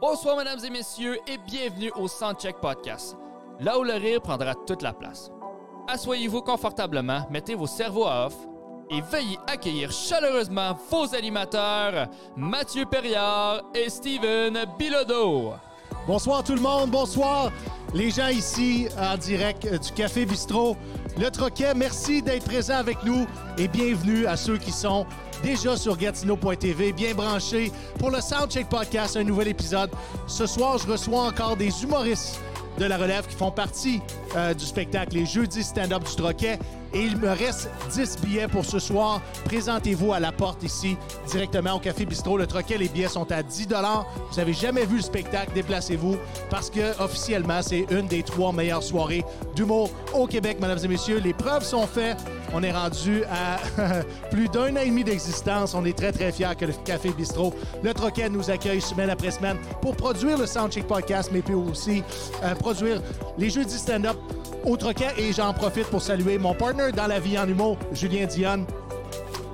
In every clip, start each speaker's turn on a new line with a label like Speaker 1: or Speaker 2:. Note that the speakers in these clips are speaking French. Speaker 1: Bonsoir, mesdames et messieurs, et bienvenue au Soundcheck Podcast, là où le rire prendra toute la place. Assoyez-vous confortablement, mettez vos cerveaux à off et veuillez accueillir chaleureusement vos animateurs, Mathieu Perriard et Steven Bilodeau.
Speaker 2: Bonsoir tout le monde, bonsoir les gens ici en direct euh, du Café Bistrot. Le Troquet, merci d'être présent avec nous et bienvenue à ceux qui sont déjà sur Gatineau.tv, bien branchés pour le Soundcheck Podcast, un nouvel épisode. Ce soir, je reçois encore des humoristes de la relève qui font partie euh, du spectacle Les Jeudis Stand-Up du Troquet. Et il me reste 10 billets pour ce soir. Présentez-vous à la porte ici, directement au Café Bistrot Le Troquet. Les billets sont à 10 Vous n'avez jamais vu le spectacle, déplacez-vous parce que officiellement, c'est une des trois meilleures soirées d'humour au Québec, mesdames et messieurs. Les preuves sont faites. On est rendu à plus d'un an et demi d'existence. On est très, très fiers que le Café Bistrot, le Troquet, nous accueille semaine après semaine pour produire le Soundcheck Podcast, mais puis aussi euh, produire les jeudis stand-up au Troquet. Et j'en profite pour saluer mon partner dans la vie en humour, Julien Dionne.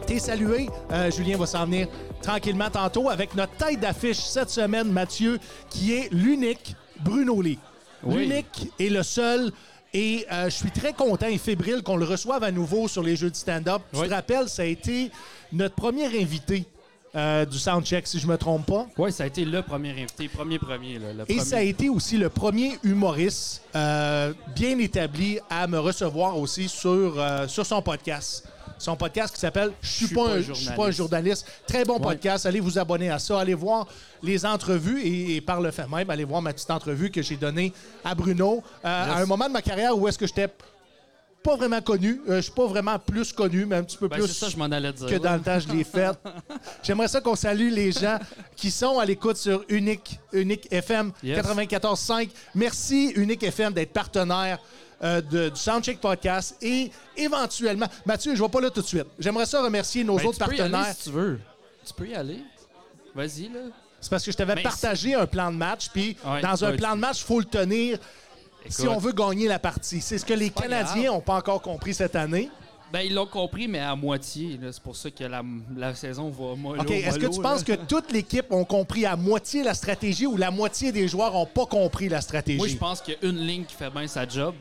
Speaker 2: T'es salué. Euh, Julien va s'en venir tranquillement tantôt avec notre tête d'affiche cette semaine, Mathieu, qui est l'unique Bruno Lee.
Speaker 1: Oui.
Speaker 2: L'unique et le seul. Et euh, je suis très content et fébrile qu'on le reçoive à nouveau sur les jeux de stand-up. Tu
Speaker 1: Oui.
Speaker 2: te rappelles, ça a été notre premier invité euh, du Soundcheck, si je me trompe pas.
Speaker 1: Ouais, ça a été le premier invité, premier premier. Là, le
Speaker 2: Et
Speaker 1: premier.
Speaker 2: ça a été aussi le premier humoriste euh, bien établi à me recevoir aussi sur, euh, sur son podcast. Son podcast qui s'appelle Je suis pas, un- je suis pas un journaliste. Très bon podcast. Allez vous abonner à ça. Allez voir les entrevues et, et par le fait même, allez voir ma petite entrevue que j'ai donnée à Bruno euh, à un moment de ma carrière où est-ce que j'étais pas vraiment connu. Euh, je suis pas vraiment plus connu, mais un petit peu
Speaker 1: Ben,
Speaker 2: plus
Speaker 1: c'est ça, je m'en allais dire.
Speaker 2: que dans le temps, je l'ai fait. J'aimerais ça qu'on salue les gens qui sont à l'écoute sur Unique, Unique FM
Speaker 1: Yes.
Speaker 2: 94.5. Merci, Unique FM, d'être partenaire euh, de- du Soundcheck Podcast et éventuellement... Mathieu, je ne vais pas là tout de suite. J'aimerais ça remercier nos
Speaker 1: Ben,
Speaker 2: autres
Speaker 1: tu peux y
Speaker 2: partenaires.
Speaker 1: aller si tu veux. Tu peux y aller. Vas-y, là.
Speaker 2: C'est parce que je t'avais
Speaker 1: Mais
Speaker 2: partagé un plan de match, puis
Speaker 1: Ben, Ouais,
Speaker 2: dans un
Speaker 1: ouais,
Speaker 2: plan
Speaker 1: tu-
Speaker 2: de match, il faut le tenir si
Speaker 1: Écoute.
Speaker 2: on veut gagner la partie. C'est ce que les
Speaker 1: pas
Speaker 2: Canadiens
Speaker 1: grave.
Speaker 2: n'ont pas encore compris cette année.
Speaker 1: Ben, ils l'ont compris, mais à moitié. là. C'est pour ça que la, la saison va mollo,
Speaker 2: OK, est-ce que
Speaker 1: mollo,
Speaker 2: tu
Speaker 1: là.
Speaker 2: penses que toute l'équipe ont compris à moitié la stratégie ou la moitié des joueurs n'ont pas compris la stratégie?
Speaker 1: Moi, je pense qu'il y a une ligne qui fait bien sa job.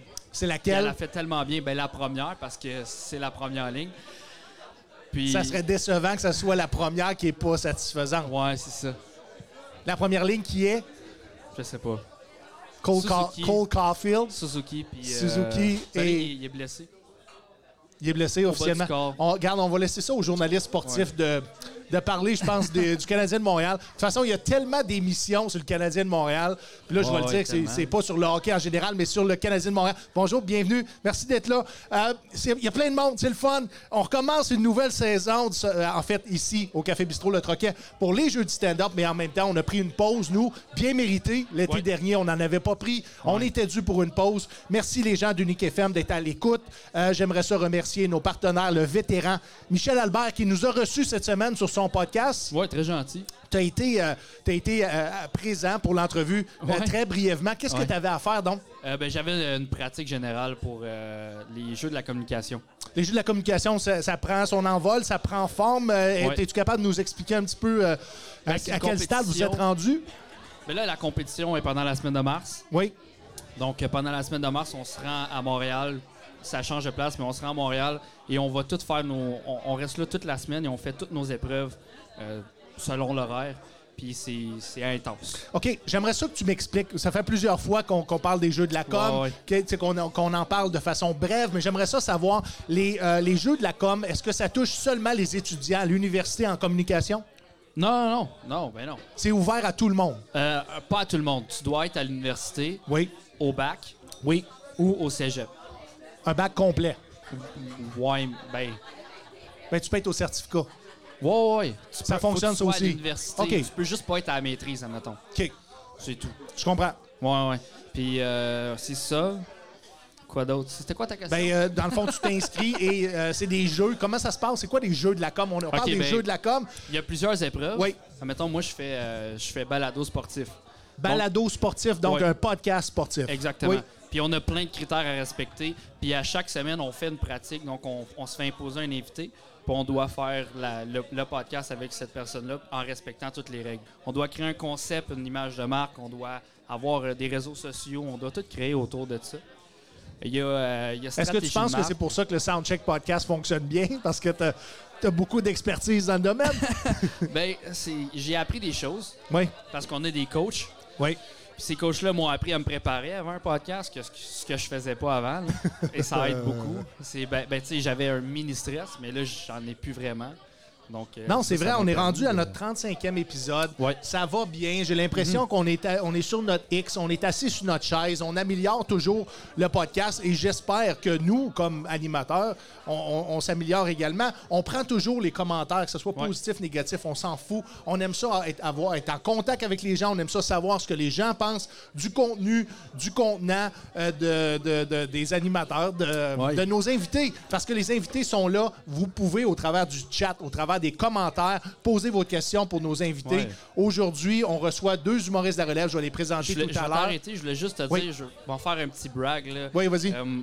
Speaker 1: Puis
Speaker 2: C'est
Speaker 1: Elle a
Speaker 2: laquelle?
Speaker 1: fait tellement bien. Ben, la première, parce que c'est la première ligne. Puis...
Speaker 2: Ça serait décevant que ce soit la première qui n'est pas satisfaisante.
Speaker 1: Ouais, c'est ça.
Speaker 2: La première ligne qui est
Speaker 1: Je sais pas.
Speaker 2: Cole, Ca-
Speaker 1: Suzuki.
Speaker 2: Cole Caulfield.
Speaker 1: Suzuki, puis... euh,
Speaker 2: Suzuki
Speaker 1: vous savez,
Speaker 2: et-
Speaker 1: Il, il est blessé.
Speaker 2: Il est blessé
Speaker 1: bas du
Speaker 2: officiellement.
Speaker 1: corps.
Speaker 2: On, regarde, on va laisser ça aux journalistes sportifs de, de parler, je pense, des- du Canadien de Montréal. De toute façon, il y a tellement d'émissions sur le Canadien de Montréal. Puis là, je
Speaker 1: Ouais,
Speaker 2: vais le dire
Speaker 1: ouais,
Speaker 2: que c'est-
Speaker 1: tellement.
Speaker 2: c'est pas sur le hockey en général, mais sur le Canadien de Montréal. Bonjour, bienvenue. Merci d'être là. Euh, c'est- Il y a plein de monde, c'est le fun. On recommence une nouvelle saison, du- euh, en fait, ici, au Café Bistrot Le Troquet, pour les jeux du stand-up, mais en même temps, on a pris une pause, nous, bien méritée. L'été
Speaker 1: Ouais.
Speaker 2: dernier, on n'en avait pas pris. On était dû pour une pause. Merci les gens d'Unique FM d'être à l'écoute. Euh, J'aimerais ça remercier nos partenaires, le vétéran Michel Albert, qui nous a reçus cette semaine sur son podcast.
Speaker 1: Ouais, très gentil.
Speaker 2: Tu as été, euh, t'as été euh, euh, présent pour l'entrevue euh,
Speaker 1: Ouais.
Speaker 2: très brièvement. Qu'est-ce que
Speaker 1: Ouais.
Speaker 2: tu avais à faire, donc?
Speaker 1: Euh, ben, J'avais une pratique générale pour euh, les jeux de la communication.
Speaker 2: Les jeux de la communication, ça, ça prend son envol, ça prend forme. Euh,
Speaker 1: Ouais. Ben,
Speaker 2: Es-tu capable de nous expliquer un petit peu euh, à,
Speaker 1: c'est
Speaker 2: à
Speaker 1: une
Speaker 2: quel stade vous
Speaker 1: compétition.
Speaker 2: êtes rendu?
Speaker 1: Mais Ben là, la compétition est pendant la semaine de mars.
Speaker 2: Oui.
Speaker 1: Donc, euh, pendant la semaine de mars, on se rend à Montréal. Ça change de place, mais on se rend à Montréal et on va tout faire nos. On, on reste là toute la semaine et on fait toutes nos épreuves euh, selon l'horaire. Puis c'est c'est intense.
Speaker 2: OK, j'aimerais ça que tu m'expliques. Ça fait plusieurs fois qu'on qu'on parle des jeux de la com,
Speaker 1: Ouais, ouais.
Speaker 2: que- tu sais, qu'on en- qu'on en parle de façon brève, mais j'aimerais ça savoir, les, euh, les jeux de la com, est-ce que ça touche seulement les étudiants à l'université en communication?
Speaker 1: Non, non, non, non, ben non.
Speaker 2: C'est ouvert à tout le monde.
Speaker 1: Euh, pas à tout le monde. Tu dois être à l'université,
Speaker 2: Oui.
Speaker 1: au bac
Speaker 2: Oui.
Speaker 1: ou au cégep.
Speaker 2: Un bac complet.
Speaker 1: Ouais, ben.
Speaker 2: Ben, tu peux être au certificat.
Speaker 1: Ouais, ouais, ouais. Tu
Speaker 2: Ça
Speaker 1: peux-
Speaker 2: fonctionne,
Speaker 1: faut que tu sois à
Speaker 2: ça aussi.
Speaker 1: l'université.
Speaker 2: OK.
Speaker 1: Tu peux juste pas être à la maîtrise, admettons.
Speaker 2: OK,
Speaker 1: C'est tout.
Speaker 2: je comprends.
Speaker 1: Ouais, ouais. Puis euh, c'est ça. Quoi d'autre? C'était quoi ta question?
Speaker 2: Ben, euh, dans le fond, tu t'inscris et euh, c'est des jeux. Comment ça se passe? C'est quoi des jeux de la com? On, on parle des
Speaker 1: ben-
Speaker 2: jeux de la com.
Speaker 1: Il y a plusieurs épreuves.
Speaker 2: Oui.
Speaker 1: Admettons, moi, je fais, euh, je fais balado sportif.
Speaker 2: Balado sportif, donc
Speaker 1: Ouais.
Speaker 2: un podcast sportif.
Speaker 1: Exactement.
Speaker 2: Oui.
Speaker 1: Puis on a plein de critères à respecter. Puis à chaque semaine, on fait une pratique. Donc, on, on se fait imposer un invité. Puis on doit faire la- le, le podcast avec cette personne-là en respectant toutes les règles. On doit créer un concept, une image de marque. On doit avoir euh, des réseaux sociaux. On doit tout créer autour de ça. Il y a, euh, il y a
Speaker 2: Est-ce que tu
Speaker 1: stratégie de
Speaker 2: penses que
Speaker 1: marque.
Speaker 2: c'est pour ça que le Soundcheck Podcast fonctionne bien? Parce que tu as, beaucoup d'expertise dans le domaine?
Speaker 1: Ben, c'est- j'ai appris des choses
Speaker 2: oui.
Speaker 1: parce qu'on a des coachs.
Speaker 2: Oui.
Speaker 1: Puis ces coachs-là m'ont appris à me préparer avant un podcast, que ce que- ce que je faisais pas avant. là. Et ça
Speaker 2: Euh.
Speaker 1: aide beaucoup. C'est ben, ben, tu sais, j'avais un mini stress, mais là j'en ai plus vraiment. Donc euh,
Speaker 2: Non,
Speaker 1: ça,
Speaker 2: c'est
Speaker 1: ça
Speaker 2: vrai, on
Speaker 1: m'a
Speaker 2: est rendu à
Speaker 1: permis
Speaker 2: notre 35e épisode.
Speaker 1: Ouais. Mm-hmm.
Speaker 2: Ça va bien. J'ai l'impression qu'on est, à- on est sur notre X, on est assis sur notre chaise, on améliore toujours le podcast et j'espère que nous, comme animateurs, on, on- on s'améliore également. On prend toujours les commentaires, que ce soit
Speaker 1: Ouais.
Speaker 2: positif, négatif, on s'en fout. On aime ça être, avoir, être en contact avec les gens, on aime ça savoir ce que les gens pensent du contenu, du contenant euh, de, de- de- des animateurs, de,
Speaker 3: Ouais.
Speaker 2: de nos invités, parce que les invités sont là. Vous pouvez, au travers du chat, au travers des commentaires, poser vos questions pour nos invités.
Speaker 1: Ouais.
Speaker 2: Aujourd'hui, on reçoit deux humoristes de la relève. Je vais les
Speaker 1: Je
Speaker 2: présenter
Speaker 1: voulais,
Speaker 2: tout
Speaker 1: je
Speaker 2: à
Speaker 1: vais
Speaker 2: l'heure.
Speaker 1: t'arrêter, je voulais juste te
Speaker 2: Oui.
Speaker 1: dire, je vais en faire un petit brag. Là.
Speaker 2: Oui, vas-y.
Speaker 1: Euh,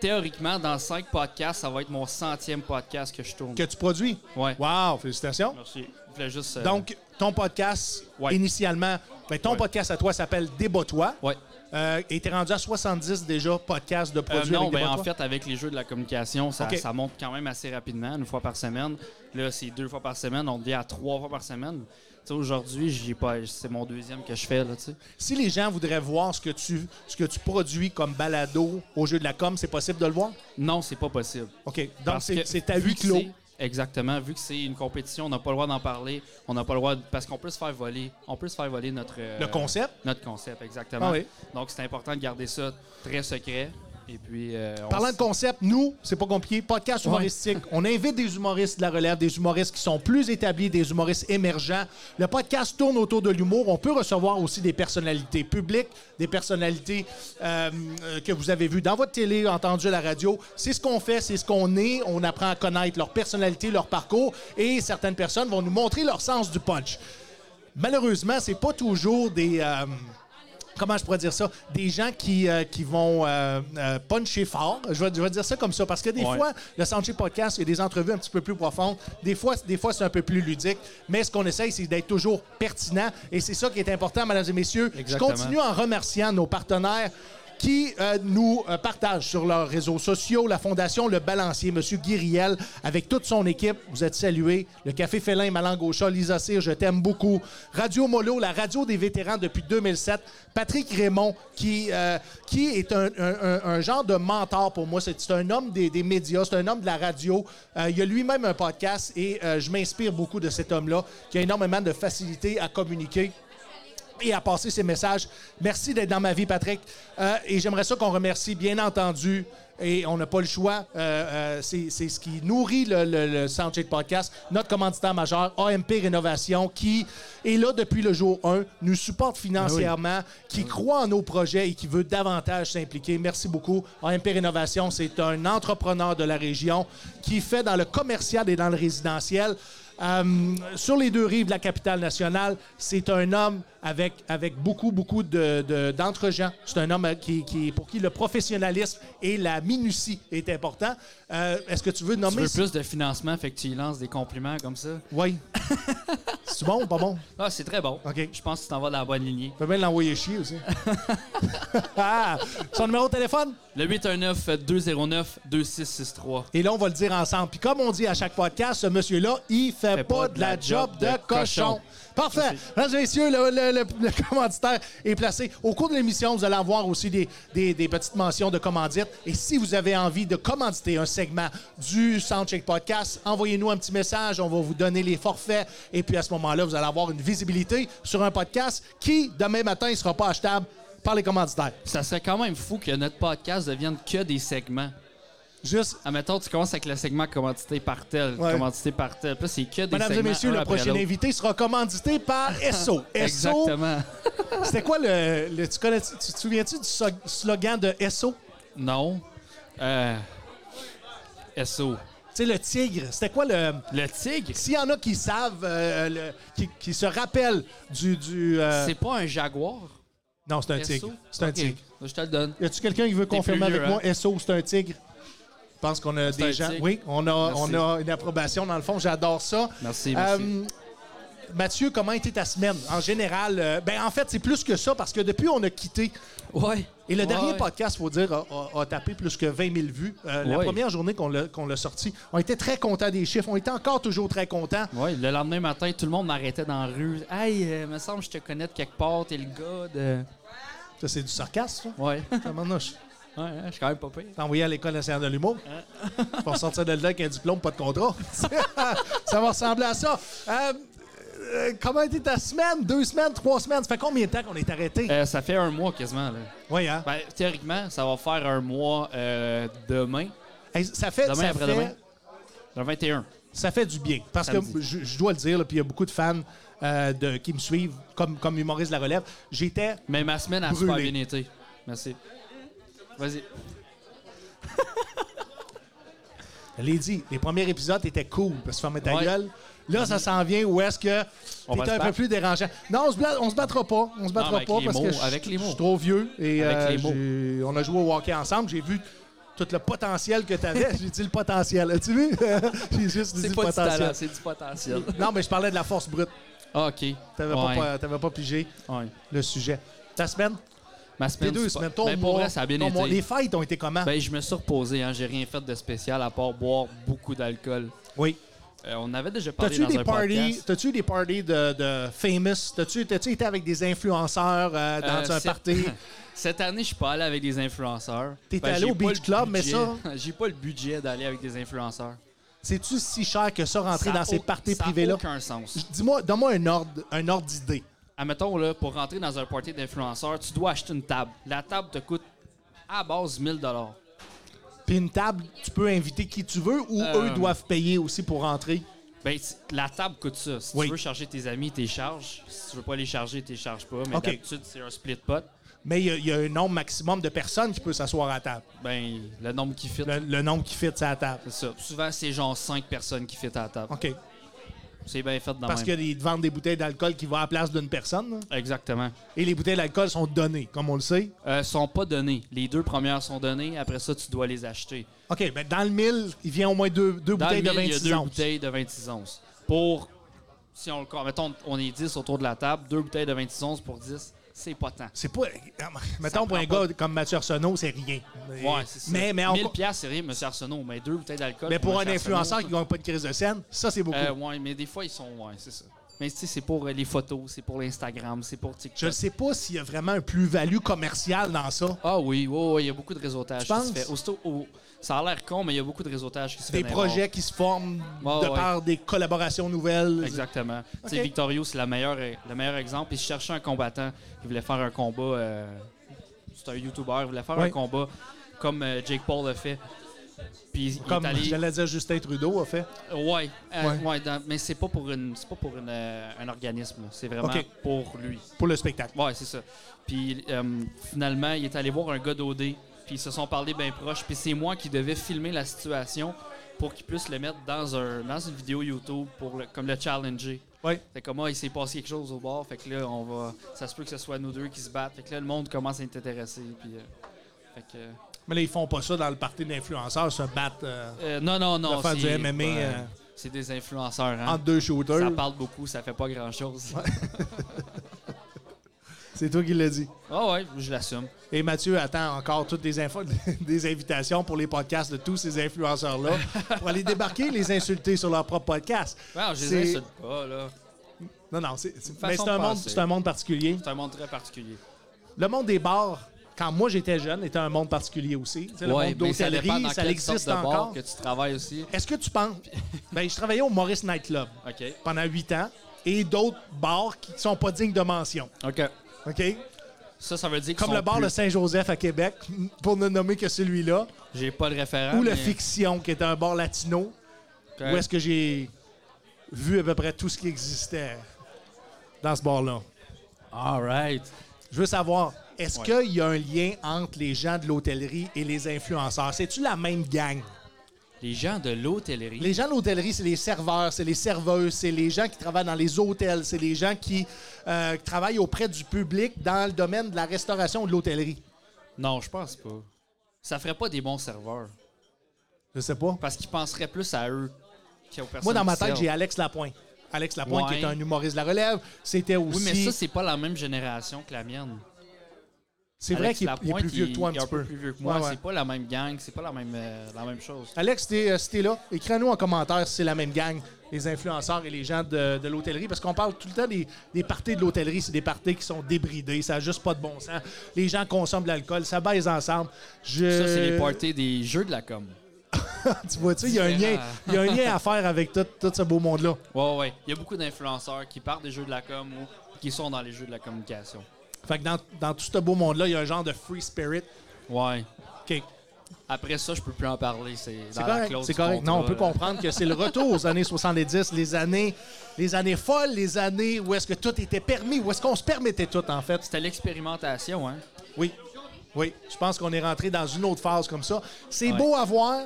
Speaker 1: théoriquement, dans cinq podcasts, ça va être mon centième podcast que je tourne.
Speaker 2: Que tu produis.
Speaker 1: Ouais.
Speaker 2: Wow, félicitations.
Speaker 1: Merci. Je voulais juste. euh,
Speaker 2: Donc, ton podcast,
Speaker 1: Ouais.
Speaker 2: initialement, ben, ton
Speaker 1: Ouais.
Speaker 2: podcast à toi s'appelle Débat-toi.
Speaker 1: ouais.
Speaker 2: Euh, et t'es rendu à 70 déjà podcasts de
Speaker 1: Euh,
Speaker 2: produits
Speaker 1: non,
Speaker 2: avec
Speaker 1: ben, en
Speaker 2: Débat-toi?
Speaker 1: fait, avec les jeux de la communication, ça,
Speaker 2: Ok.
Speaker 1: ça monte quand même assez rapidement, une fois par semaine. Là, c'est deux fois par semaine, on devient à trois fois par semaine. Tu sais, aujourd'hui, j'ai pas, c'est mon deuxième que je fais, là, tu sais.
Speaker 2: Si les gens voudraient voir ce que tu, ce que tu produis comme balado au jeu de la com, c'est possible de le voir?
Speaker 1: Non, c'est pas possible.
Speaker 2: OK. Donc,
Speaker 1: Parce
Speaker 2: c'est
Speaker 1: que-
Speaker 2: c'est à
Speaker 1: vu
Speaker 2: huis
Speaker 1: que
Speaker 2: clos.
Speaker 1: c'est- Exactement. Vu que c'est une compétition, on n'a pas le droit d'en parler. On n'a pas le droit. de- parce qu'on peut se faire voler. On peut se faire voler notre. euh,
Speaker 2: Le concept?
Speaker 1: Notre concept, exactement.
Speaker 2: Ah oui.
Speaker 1: Donc, c'est important de garder ça très secret. Et puis. euh, on
Speaker 2: Parlant
Speaker 1: s-
Speaker 2: de concept, nous, c'est pas compliqué, podcast humoristique. On invite des humoristes de la relève, des humoristes qui sont plus établis, des humoristes émergents. Le podcast tourne autour de l'humour. On peut recevoir aussi des personnalités publiques, des personnalités euh, euh, que vous avez vues dans votre télé, entendues à la radio. C'est ce qu'on fait, c'est ce qu'on est. On apprend à connaître leur personnalité, leur parcours et certaines personnes vont nous montrer leur sens du punch. Malheureusement, c'est pas toujours des. euh, comment je pourrais dire ça, des gens qui, euh, qui vont euh, euh, puncher fort. Je vais, je vais dire ça comme ça, parce que des
Speaker 1: Ouais.
Speaker 2: fois, le Soundcheck Podcast, il y a des entrevues un petit peu plus profondes. Des fois, des fois c'est un peu plus ludique, mais ce qu'on essaye, c'est d'être toujours pertinent, et c'est ça qui est important, mesdames et messieurs.
Speaker 1: Exactement.
Speaker 2: Je continue en remerciant nos partenaires qui euh, nous euh, partagent sur leurs réseaux sociaux, la Fondation Le Balancier, M. Guiriel, avec toute son équipe. Vous êtes salués. Le Café Félin, Malangocha, Lisa Cyr, je t'aime beaucoup. Radio Molo, la radio des vétérans depuis 2007. Patrick Raymond, qui, euh, qui est un, un- un- un genre de mentor pour moi. C'est c'est un homme des, des médias, c'est un homme de la radio. Euh, il a lui-même un podcast et euh, je m'inspire beaucoup de cet homme-là qui a énormément de facilité à communiquer et à passer ces messages. Merci d'être dans ma vie, Patrick. Euh, et j'aimerais ça qu'on remercie, bien entendu, et on n'a pas le choix, euh, euh, c'est c'est ce qui nourrit le, le, le Soundcheck Podcast, notre commanditaire majeur, AMP Rénovation, qui est là depuis le jour 1, nous supporte financièrement, qui croit en nos projets et qui veut davantage s'impliquer. Merci beaucoup. AMP Rénovation, c'est un entrepreneur de la région qui fait dans le commercial et dans le résidentiel. Euh, sur les deux rives de la capitale nationale, c'est un homme avec, avec beaucoup, beaucoup de- de- d'entre-gens. c'est un homme euh, qui, qui- pour qui le professionnalisme et la minutie est important. Euh, Est-ce que tu veux
Speaker 1: Tu
Speaker 2: nommer...
Speaker 1: veux plus de financement, fait que tu y lances des compliments comme ça.
Speaker 2: Oui. c'est bon ou pas bon?
Speaker 1: Ah, c'est très bon.
Speaker 2: OK.
Speaker 1: Je pense que tu t'en vas dans la bonne lignée.
Speaker 2: Tu peux bien l'envoyer chier aussi. Ah! son numéro de téléphone?
Speaker 1: Le 819-209-2663.
Speaker 2: Et là, on va le dire ensemble. Puis comme on dit à chaque podcast, ce monsieur-là, il fait, pas, de la job de, cochon.
Speaker 1: cochon.
Speaker 2: Parfait. Mesdames et messieurs, le, le- le- le commanditaire est placé. Au cours de l'émission, vous allez avoir aussi des, des- des petites mentions de commandite. Et si vous avez envie de commanditer un segment du Soundcheck Podcast, envoyez-nous un petit message. On va vous donner les forfaits. Et puis à ce moment-là, vous allez avoir une visibilité sur un podcast qui, demain matin, ne sera pas achetable par les commanditaires.
Speaker 1: Ça serait quand même fou que notre podcast devienne que des segments.
Speaker 2: Juste
Speaker 1: Admettons, tu commences avec le segment commandité par tel,
Speaker 2: Ouais.
Speaker 1: commandité par tel. Puis là, c'est que des
Speaker 2: Mesdames et
Speaker 1: segments. Ah, ben
Speaker 2: messieurs,
Speaker 1: un
Speaker 2: le
Speaker 1: après
Speaker 2: prochain
Speaker 1: l'autre.
Speaker 2: invité sera commandité par SO. SO,
Speaker 1: Exactement.
Speaker 2: c'était quoi le. le- tu, connais, tu te souviens-tu du so- slogan de SO?
Speaker 1: Non. Euh, SO.
Speaker 2: sais, le tigre, c'était quoi le.
Speaker 1: Le tigre,
Speaker 2: S'il y en a qui savent, euh, le- qui, qui se rappellent du. du euh,
Speaker 1: c'est pas un jaguar.
Speaker 2: Non, c'est un
Speaker 1: SO?
Speaker 2: tigre. C'est un
Speaker 1: Ok,
Speaker 2: tigre.
Speaker 1: Je te le donne.
Speaker 2: Y a-tu quelqu'un qui veut confirmer
Speaker 1: plus
Speaker 2: avec
Speaker 1: vieux, hein?
Speaker 2: moi? SO, c'est un tigre? Je pense qu'on a
Speaker 1: un
Speaker 2: des gens.
Speaker 1: tigre.
Speaker 2: Oui, on a,
Speaker 1: Merci.
Speaker 2: on a une approbation dans le fond. J'adore ça.
Speaker 1: Merci, merci.
Speaker 2: Euh, Mathieu, comment a été ta semaine? En général, euh, ben en fait, c'est plus que ça parce que depuis on a quitté.
Speaker 1: Ouais.
Speaker 2: Et le
Speaker 1: Ouais,
Speaker 2: dernier
Speaker 1: ouais.
Speaker 2: podcast, faut dire, a, a- a tapé plus que 20 000 vues. Euh, La
Speaker 1: Ouais.
Speaker 2: première journée qu'on l'a qu'on l'a sorti, on était très contents des chiffres. On était encore toujours très contents.
Speaker 1: Ouais, le lendemain matin, tout le monde m'arrêtait dans la rue. Hey, euh, me semble que je te connais de quelque part, t'es le gars de.
Speaker 2: Ça, c'est du sarcasme,
Speaker 1: Ouais.
Speaker 2: ça. Comment non, je
Speaker 1: ouais, hein, Ah, je suis quand même pas pire.
Speaker 2: t'ai envoyé à l'École nationale de l'humour.
Speaker 1: Hein?
Speaker 2: Pour sortir de là avec un diplôme, pas de contrat. ça va ressembler à ça. Euh, euh, comment a été ta semaine? Deux semaines? Trois semaines? Ça fait combien de temps qu'on est arrêté?
Speaker 1: Euh, ça fait un mois quasiment. Là.
Speaker 2: oui, hein?
Speaker 1: Ben, théoriquement, ça va faire un mois euh, demain,
Speaker 2: Hey, ça fait,
Speaker 1: demain
Speaker 2: ça fait-
Speaker 1: après-demain. le 21.
Speaker 2: ça fait du bien. Parce que
Speaker 1: Samedi.
Speaker 2: je, je dois le dire, là, puis il y a beaucoup de fans euh, de, qui me suivent comme, comme humoriste de la relève. J'étais.
Speaker 1: Mais ma semaine a
Speaker 2: Brûlé.
Speaker 1: super bien été. Merci. Vas-y.
Speaker 2: je l'ai dit, les premiers épisodes étaient cool parce que fermez ta
Speaker 1: Ouais.
Speaker 2: gueule. Là, ça s'en vient où est-ce que
Speaker 1: On va
Speaker 2: t'es
Speaker 1: se
Speaker 2: un peu
Speaker 1: battre.
Speaker 2: plus dérangeant. Non, on se, bla- on se battra pas. On se battra
Speaker 1: Non, mais avec
Speaker 2: pas
Speaker 1: les
Speaker 2: parce
Speaker 1: mots,
Speaker 2: que je,
Speaker 1: avec les
Speaker 2: je
Speaker 1: mots.
Speaker 2: suis trop vieux. Et euh,
Speaker 1: Avec les mots.
Speaker 2: j'ai- on a joué au hockey ensemble. J'ai vu tout le potentiel que t'avais. J'ai dit le potentiel. As-tu vu? J'ai juste dit le
Speaker 1: C'est pas du
Speaker 2: potentiel.
Speaker 1: talent, c'est du potentiel.
Speaker 2: Non, mais je parlais de la force brute.
Speaker 1: Ah, OK.
Speaker 2: T'avais
Speaker 1: Ouais,
Speaker 2: pas, t'avais pas pigé
Speaker 1: ouais.
Speaker 2: le sujet. Ta semaine?
Speaker 1: Ma
Speaker 2: Tes
Speaker 1: semaine,
Speaker 2: deux
Speaker 1: c'est pas-
Speaker 2: semaines, ton
Speaker 1: ben,
Speaker 2: mois,
Speaker 1: pour vrai, ça a bien
Speaker 2: ton
Speaker 1: été.
Speaker 2: mois. Les fêtes ont été comment?
Speaker 1: Ben, je me suis reposé. Hein. J'ai rien fait de spécial à part boire beaucoup d'alcool.
Speaker 2: oui.
Speaker 1: Euh, on avait déjà parlé
Speaker 2: T'as-tu
Speaker 1: dans
Speaker 2: des
Speaker 1: un
Speaker 2: parties,
Speaker 1: podcast.
Speaker 2: t'as-tu des parties de, de famous? T'as-tu, t'as-tu été avec des influenceurs euh, dans
Speaker 1: Euh,
Speaker 2: un
Speaker 1: c'est-
Speaker 2: party?
Speaker 1: Cette année, je suis pas allé avec des influenceurs.
Speaker 2: T'es
Speaker 1: Ben,
Speaker 2: allé au
Speaker 1: j'ai pas
Speaker 2: Beach
Speaker 1: le
Speaker 2: Club, mais
Speaker 1: budget.
Speaker 2: ça-
Speaker 1: j'ai pas le budget d'aller avec des influenceurs.
Speaker 2: C'est-tu si cher que ça rentrer
Speaker 1: Ça
Speaker 2: dans
Speaker 1: a
Speaker 2: ces
Speaker 1: au-
Speaker 2: parties
Speaker 1: ça a
Speaker 2: privées-là?
Speaker 1: aucun sens.
Speaker 2: Dis-moi, donne-moi un ordre, un ordre d'idée.
Speaker 1: Admettons, là, pour rentrer dans un party d'influenceurs, tu dois acheter une table. La table te coûte à base 1000
Speaker 2: Puis une table, tu peux inviter qui tu veux ou
Speaker 1: Euh,
Speaker 2: eux doivent payer aussi pour rentrer?
Speaker 1: Ben, c- la table coûte ça. Si
Speaker 2: Oui.
Speaker 1: tu veux charger tes amis, tes charges. Si tu veux pas les charger, t'es charges pas. Mais
Speaker 2: Ok.
Speaker 1: d'habitude, c'est un split pot.
Speaker 2: Mais il y a- il y, a un nombre maximum de personnes qui peut s'asseoir à la table.
Speaker 1: Ben, le nombre qui fit.
Speaker 2: Le, le nombre qui fit à la table.
Speaker 1: C'est ça. Souvent, c'est genre 5 personnes qui fit à la table.
Speaker 2: OK.
Speaker 1: C'est bien fait dans
Speaker 2: Parce
Speaker 1: même.
Speaker 2: qu'ils te vendent des bouteilles d'alcool qui vont à la place d'une personne. là.
Speaker 1: Exactement.
Speaker 2: Et les bouteilles d'alcool sont données, comme on le sait.
Speaker 1: Euh, sont pas données. Les deux premières sont données. Après ça, tu dois les acheter.
Speaker 2: OK, ben dans le 1000, il vient au moins deux, deux
Speaker 1: Dans le
Speaker 2: bouteilles de
Speaker 1: mille,
Speaker 2: 26
Speaker 1: il y a deux
Speaker 2: onces.
Speaker 1: bouteilles de 26 onces. Pour, si on le compte, mettons, on est 10 autour de la table, deux bouteilles de 26 onces pour 10, c'est pas tant.
Speaker 2: C'est pas. Mettons pour
Speaker 1: prend
Speaker 2: un
Speaker 1: pas-
Speaker 2: gars comme Mathieu Arsenault, c'est rien. Mais-
Speaker 1: Ouais, c'est ça.
Speaker 2: Mais, mais, en-
Speaker 1: 1000 piastres, c'est rien, monsieur Arsenault, mais deux bouteilles d'alcool.
Speaker 2: mais pour un
Speaker 1: monsieur Arsenault,
Speaker 2: influenceur qui gagne pas de crise de scène, ça c'est beaucoup.
Speaker 1: Euh, ouais, mais des fois, ils sont. Ouais, c'est ça. Mais tu sais, c'est pour euh, les photos, c'est pour l'Instagram, c'est pour
Speaker 2: Je ne
Speaker 1: TikTok.
Speaker 2: sais pas s'il y a vraiment un plus-value commerciale dans ça.
Speaker 1: Ah oui, ouais, ouais, il y a beaucoup de réseautage
Speaker 2: Tu
Speaker 1: qui se
Speaker 2: penses?
Speaker 1: fait. Aussitôt- au- ça a l'air con, mais il y a beaucoup de réseautage qui se fait.
Speaker 2: Des
Speaker 1: dans les bars.
Speaker 2: projets qui se forment
Speaker 1: Ouais,
Speaker 2: de
Speaker 1: ouais.
Speaker 2: par des collaborations nouvelles.
Speaker 1: Exactement. Tu sais,
Speaker 2: Ok.
Speaker 1: Victorio, c'est la meilleure, le meilleur exemple. Il cherchait un combattant. Il voulait faire un combat. euh, c'est un YouTuber. Il voulait faire
Speaker 2: Ouais.
Speaker 1: un combat comme euh, Jake Paul l'a fait. Puis il
Speaker 2: Comme
Speaker 1: est allé.
Speaker 2: j'allais dire Justin Trudeau a fait.
Speaker 1: Ouais, euh,
Speaker 2: Ouais.
Speaker 1: ouais, dans- mais c'est pas pour une, c'est pas pour une, euh, un organisme. là. C'est vraiment
Speaker 2: Ok.
Speaker 1: pour lui.
Speaker 2: Pour le spectacle.
Speaker 1: Ouais, c'est ça. Puis euh, finalement, il est allé voir un gars d'OD. Puis ils se sont parlé bien proche. Puis c'est moi qui devais filmer la situation pour qu'il puisse le mettre dans, un, dans une vidéo YouTube pour le- comme le challenger.
Speaker 2: Ouais.
Speaker 1: Fait que moi, il s'est passé quelque chose au bord. Fait que là, on va. Ça se peut que ce soit nous deux qui se battent. Fait que là, le monde commence à être intéressé. Puis. euh, fait que. euh,
Speaker 2: Mais là, ils font pas ça dans le parti d'influenceurs, se battre euh,
Speaker 1: euh, non, non, non.
Speaker 2: de faire
Speaker 1: c'est-
Speaker 2: du MMA
Speaker 1: ouais,
Speaker 2: euh,
Speaker 1: C'est des influenceurs, hein.
Speaker 2: entre deux
Speaker 1: Ça
Speaker 2: shooters.
Speaker 1: parle beaucoup, ça fait pas grand chose.
Speaker 2: C'est toi qui l'as dit.
Speaker 1: Ah ouais, je l'assume.
Speaker 2: Et Mathieu attend encore toutes les infos, des invitations pour les podcasts de tous ces influenceurs-là pour aller débarquer et les insulter sur leur propre podcast.
Speaker 1: Ouais, je
Speaker 2: C'est-
Speaker 1: les insulte pas, là.
Speaker 2: Non, non, c'est c'est-
Speaker 1: façon
Speaker 2: mais c'est
Speaker 1: de
Speaker 2: un, monde-
Speaker 1: penser.
Speaker 2: c'est un monde particulier.
Speaker 1: C'est un monde très particulier.
Speaker 2: Le monde des bars, quand moi j'étais jeune, était un monde particulier aussi. Tu sais, le monde
Speaker 1: mais ça dépend
Speaker 2: d'hôtellerie,
Speaker 1: dans
Speaker 2: ça,
Speaker 1: quelle
Speaker 2: existe
Speaker 1: sorte de bar
Speaker 2: encore.
Speaker 1: que tu travailles aussi.
Speaker 2: Est-ce que tu penses... ben, je travaillais au Maurice Nightclub
Speaker 1: OK.
Speaker 2: pendant huit ans et d'autres bars qui sont pas dignes de mention.
Speaker 1: OK.
Speaker 2: OK?
Speaker 1: Ça, ça veut dire qu'ils
Speaker 2: Comme le
Speaker 1: sont
Speaker 2: bar
Speaker 1: plus-
Speaker 2: de Saint-Joseph à Québec, pour ne nommer que celui-là,
Speaker 1: J'ai pas le référent.
Speaker 2: ou le
Speaker 1: mais-
Speaker 2: Fiction, qui était un bar latino.
Speaker 1: OK.
Speaker 2: Où est-ce que j'ai vu à peu près tout ce qui existait dans ce bar-là?
Speaker 1: All right.
Speaker 2: Je veux savoir, est-ce
Speaker 1: Ouais.
Speaker 2: qu'il y a un lien entre les gens de l'hôtellerie et les influenceurs? C'est-tu la même gang?
Speaker 1: Il Les gens de l'hôtellerie.
Speaker 2: Les gens de l'hôtellerie, c'est les serveurs, c'est les serveuses, c'est les gens qui travaillent dans les hôtels, c'est les gens qui euh, travaillent auprès du public dans le domaine de la restauration ou de l'hôtellerie.
Speaker 1: Non, je pense pas. Ça ferait pas des bons serveurs.
Speaker 2: Je sais pas.
Speaker 1: Parce qu'ils penseraient plus à eux qu'aux personnes.
Speaker 2: Moi, dans ma
Speaker 1: qui
Speaker 2: tête,
Speaker 1: servent.
Speaker 2: j'ai Alex Lapointe. Alex Lapointe,
Speaker 1: Ouais.
Speaker 2: qui est un humoriste de la relève, c'était aussi.
Speaker 1: Oui, mais ça, c'est pas la même génération que la mienne.
Speaker 2: c'est vrai
Speaker 1: Alex
Speaker 2: qu'il est- il est
Speaker 1: Lapointe,
Speaker 2: plus vieux que toi un
Speaker 1: il est
Speaker 2: petit peu.
Speaker 1: plus vieux que moi.
Speaker 2: Ouais, ouais.
Speaker 1: C'est pas la même gang, c'est pas la même, euh, la même chose.
Speaker 2: Alex, t'es, euh, si t'es là, écris-nous en commentaire si c'est la même gang, les influenceurs et les gens de, de l'hôtellerie, parce qu'on parle tout le temps des, des parties de l'hôtellerie, c'est des parties qui sont débridées, ça n'a juste pas de bon sens. Les gens consomment de l'alcool, ça baise ensemble. Je-
Speaker 1: Ça, c'est les parties des jeux de la com.
Speaker 2: tu vois, tu sais, il y a un lien- il y a un lien à faire avec tout, tout ce beau monde-là.
Speaker 1: Ouais, ouais. Il y a beaucoup d'influenceurs qui partent des jeux de la com ou qui sont dans les jeux de la communication.
Speaker 2: Fait que dans, dans tout ce beau monde-là, il y a un genre de free spirit.
Speaker 1: Ouais.
Speaker 2: OK,
Speaker 1: Après ça, je peux plus en parler. C'est
Speaker 2: C'est
Speaker 1: dans la
Speaker 2: correct,
Speaker 1: clause
Speaker 2: c'est
Speaker 1: du
Speaker 2: correct.
Speaker 1: contrat, euh,
Speaker 2: Non, on peut
Speaker 1: là.
Speaker 2: comprendre que c'est le retour aux années 70, les années, les années folles, les années où est-ce que tout était permis, où est-ce qu'on se permettait tout, en fait.
Speaker 1: C'était l'expérimentation, hein?
Speaker 2: Oui. Oui. Je pense qu'on est rentré dans une autre phase comme ça. C'est
Speaker 1: Ouais.
Speaker 2: beau à voir.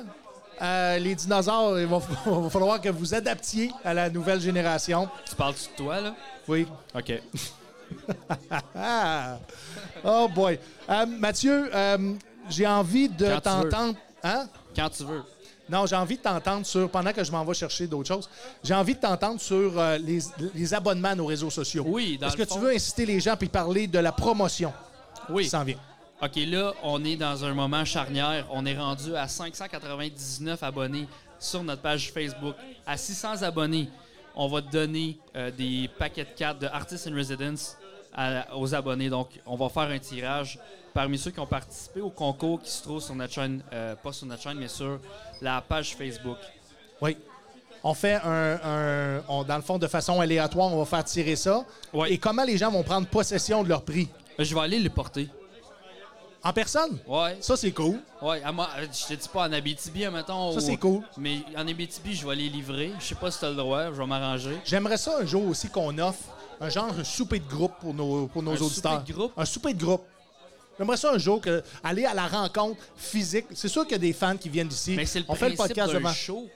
Speaker 2: Euh, les dinosaures, il va, va falloir que vous adaptiez à la nouvelle génération.
Speaker 1: Tu parles de toi, là?
Speaker 2: Oui.
Speaker 1: OK.
Speaker 2: Ah! Oh boy. Euh, Mathieu, euh, j'ai envie
Speaker 1: Quand tu
Speaker 2: de
Speaker 1: veux.
Speaker 2: t'entendre. Hein?
Speaker 1: Quand tu veux.
Speaker 2: Non, j'ai envie de t'entendre sur, pendant que je m'en vais chercher d'autres choses, j'ai envie de t'entendre sur euh, les, les abonnements à nos réseaux sociaux.
Speaker 1: Oui, dans
Speaker 2: Est-ce que
Speaker 1: le
Speaker 2: tu
Speaker 1: fond-
Speaker 2: veux inciter les gens puis parler de la promotion
Speaker 1: Oui.
Speaker 2: qui s'en vient?
Speaker 1: OK, là, on est dans un moment charnière. On est rendu à 599 abonnés sur notre page Facebook. À 600 abonnés, on va te donner euh, des paquets de cartes de Artists in Residence à- aux abonnés. Donc, on va faire un tirage parmi ceux qui ont participé au concours qui se trouve sur notre chaîne, euh, pas sur notre chaîne, mais sur la page Facebook.
Speaker 2: Oui. On fait un, un- on- dans le fond, de façon aléatoire, on va faire tirer ça.
Speaker 1: Ouais.
Speaker 2: Et comment les gens vont prendre possession de leur prix?
Speaker 1: Euh, Je vais aller le porter.
Speaker 2: En personne?
Speaker 1: Ouais,
Speaker 2: Ça, c'est cool.
Speaker 1: ouais. à moi, euh, je te dis pas en Abitibi, mettons.
Speaker 2: Ça, c'est cool.
Speaker 1: Mais en Abitibi, je vais les livrer. Je sais pas si t'as le droit, je vais m'arranger.
Speaker 2: J'aimerais ça un jour aussi qu'on offre un genre de souper de groupe pour nos, pour nos
Speaker 1: Un
Speaker 2: auditeurs.
Speaker 1: souper de groupe?
Speaker 2: Un souper de groupe. J'aimerais ça un jour que, aller à la rencontre physique. C'est sûr qu'il y a des fans qui viennent d'ici.
Speaker 1: Mais c'est le
Speaker 2: On fait le
Speaker 1: principe
Speaker 2: podcast
Speaker 1: d'un
Speaker 2: devant.
Speaker 1: show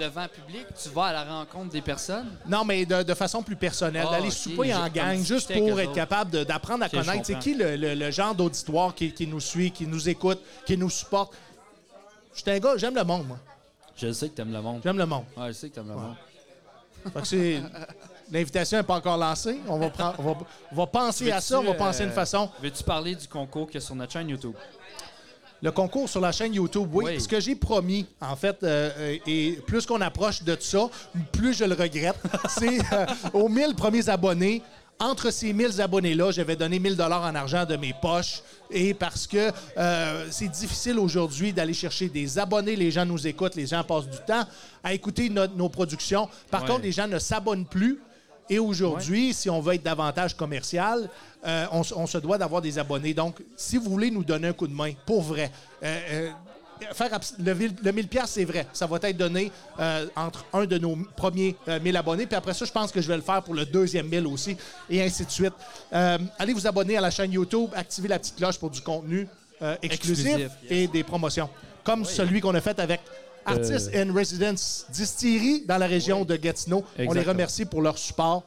Speaker 1: devant public. Tu vas à la rencontre des personnes.
Speaker 2: Non, mais de, de façon plus personnelle,
Speaker 1: Ah,
Speaker 2: d'aller
Speaker 1: ok,
Speaker 2: souper
Speaker 1: j'ai-
Speaker 2: en
Speaker 1: comme
Speaker 2: gang,
Speaker 1: discuter
Speaker 2: juste
Speaker 1: avec
Speaker 2: pour
Speaker 1: eux
Speaker 2: être
Speaker 1: autres.
Speaker 2: capable de- d'apprendre à
Speaker 1: je
Speaker 2: connaître. C'est
Speaker 1: comprends.
Speaker 2: qui le, le- le genre d'auditoire qui, qui nous suit, qui nous écoute, qui nous supporte? Je suis un gars, j'aime le monde, moi.
Speaker 1: Je sais que t'aimes le monde.
Speaker 2: J'aime le monde.
Speaker 1: Ouais, je sais que t'aimes le monde.
Speaker 2: Fait que c'est- L'invitation n'est pas encore lancée. On va, prendre- on va, on va penser à ça, on va
Speaker 1: Veux-tu,
Speaker 2: penser
Speaker 1: euh,
Speaker 2: une façon.
Speaker 1: Veux-tu parler du concours qu'il y a sur notre chaîne YouTube?
Speaker 2: Le concours sur la chaîne YouTube, oui.
Speaker 1: Oui.
Speaker 2: Ce que j'ai promis, en fait, euh, euh, et plus qu'on approche de ça, plus je le regrette, c'est euh, aux 1000 premiers abonnés. Entre ces 1000 abonnés-là, je vais donner 1000 dollars en argent de mes poches. Et parce que euh, c'est difficile aujourd'hui d'aller chercher des abonnés, les gens nous écoutent, les gens passent du temps à écouter notre- nos productions. Par
Speaker 1: Ouais.
Speaker 2: contre, les gens ne s'abonnent plus. Et aujourd'hui, si on veut être davantage commercial, euh, on, se- on se doit d'avoir des abonnés. Donc, si vous voulez nous donner un coup de main, pour vrai, euh, euh, faire abs- le, vil- le 1000 pièces, c'est vrai. Ça va être donné euh, entre un de nos premiers euh, 1000 abonnés. Puis après ça, je pense que je vais le faire pour le deuxième 1000 aussi, et ainsi de suite. Euh, allez vous abonner à la chaîne YouTube, activez la petite cloche pour du contenu euh, exclusif,
Speaker 1: Exclusif, yes. Euh.
Speaker 2: et des promotions, comme celui qu'on a fait avec Artists in Residence Distillery dans la région de Gatineau. On les
Speaker 1: Exactement.
Speaker 2: remercie pour leur support.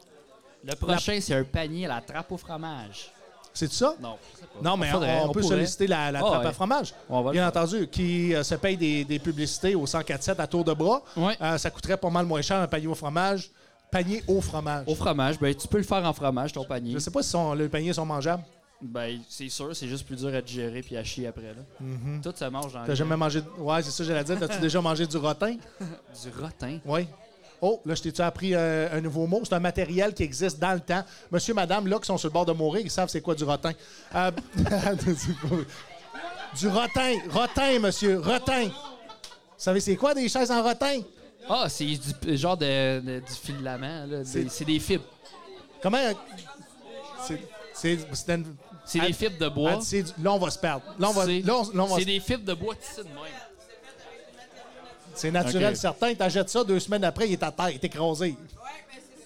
Speaker 1: Le prochain, c'est un panier à la trappe au fromage.
Speaker 2: C'est ça?
Speaker 1: Non, je sais pas.
Speaker 2: Non, mais on,
Speaker 1: faudrait,
Speaker 2: on peut
Speaker 1: pourrait.
Speaker 2: solliciter la, la
Speaker 1: Ah,
Speaker 2: trappe à
Speaker 1: ouais.
Speaker 2: fromage,
Speaker 1: On va le
Speaker 2: bien
Speaker 1: faire.
Speaker 2: entendu, qui euh, se paye des, des publicités au 104.7 à tour de bras.
Speaker 1: Ouais.
Speaker 2: Euh, ça coûterait pas mal moins cher un panier au fromage. Panier au fromage.
Speaker 1: Au fromage, ben, tu peux le faire en fromage, ton panier.
Speaker 2: Je sais pas si son- le panier sont mangeables.
Speaker 1: Ben, c'est sûr, c'est juste plus dur à digérer puis à chier après. Là. Tout ça mange dans
Speaker 2: Mm-hmm. T'as
Speaker 1: le-
Speaker 2: jamais mangé... de- Ouais, c'est ça j'allais dire. T'as-tu déjà mangé du rotin?
Speaker 1: du rotin.
Speaker 2: Oui. Oh, là, je t'ai-tu appris euh, un nouveau mot? C'est un matériel qui existe dans le temps. Monsieur, madame, là, qui sont sur le bord de mourir, ils savent c'est quoi du rotin. Euh, du rotin. Rotin, monsieur. Rotin. Vous savez c'est quoi des chaises en rotin?
Speaker 1: Ah, c'est du genre de, de- du filament. là. Des-
Speaker 2: C'est-
Speaker 1: C'est des fibres.
Speaker 2: Comment... euh, C'est... C'est... c'est une-
Speaker 1: C'est
Speaker 2: Ah,
Speaker 1: des fibres de bois.
Speaker 2: Ah, c'est du- Là, on va se perdre. Là, on va...
Speaker 1: C'est-
Speaker 2: là, on- là, on va
Speaker 1: C'est
Speaker 2: se-
Speaker 1: des fibres de bois tissées de même.
Speaker 2: C'est naturel,
Speaker 1: Ok.
Speaker 2: certain. T'achètes ça, deux semaines après, il est à terre, il est écrasé.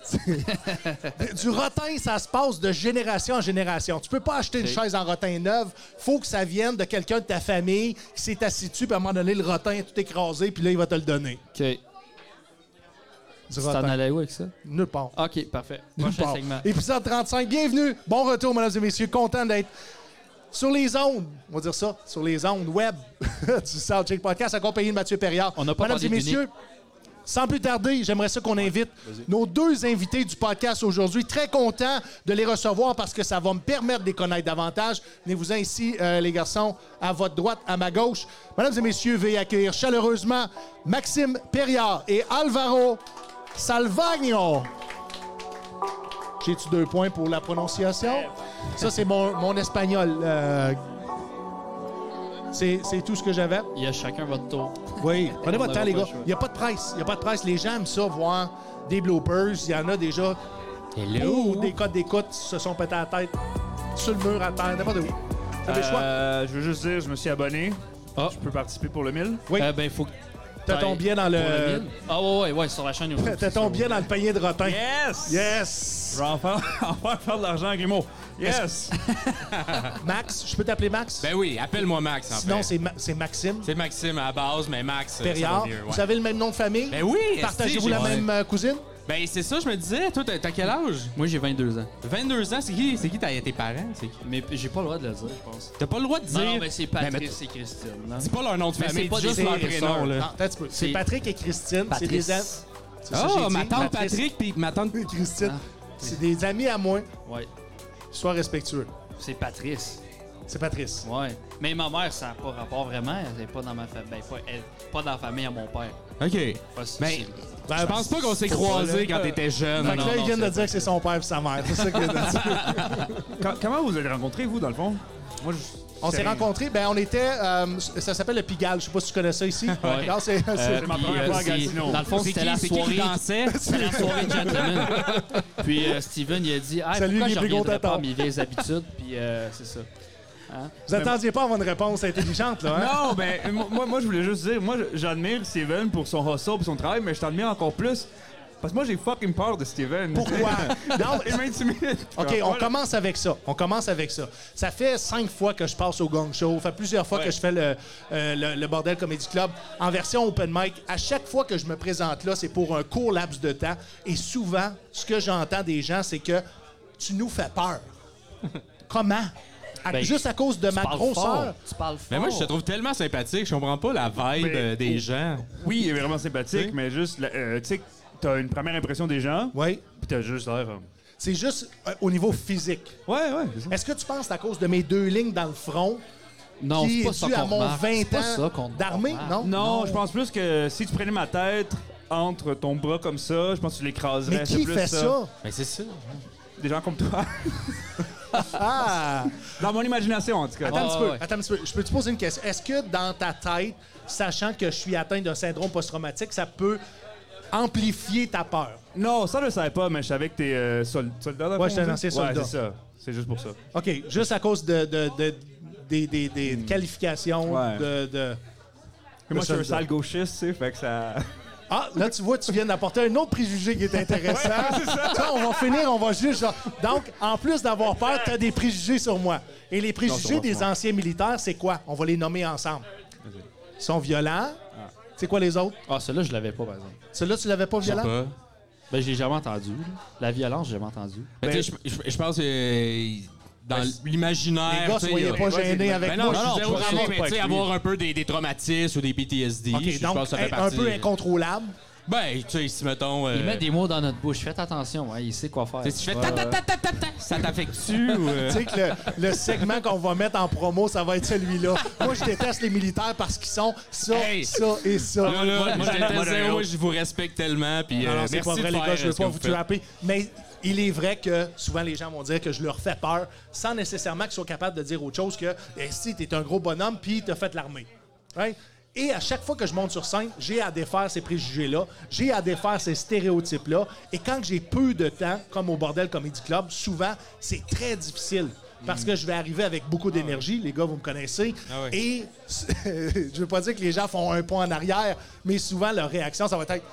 Speaker 2: C'est- du rotin, ça se passe de génération en génération. Tu peux pas acheter une
Speaker 1: C'est-
Speaker 2: chaise en rotin neuve. faut que ça vienne de quelqu'un de ta famille qui s'est assis dessus, puis à un moment donné, le rotin est tout écrasé, puis là, il va te le donner.
Speaker 1: OK.
Speaker 2: Du
Speaker 1: Tu t'en
Speaker 2: rotin.
Speaker 1: allais où avec ça?
Speaker 2: Nulle part.
Speaker 1: OK, parfait.
Speaker 2: Nulle
Speaker 1: Prochain
Speaker 2: part.
Speaker 1: segment.
Speaker 2: Épisode 35, bienvenue. Bon retour, mesdames et messieurs. Content d'être sur les ondes, on va dire ça, sur les ondes web du Soundcheck Podcast, accompagné de Mathieu Perriard.
Speaker 1: On n'a pas
Speaker 2: Mesdames
Speaker 1: parlé
Speaker 2: et
Speaker 1: de
Speaker 2: messieurs, sans plus tarder, j'aimerais ça qu'on invite nos deux invités du podcast aujourd'hui. Très content de les recevoir parce que ça va me permettre de les connaître davantage. Venez-vous ici, euh, les garçons, à votre droite, à ma gauche. Mesdames et messieurs, veuillez accueillir chaleureusement Maxime Perriard et Alvaro Salvagno. J'ai-tu deux points pour la prononciation? Ça, c'est mon, mon espagnol. euh, c'est c'est tout ce que j'avais.
Speaker 1: Il y a chacun votre tour.
Speaker 2: Oui, prenez votre
Speaker 1: On
Speaker 2: temps,
Speaker 1: n'aura
Speaker 2: les
Speaker 1: pas
Speaker 2: gars.
Speaker 1: le choix.
Speaker 2: Il n'y a pas de presse. Il n'y a pas de presse. Les gens aiment ça, voir des bloopers. Il y en a déjà. Ou
Speaker 1: Oh!
Speaker 2: des codes d'écoute qui se sont pétés à la tête, sur le mur, à terre, n'importe où. Vous avez le choix.
Speaker 4: Euh, je veux juste dire, je me suis abonné.
Speaker 1: Ah.
Speaker 4: Je peux participer pour le 1000.
Speaker 2: Oui.
Speaker 1: Euh, ben, faut que
Speaker 2: T'as ton bien dans
Speaker 1: pour le
Speaker 2: le.
Speaker 1: mille. Ah, ouais, ouais, ouais, sur la chaîne YouTube.
Speaker 2: T'as ton bien dans le panier de rotin.
Speaker 4: Yes! Je
Speaker 2: Yes!
Speaker 4: vais en faire, en faire faire de l'argent avec l'humour. Yes!
Speaker 2: Max, je peux t'appeler Max?
Speaker 5: Ben oui, appelle-moi Max en
Speaker 2: Sinon,
Speaker 5: fait.
Speaker 2: c'est Ma- c'est Maxime
Speaker 5: C'est Maxime à la base, mais Max. euh, ça
Speaker 2: Perriard.
Speaker 5: va mieux, ouais.
Speaker 2: Vous avez le même nom de famille?
Speaker 5: Ben oui! esti,
Speaker 2: Partagez-vous
Speaker 5: j'ai-
Speaker 2: la
Speaker 5: ouais.
Speaker 2: même euh, cousine?
Speaker 5: Ben c'est ça, je me disais. Toi, t'as t'as quel âge?
Speaker 1: Moi, j'ai 22 ans.
Speaker 5: 22 ans, c'est qui, c'est qui ta- tes parents? C'est qui?
Speaker 1: Mais j'ai pas le droit de le dire, je pense.
Speaker 5: T'as pas le droit de dire.
Speaker 1: Non, non, mais c'est
Speaker 5: Ben, mais
Speaker 1: Patrick,
Speaker 5: t-
Speaker 1: c'est Christine. Non?
Speaker 5: Dis pas leur nom de
Speaker 1: Mais c'est
Speaker 5: famille,
Speaker 1: pas
Speaker 5: dis juste
Speaker 1: des
Speaker 5: leur
Speaker 1: frères et
Speaker 5: prénom.
Speaker 2: Non,
Speaker 5: là.
Speaker 2: attends un petit peu. C'est
Speaker 1: C'est-
Speaker 2: Patrick et Christine. C'est des amis. C'est ça que j'ai
Speaker 5: Oh,
Speaker 2: dit.
Speaker 5: ma tante
Speaker 2: Patrice
Speaker 5: Patrick puis ma tante...
Speaker 2: et Christine.
Speaker 1: Ah.
Speaker 2: C'est des amis à moi.
Speaker 1: Ouais.
Speaker 2: Sois respectueux.
Speaker 1: C'est Patrice.
Speaker 2: C'est Patrice.
Speaker 1: Ouais. Mais ma mère, ça n'a pas rapport vraiment. Elle n'est pas dans ma famille. Ben, pas, elle, pas dans la famille à mon père.
Speaker 5: OK.
Speaker 1: Pas si-
Speaker 5: Ben,
Speaker 2: Ben,
Speaker 5: je pense pas qu'on s'est
Speaker 2: faut pas,
Speaker 5: croisés
Speaker 2: là.
Speaker 5: quand t'étais jeune.
Speaker 2: Fait que là,
Speaker 5: Non, non,
Speaker 2: ils
Speaker 5: non,
Speaker 2: viennent de
Speaker 5: c'est-
Speaker 2: dire que c'est son père et sa mère. C'est ça qu'il vient de dire.
Speaker 4: Co- comment vous êtes rencontrés, vous, dans le fond? Moi, je-
Speaker 2: On s'est
Speaker 4: c'est-
Speaker 2: rencontrés, ben on était, euh, ça s'appelle le Pigalle, je sais pas si tu connais ça ici.
Speaker 1: Ouais.
Speaker 2: Non, c'est- Euh, c'est-
Speaker 4: ma
Speaker 1: puis,
Speaker 4: première fois à
Speaker 1: c'est-
Speaker 4: Gatineau.
Speaker 1: Dans le fond,
Speaker 5: C'est
Speaker 1: c'était
Speaker 5: qui-
Speaker 1: la
Speaker 5: c'est qui qui
Speaker 1: soirée.
Speaker 5: dansait?
Speaker 1: C'était la soirée de gentleman. Puis euh, Steven, il a dit hey,
Speaker 2: Salut,
Speaker 1: pourquoi
Speaker 2: les
Speaker 1: je
Speaker 2: brigands
Speaker 1: reviendrai pas à
Speaker 2: tatons.
Speaker 1: mes vieilles habitudes Puis euh, c'est ça.
Speaker 2: Vous attendiez pas à avoir une réponse intelligente, là, hein?
Speaker 4: Non, ben, euh, moi, moi, moi, je voulais juste dire, moi, je- j'admire Steven pour son hustle pour son travail, mais je t'admire encore plus parce que moi, j'ai fucking peur de Steven.
Speaker 2: Pourquoi? Non,
Speaker 4: Il m'intimide.
Speaker 2: OK, on
Speaker 4: Voilà.
Speaker 2: commence avec ça. On commence avec ça. Ça fait cinq fois que je passe au Gong Show. Ça fait plusieurs fois
Speaker 4: Ouais.
Speaker 2: que je fais le, euh, le- le Bordel Comedy Club en version open mic. À chaque fois que je me présente là, c'est pour un court laps de temps. Et souvent, ce que j'entends des gens, c'est que tu nous fais peur. Comment? À-
Speaker 1: Ben,
Speaker 2: juste à cause de ma
Speaker 1: parles
Speaker 2: grosseur.
Speaker 1: fort. Tu parles fort.
Speaker 5: Mais Ben, moi, je te trouve tellement sympathique, je comprends pas la vibe
Speaker 4: Mais-
Speaker 5: euh, des gens.
Speaker 4: Oui, il est vraiment sympathique,
Speaker 5: Oui.
Speaker 4: mais juste, la- euh, tu sais, t'as une première impression des gens,
Speaker 2: Oui.
Speaker 4: puis t'as juste l'air. euh,
Speaker 2: C'est juste euh, au niveau physique.
Speaker 4: Ouais, ouais, c'est ça.
Speaker 2: Est-ce que tu penses à cause de mes deux lignes dans le front
Speaker 1: Non,
Speaker 2: qui
Speaker 1: c'est
Speaker 2: est,
Speaker 1: pas ça
Speaker 2: dû à
Speaker 1: qu'on
Speaker 2: mon
Speaker 1: remarque. C'est
Speaker 2: 20
Speaker 1: pas ça qu'on
Speaker 2: ans d'armée?
Speaker 1: remarque. Ah,
Speaker 2: Non?
Speaker 4: Non, je pense plus que si tu prenais ma tête entre ton bras comme ça, je pense que tu l'écraserais.
Speaker 2: Mais
Speaker 4: C'est
Speaker 2: qui
Speaker 4: plus
Speaker 2: fait ça?
Speaker 5: Mais Ben, c'est ça.
Speaker 4: Des gens comme toi.
Speaker 2: Ah!
Speaker 4: Dans mon imagination, en tout cas.
Speaker 2: Attends un
Speaker 1: Ouais,
Speaker 2: petit peu,
Speaker 1: ouais.
Speaker 2: attends un petit peu. Je peux te poser une question. Est-ce que dans ta tête, sachant que je suis atteint d'un syndrome post-traumatique, ça peut amplifier ta peur?
Speaker 4: Non, ça je le savais pas, mais je savais que t'es euh, sol- soldat. dans le
Speaker 2: Ouais,
Speaker 4: fond,
Speaker 2: j'étais un
Speaker 4: on dit?
Speaker 2: ancien
Speaker 4: Ouais,
Speaker 2: soldat.
Speaker 4: c'est ça. C'est juste pour ça.
Speaker 2: OK, juste à cause de, de- de- des, des- des qualifications
Speaker 4: Hmm. Ouais.
Speaker 2: de, de-
Speaker 4: Mais moi, je suis un
Speaker 2: soldat.
Speaker 4: sale gauchiste, tu sais, fait que ça.
Speaker 2: Ah, là, tu vois, tu viens d'apporter un autre préjugé qui est intéressant. Ça, on va finir, on va juste... genre- Donc, en plus d'avoir peur, tu as des préjugés sur moi. Et les préjugés
Speaker 4: moi,
Speaker 2: des
Speaker 4: sur moi.
Speaker 2: anciens militaires, c'est quoi? On va les nommer ensemble. Ils sont violents.
Speaker 4: Ah.
Speaker 2: C'est quoi les autres?
Speaker 1: Ah, celui-là, je l'avais pas, par exemple.
Speaker 2: Celui-là, tu l'avais pas
Speaker 5: Je sais
Speaker 2: violent?
Speaker 5: pas.
Speaker 1: Ben, j'ai jamais entendu. là. La violence, j'ai jamais entendu.
Speaker 5: Mais
Speaker 2: Ben,
Speaker 5: tu sais, je je- je pense que euh, dans l'imaginaire.
Speaker 2: Les gars,
Speaker 5: tu sais, il y
Speaker 2: soyez
Speaker 5: a-
Speaker 2: pas
Speaker 4: ouais,
Speaker 2: gênés
Speaker 4: c'est-
Speaker 2: avec
Speaker 5: Ben non,
Speaker 2: moi.
Speaker 5: non,
Speaker 2: je
Speaker 5: non,
Speaker 2: suis
Speaker 5: pas
Speaker 2: zéro
Speaker 5: vraiment,
Speaker 2: d'accord
Speaker 5: mais
Speaker 2: avec
Speaker 5: tu sais,
Speaker 2: lui.
Speaker 5: avoir un peu des, des traumatismes ou des PTSD,
Speaker 2: OK,
Speaker 5: je, je
Speaker 2: donc,
Speaker 5: pense que ça fait
Speaker 2: un-
Speaker 5: partie.
Speaker 2: un peu incontrôlable.
Speaker 5: Ben, tu sais, si mettons. euh,
Speaker 1: Il met des mots dans notre bouche. Faites attention, hein, il sait quoi faire.
Speaker 5: tu sais, si je fais ta ta ta ta ta ta, ça t'affecte-tu ou. euh?
Speaker 2: Tu sais que le, le segment qu'on va mettre en promo, ça va être celui-là. Moi, je déteste les militaires parce qu'ils sont ça,
Speaker 5: Hey!
Speaker 2: ça et ça.
Speaker 5: Là, là,
Speaker 2: Moi,
Speaker 5: moi,
Speaker 2: je-
Speaker 5: j'étais
Speaker 4: moi,
Speaker 5: zéro,
Speaker 4: j'aurais-
Speaker 5: je vous respecte tellement. Puis,
Speaker 2: non,
Speaker 5: euh,
Speaker 2: non, c'est
Speaker 5: merci
Speaker 2: pas vrai,
Speaker 5: de
Speaker 2: les gars,
Speaker 5: faire,
Speaker 2: je veux
Speaker 5: euh, ce que
Speaker 2: pas
Speaker 5: vous
Speaker 2: vous
Speaker 5: faites.
Speaker 2: trapper. Mais il est vrai que souvent, les gens vont dire que je leur fais peur sans nécessairement qu'ils soient capables de dire autre chose que eh, si t'es un gros bonhomme puis t'as fait l'armée. Right? Et à chaque fois que je monte sur scène, j'ai à défaire ces préjugés-là, j'ai à défaire ces stéréotypes-là. Et quand j'ai peu de temps, comme au Bordel Comedy Club, souvent, c'est très difficile. Parce que je vais arriver avec beaucoup d'énergie, les gars, vous me connaissez.
Speaker 5: Hmm. Ah ouais.
Speaker 2: Et je veux pas dire que les gens font un pas en arrière, mais souvent, leur réaction, ça va être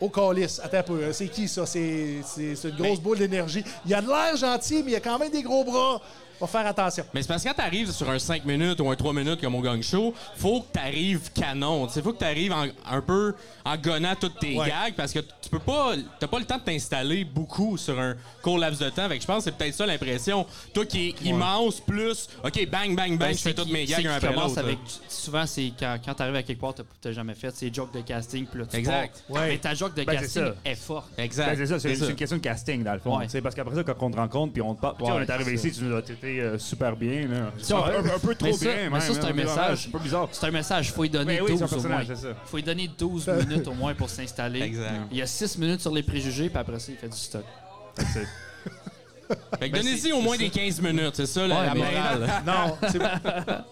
Speaker 2: Au calice. Attends un peu. hein, C'est qui, ça? C'est c'est- c'est une grosse boule d'énergie. Il a de l'air gentil, mais il a quand même des gros bras. Faut faire attention.
Speaker 5: Mais c'est parce que quand t'arrives sur un 5 minutes ou un 3 minutes comme au gang show, faut que t'arrives canon. Il faut que t'arrives en- un peu en gonnant toutes tes
Speaker 2: Ouais.
Speaker 5: gags parce que tu peux pas. T'as pas le temps de t'installer beaucoup sur un court laps de temps. Fait que je pense que c'est peut-être ça l'impression. Toi qui est immense, plus OK, bang, bang, bang,
Speaker 1: Ben,
Speaker 5: je fais
Speaker 1: c'est
Speaker 5: toutes
Speaker 1: qui-
Speaker 5: mes
Speaker 1: c'est
Speaker 5: gags
Speaker 1: qui
Speaker 5: un après
Speaker 1: commence
Speaker 5: l'autre.
Speaker 1: avec-
Speaker 5: là.
Speaker 1: Souvent, c'est quand, quand t'arrives à quelque part, t'as- t'as jamais fait, c'est joke de casting, puis là, tu
Speaker 5: Exact.
Speaker 1: pars.
Speaker 2: Ouais.
Speaker 1: Mais ta joke de
Speaker 4: Ben, c'est
Speaker 1: casting
Speaker 4: ça.
Speaker 1: est forte.
Speaker 5: Exact.
Speaker 4: Ben, c'est ça, c'est c'est une question de casting, dans le fond.
Speaker 1: Ouais.
Speaker 4: Tu sais, Parce qu'après ça, quand on te rencontre, puis on te parle. Tu sais, on est arrivé ici, tu nous as été euh, super bien. Là.
Speaker 1: ouais.
Speaker 4: un, un peu trop
Speaker 1: Mais ça-
Speaker 4: bien,
Speaker 1: mais
Speaker 4: même,
Speaker 1: ça, c'est
Speaker 4: là.
Speaker 1: un message.
Speaker 4: C'est pas bizarre.
Speaker 1: C'est un message, faut y donner
Speaker 4: Ben oui, c'est un
Speaker 1: 12 au moins.
Speaker 4: personnage, c'est ça.
Speaker 1: Faut y donner 12 minutes au moins pour s'installer.
Speaker 5: Exact.
Speaker 1: Il y a 6 minutes sur les préjugés, puis après ça, il fait du stock.
Speaker 4: C'est-
Speaker 5: Fait que
Speaker 1: Ben,
Speaker 5: donnez-y au moins des 15 minutes, c'est ça la, la
Speaker 1: mais-
Speaker 5: morale.
Speaker 2: Non, c'est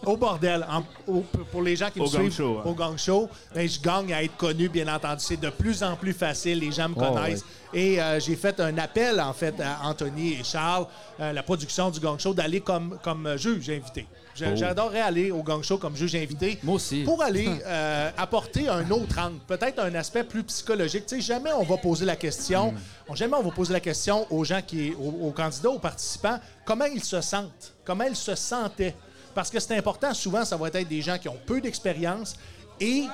Speaker 2: au bordel. En- au- pour les gens qui
Speaker 4: Au
Speaker 2: me
Speaker 4: gang
Speaker 2: suivent
Speaker 4: show, hein.
Speaker 2: au gang show, ben, je gagne à être connu, bien entendu. C'est de plus en plus facile. Les
Speaker 4: Oh,
Speaker 2: gens me connaissent. Et euh, j'ai fait un appel, en fait, à Anthony et Charles, euh, la production du gang show, d'aller comme, comme euh, juge invité.
Speaker 4: Oh.
Speaker 2: Je- J'adorerais aller au gang show comme juge invité.
Speaker 1: Moi aussi.
Speaker 2: Pour aller euh, apporter un autre angle, peut-être un aspect plus psychologique. Tu sais, jamais on va poser la question, on- jamais on va poser la question aux gens qui, aux, aux candidats, aux participants, comment ils se sentent, comment ils se sentaient. Parce que c'est important, souvent, ça va être des gens qui ont peu d'expérience et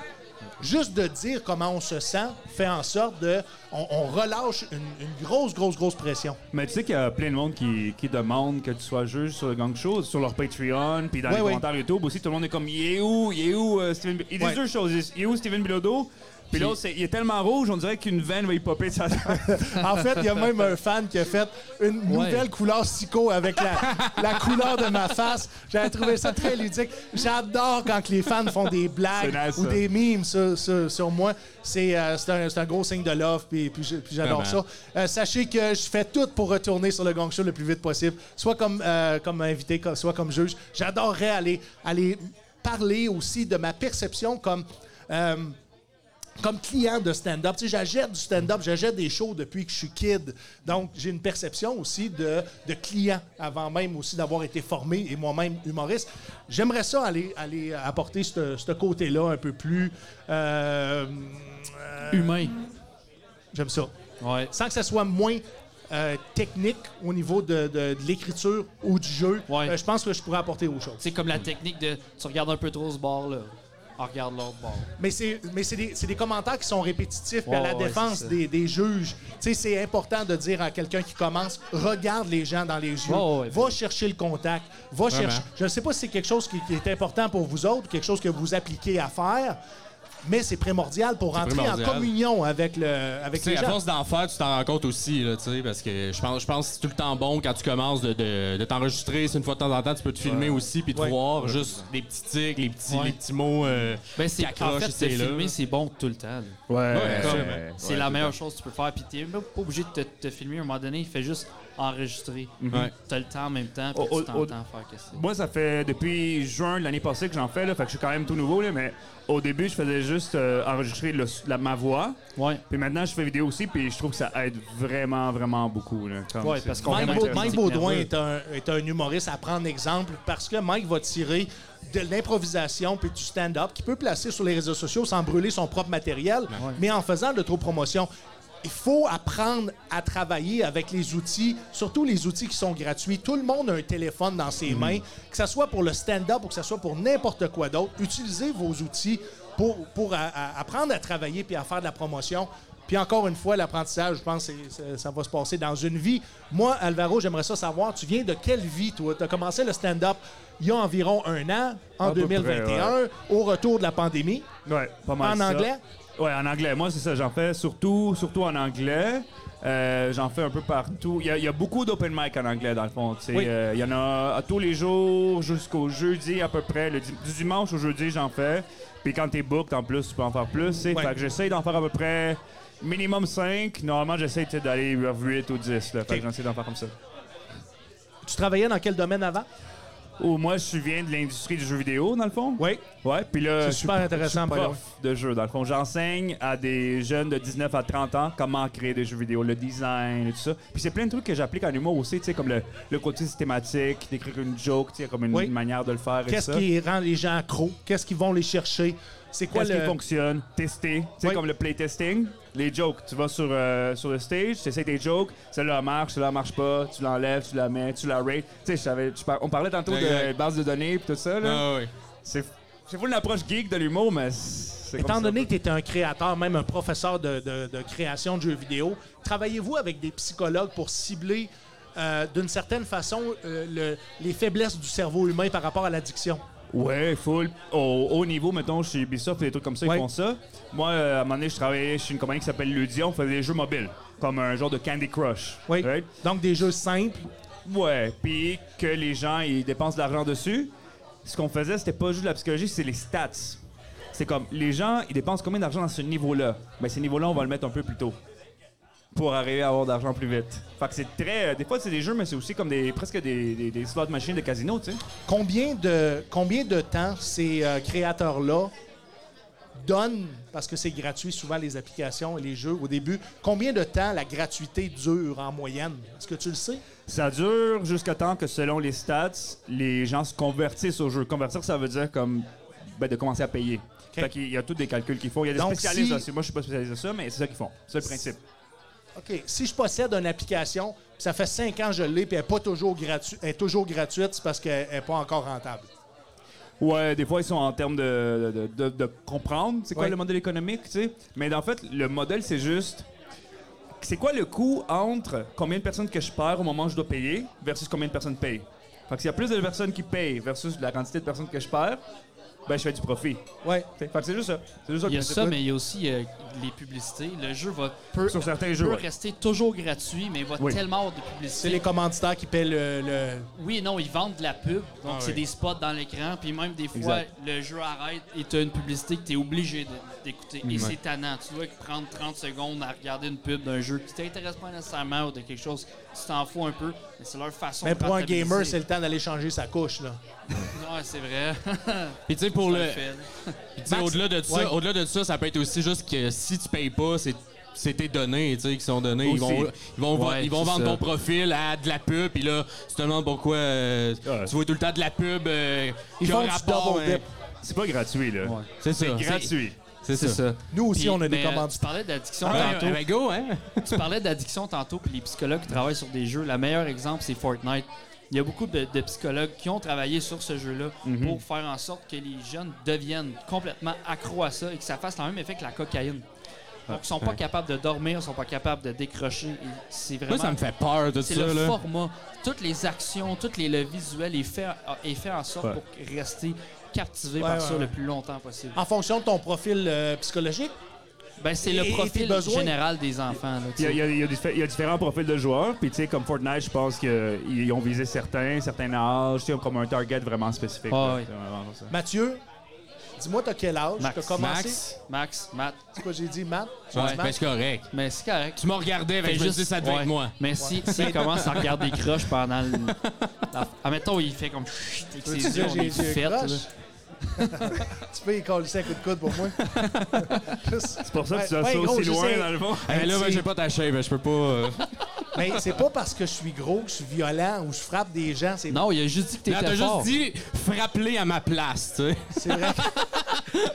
Speaker 2: juste de dire comment on se sent fait en sorte de. On, on relâche une, une grosse, grosse, grosse pression.
Speaker 4: Mais tu sais qu'il y a plein de monde qui, qui demande que tu sois juge sur le gang show, sur leur Patreon, puis dans
Speaker 2: Ouais,
Speaker 4: les
Speaker 2: ouais.
Speaker 4: commentaires YouTube aussi, tout le monde est comme Il est où Il est où euh, Steven Bi- Ils disent
Speaker 2: Ouais.
Speaker 4: deux choses. Ils disent, Il est où Steven Bilodeau Puis l'autre, c'est Il est tellement rouge, on dirait qu'une veine va y popper de sa
Speaker 2: En fait, il y a même un fan qui a fait une nouvelle couleur psycho avec la, la couleur de ma face. J'avais trouvé ça très ludique. J'adore quand que les fans font des blagues
Speaker 4: C'est nice,
Speaker 2: ou
Speaker 4: ça.
Speaker 2: des memes sur, sur- sur moi. C'est euh, c'est un, c'est un gros signe de love, puis, puis je- puis j'adore ça.
Speaker 5: Vraiment.
Speaker 2: Euh, sachez que je fais tout pour retourner sur le gong show le plus vite possible, soit comme, euh, comme invité, co- soit comme juge. J'adorerais aller, aller parler aussi de ma perception comme... euh, comme client de stand-up, tu sais, j'achète du stand-up, j'achète des shows depuis que je suis kid. Donc, j'ai une perception aussi de, de client avant même aussi d'avoir été formé et moi-même humoriste. J'aimerais ça aller, aller apporter ce ce côté-là un peu plus. euh, euh,
Speaker 1: Humain.
Speaker 2: J'aime ça.
Speaker 1: Ouais.
Speaker 2: Sans que ça soit moins euh, technique au niveau de, de- de l'écriture ou du jeu,
Speaker 1: Ouais.
Speaker 2: euh, je pense que je pourrais apporter autre chose.
Speaker 1: C'est comme la technique de tu regardes un peu trop ce bord-là, on regarde l'autre bord.
Speaker 2: Mais c'est mais c'est des, c'est des commentaires qui sont répétitifs. puis à
Speaker 1: Ouais,
Speaker 2: la
Speaker 1: ouais,
Speaker 2: défense
Speaker 1: c'est ça.
Speaker 2: des, des juges, Tu sais, c'est important de dire à quelqu'un qui commence regarde les gens dans les yeux,
Speaker 1: Ouais, ouais,
Speaker 2: va chercher le contact, va chercher. Je ne sais pas si c'est quelque chose qui, qui est important pour vous autres, quelque chose que vous appliquez à faire, mais c'est primordial pour rentrer
Speaker 5: primordial.
Speaker 2: en communion avec, le, avec
Speaker 5: Tu
Speaker 2: les
Speaker 5: sais, à
Speaker 2: gens.
Speaker 5: force d'en faire, tu t'en rends compte aussi, là, tu sais, parce que je pense, je pense que c'est tout le temps bon quand tu commences de, de, de t'enregistrer. C'est une fois de temps en temps, tu peux te filmer aussi puis te
Speaker 2: Ouais.
Speaker 5: voir juste les petits tics, les petits,
Speaker 1: Ouais.
Speaker 5: les petits mots euh,
Speaker 1: Ben c'est
Speaker 5: qui
Speaker 1: en
Speaker 5: accrochent
Speaker 1: fait
Speaker 5: ici et
Speaker 1: c'est
Speaker 5: là.
Speaker 1: filmé, c'est bon tout le temps. là.
Speaker 4: Ouais,
Speaker 5: comme-
Speaker 1: C'est la meilleure chose que tu peux faire. Puis t'es même pas obligé de te, te filmer. À un moment donné, il fait juste enregistrer.
Speaker 4: Mhm.
Speaker 5: Ouais.
Speaker 1: T'as le temps en même temps, puis
Speaker 4: Oh,
Speaker 1: tu
Speaker 4: oh, oh.
Speaker 1: t'entends faire qu'est-ce que c'est.
Speaker 4: Moi, ça fait depuis juin de l'année passée que j'en fais, là, fait que je suis quand même tout nouveau, là, mais au début, je faisais juste euh, enregistrer le- la, ma voix.
Speaker 1: Ouais.
Speaker 4: Puis maintenant, je fais vidéo aussi, puis je trouve que ça aide vraiment, vraiment beaucoup. Là, comme
Speaker 1: Ouais,
Speaker 4: c'est
Speaker 1: parce qu'on
Speaker 4: vraiment
Speaker 2: Mike,
Speaker 1: vraiment
Speaker 2: Baud-
Speaker 4: intéressant.
Speaker 2: Mike Baudouin est un, est un humoriste à prendre exemple parce que Mike va tirer de l'improvisation puis du stand-up qu'il peut placer sur les réseaux sociaux sans brûler son propre matériel, mais en faisant de trop promotion. Il faut apprendre à travailler avec les outils, surtout les outils qui sont gratuits. Tout le monde a un téléphone dans ses mains, que ce soit pour le stand-up ou que ce soit pour n'importe quoi d'autre. Utilisez vos outils pour, pour à- à- apprendre à travailler puis à faire de la promotion. Puis encore une fois, l'apprentissage, je pense que c'est- c'est- ça va se passer dans une vie. Moi, Alvaro, j'aimerais ça savoir, tu viens de quelle vie, toi? Tu as commencé le stand-up il y a environ un an, en
Speaker 4: À peu près,
Speaker 2: 2021, au retour de la pandémie.
Speaker 4: Ouais, pas mal
Speaker 2: En
Speaker 4: ça.
Speaker 2: anglais?
Speaker 4: Ouais, en anglais. Moi, c'est ça. J'en fais surtout, surtout en anglais. Euh, j'en fais un peu partout. Il y a, il y a beaucoup d'open mic en anglais, dans le fond. tu sais.
Speaker 2: Oui.
Speaker 4: Euh, Il y en a à tous les jours jusqu'au jeudi, à peu près. Le di- du dimanche au jeudi, j'en fais. Puis quand t'es booked, en plus, tu peux en faire plus. tu sais.
Speaker 2: Ouais.
Speaker 4: Fait que j'essaye d'en faire à peu près minimum 5. Normalement, j'essaye tu sais, d'aller vers 8 ou 10. Là. Fait
Speaker 2: Ok.
Speaker 4: que j'essaie d'en faire comme ça.
Speaker 2: Tu travaillais dans quel domaine avant?
Speaker 4: Ou moi, je viens de l'industrie du jeu vidéo, dans le fond.
Speaker 2: Oui.
Speaker 4: Ouais, puis là,
Speaker 2: C'est
Speaker 4: je suis
Speaker 2: super
Speaker 4: pro-
Speaker 2: intéressant,
Speaker 4: je
Speaker 2: by
Speaker 4: suis
Speaker 2: the
Speaker 4: prof de jeu, dans le fond. J'enseigne à des jeunes de 19 à 30 ans comment créer des jeux vidéo, le design et tout ça. Puis c'est plein de trucs que j'applique en humour aussi, tu sais, comme le, le côté systématique, d'écrire une joke, tu sais, comme une,
Speaker 2: Oui.
Speaker 4: une manière de le faire et tout
Speaker 2: Qu'est-ce
Speaker 4: ça.
Speaker 2: qui rend les gens accros? Qu'est-ce qu'ils vont les chercher? C'est quoi
Speaker 4: Qu'est-ce
Speaker 2: le...
Speaker 4: qui fonctionne? Tester. Tu sais,
Speaker 2: Oui.
Speaker 4: comme le playtesting. les jokes. Tu vas sur, euh, sur le stage, tu essaies tes jokes, celle-là marche, celle-là marche pas, tu l'enlèves, tu la mets, tu la rate. Tu sais, je savais- tu par- on parlait tantôt de
Speaker 5: Exact.
Speaker 4: base de données et tout ça. là.
Speaker 5: Ah, ouais.
Speaker 4: C'est c'est fou l'approche geek de l'humour, mais c'est comme
Speaker 2: Étant
Speaker 4: ça.
Speaker 2: donné que tu es un créateur, même un professeur de, de- de création de jeux vidéo, travaillez-vous avec des psychologues pour cibler euh, d'une certaine façon euh, le- les faiblesses du cerveau humain par rapport à l'addiction?
Speaker 4: Ouais, full. Au haut niveau, mettons, chez Ubisoft et des trucs comme ça,
Speaker 2: Ouais.
Speaker 4: ils font ça. Moi, euh, à un moment donné, je travaillais chez une compagnie qui s'appelle Ludion, on faisait des jeux mobiles, comme un genre de Candy Crush.
Speaker 2: Oui.
Speaker 4: right?
Speaker 2: Donc des jeux simples.
Speaker 4: Ouais, puis que les gens ils dépensent de l'argent dessus. Ce qu'on faisait, c'était pas juste de la psychologie, c'est les stats. C'est comme les gens, ils dépensent combien d'argent dans ce niveau-là Mais ce niveau-là, on va le mettre un peu plus tôt pour arriver à avoir d'argent plus vite. Fait que c'est très euh, des fois c'est des jeux mais c'est aussi comme des presque des, des, des slot machines de casino, tu sais.
Speaker 2: Combien de, combien de temps ces euh, créateurs-là donnent, parce que c'est gratuit souvent les applications et les jeux au début, combien de temps la gratuité dure en moyenne? Est-ce que tu le sais?
Speaker 4: Ça dure jusqu'à temps que selon les stats, les gens se convertissent au jeu. Convertir ça veut dire comme ben, de commencer à payer. Fait qu'il y a tous des calculs qu'ils font, il y a des
Speaker 2: Donc,
Speaker 4: spécialistes
Speaker 2: si-
Speaker 4: là-dessus. Moi je suis pas spécialiste de ça mais c'est ça qu'ils font. C'est le principe.
Speaker 2: OK, si je possède une application, puis ça fait cinq ans que je l'ai, puis elle est, pas toujours gratu- elle est toujours gratuite, c'est parce qu'elle n'est pas encore rentable.
Speaker 4: Ouais, des fois, ils sont en termes de, de, de- de comprendre c'est quoi
Speaker 2: Ouais.
Speaker 4: le modèle économique, tu sais. Mais en fait, le modèle, c'est juste. C'est quoi le coût entre combien de personnes que je perds au moment où je dois payer versus combien de personnes payent? Fait que s'il y a plus de personnes qui payent versus la quantité de personnes que je perds, ben je fais du profit.
Speaker 2: Ouais.
Speaker 4: tu sais. Fait que c'est juste ça. C'est juste ça
Speaker 1: Il y a
Speaker 4: que-
Speaker 1: ça, mais il y a aussi euh, les publicités. Le jeu va peut,
Speaker 4: Sur certains
Speaker 1: peut
Speaker 4: jeux, ouais.
Speaker 1: rester toujours gratuit, mais il va
Speaker 4: Oui.
Speaker 1: tellement avoir de
Speaker 2: C'est
Speaker 1: publicité.
Speaker 2: les commanditaires qui paient le. le-
Speaker 1: Oui et non, ils vendent de la pub. Donc,
Speaker 5: Ah
Speaker 1: c'est
Speaker 5: oui.
Speaker 1: des spots dans l'écran. Puis même des fois,
Speaker 4: Exact.
Speaker 1: le jeu arrête et tu as une publicité que tu es obligé de- d'écouter. Et c'est tannant. Tu dois prendre 30 secondes à regarder une pub d'un jeu qui t'intéresse pas nécessairement ou de quelque chose qui t'en fout un peu. Mais c'est leur façon
Speaker 2: Mais
Speaker 1: de
Speaker 2: pour un
Speaker 1: rentabiliser.
Speaker 2: gamer, c'est le temps d'aller changer sa couche, là.
Speaker 1: Ouais, c'est vrai.
Speaker 5: Puis tu sais, pour
Speaker 1: Pour
Speaker 5: le.
Speaker 1: le... fait.
Speaker 5: Puis, tu sais,
Speaker 2: Max-
Speaker 5: au-delà de ça,
Speaker 2: Ouais.
Speaker 5: au-delà de ça, ça peut être aussi juste que si tu payes pas, c'est c'est tes données, tu sais, qui sont données. Ils
Speaker 4: Aussi.
Speaker 5: vont, ils vont,
Speaker 1: Ouais,
Speaker 5: ils vont
Speaker 1: c'est
Speaker 5: vendre
Speaker 1: ça.
Speaker 5: ton profil à de la pub, puis là, tu te demandes pourquoi euh,
Speaker 4: Ouais.
Speaker 5: tu vois tout le temps de la pub euh,
Speaker 2: Ils
Speaker 5: qui a
Speaker 2: font
Speaker 5: un
Speaker 2: du
Speaker 5: rapport.
Speaker 2: double
Speaker 5: hein.
Speaker 2: dip.
Speaker 4: Ah C'est pas gratuit, là.
Speaker 5: C'est ça.
Speaker 4: C'est gratuit.
Speaker 5: C'est ça.
Speaker 2: Nous aussi,
Speaker 1: Puis-
Speaker 2: on a des
Speaker 1: mais, euh,
Speaker 2: commanditaires.
Speaker 1: Tu parlais d'addiction
Speaker 5: Ah,
Speaker 1: tantôt.
Speaker 5: ben, ben, go, hein?
Speaker 1: tu parlais d'addiction tantôt, puis les psychologues qui travaillent sur des jeux. Le meilleur exemple, c'est Fortnite. Il y a beaucoup de, de psychologues qui ont travaillé sur ce jeu-là pour faire en sorte que les jeunes deviennent complètement accros à ça et que ça fasse le même effet que la cocaïne. Donc, ils sont pas capables de dormir, ils sont pas capables de décrocher. Et C'est
Speaker 5: Moi,
Speaker 1: vraiment.
Speaker 5: ça me fait peur, tout
Speaker 1: c'est
Speaker 5: ça,
Speaker 1: le
Speaker 5: là.
Speaker 1: format. Toutes les actions, toutes les, le visuel est fait, est fait en sorte
Speaker 4: Ouais.
Speaker 1: pour rester captivé
Speaker 2: Ouais,
Speaker 1: par
Speaker 2: ouais,
Speaker 1: ça
Speaker 2: ouais. Ah,
Speaker 1: le plus longtemps possible.
Speaker 2: En fonction de ton profil euh, psychologique,
Speaker 1: Ben, c'est
Speaker 2: Et-
Speaker 1: le
Speaker 2: et
Speaker 1: profil
Speaker 2: tes besoins.
Speaker 1: général des enfants. là, tu
Speaker 4: Il y, a,
Speaker 1: sais.
Speaker 4: il y a- il y a diffé- il y a différents profils de joueurs. Puis, tu sais, comme Fortnite, je pense qu'ils ont visé certains, certains âges, tu sais, comme un target vraiment spécifique.
Speaker 1: Ah
Speaker 4: là.
Speaker 1: oui.
Speaker 4: C'est vraiment ça.
Speaker 2: Mathieu, dis-moi, t'as quel âge?
Speaker 1: Max.
Speaker 2: T'as commencé?
Speaker 5: Max,
Speaker 1: Max, Matt,
Speaker 2: C'est quoi, j'ai dit, Matt? Tu
Speaker 5: ouais,
Speaker 2: dis Matt?
Speaker 5: ben, c'est correct.
Speaker 1: mais c'est correct.
Speaker 5: Tu m'as regardé, fait que
Speaker 1: Fais
Speaker 5: je me suis dit, ça devait
Speaker 1: ouais.
Speaker 5: être moi.
Speaker 1: Mais si, si il commence à regarder des croches pendant le. la- Admettons, il fait comme. et que
Speaker 2: Veux-tu
Speaker 1: ses yeux
Speaker 2: dire,
Speaker 1: ont des
Speaker 2: j'ai- j'ai
Speaker 1: fêtes,
Speaker 2: croche?
Speaker 1: là.
Speaker 2: tu peux y coller ça un coup de coude pour moi? Juste-
Speaker 4: C'est pour ça que tu as
Speaker 2: Ouais,
Speaker 4: ça
Speaker 2: gros,
Speaker 4: aussi
Speaker 2: je
Speaker 4: loin,
Speaker 2: sais.
Speaker 4: dans le fond.
Speaker 5: Eh, ben, là, ben,
Speaker 2: c'est-
Speaker 5: j'ai pas ta shape, ben, je peux pas. euh,
Speaker 2: Mais c'est pas parce que je suis gros, que je suis violent ou je frappe des gens. C'est
Speaker 1: Non, il a juste dit que
Speaker 5: Non,
Speaker 1: t'étais
Speaker 5: t'as
Speaker 1: fort.
Speaker 5: juste dit frapper à ma place, tu sais.
Speaker 2: c'est vrai.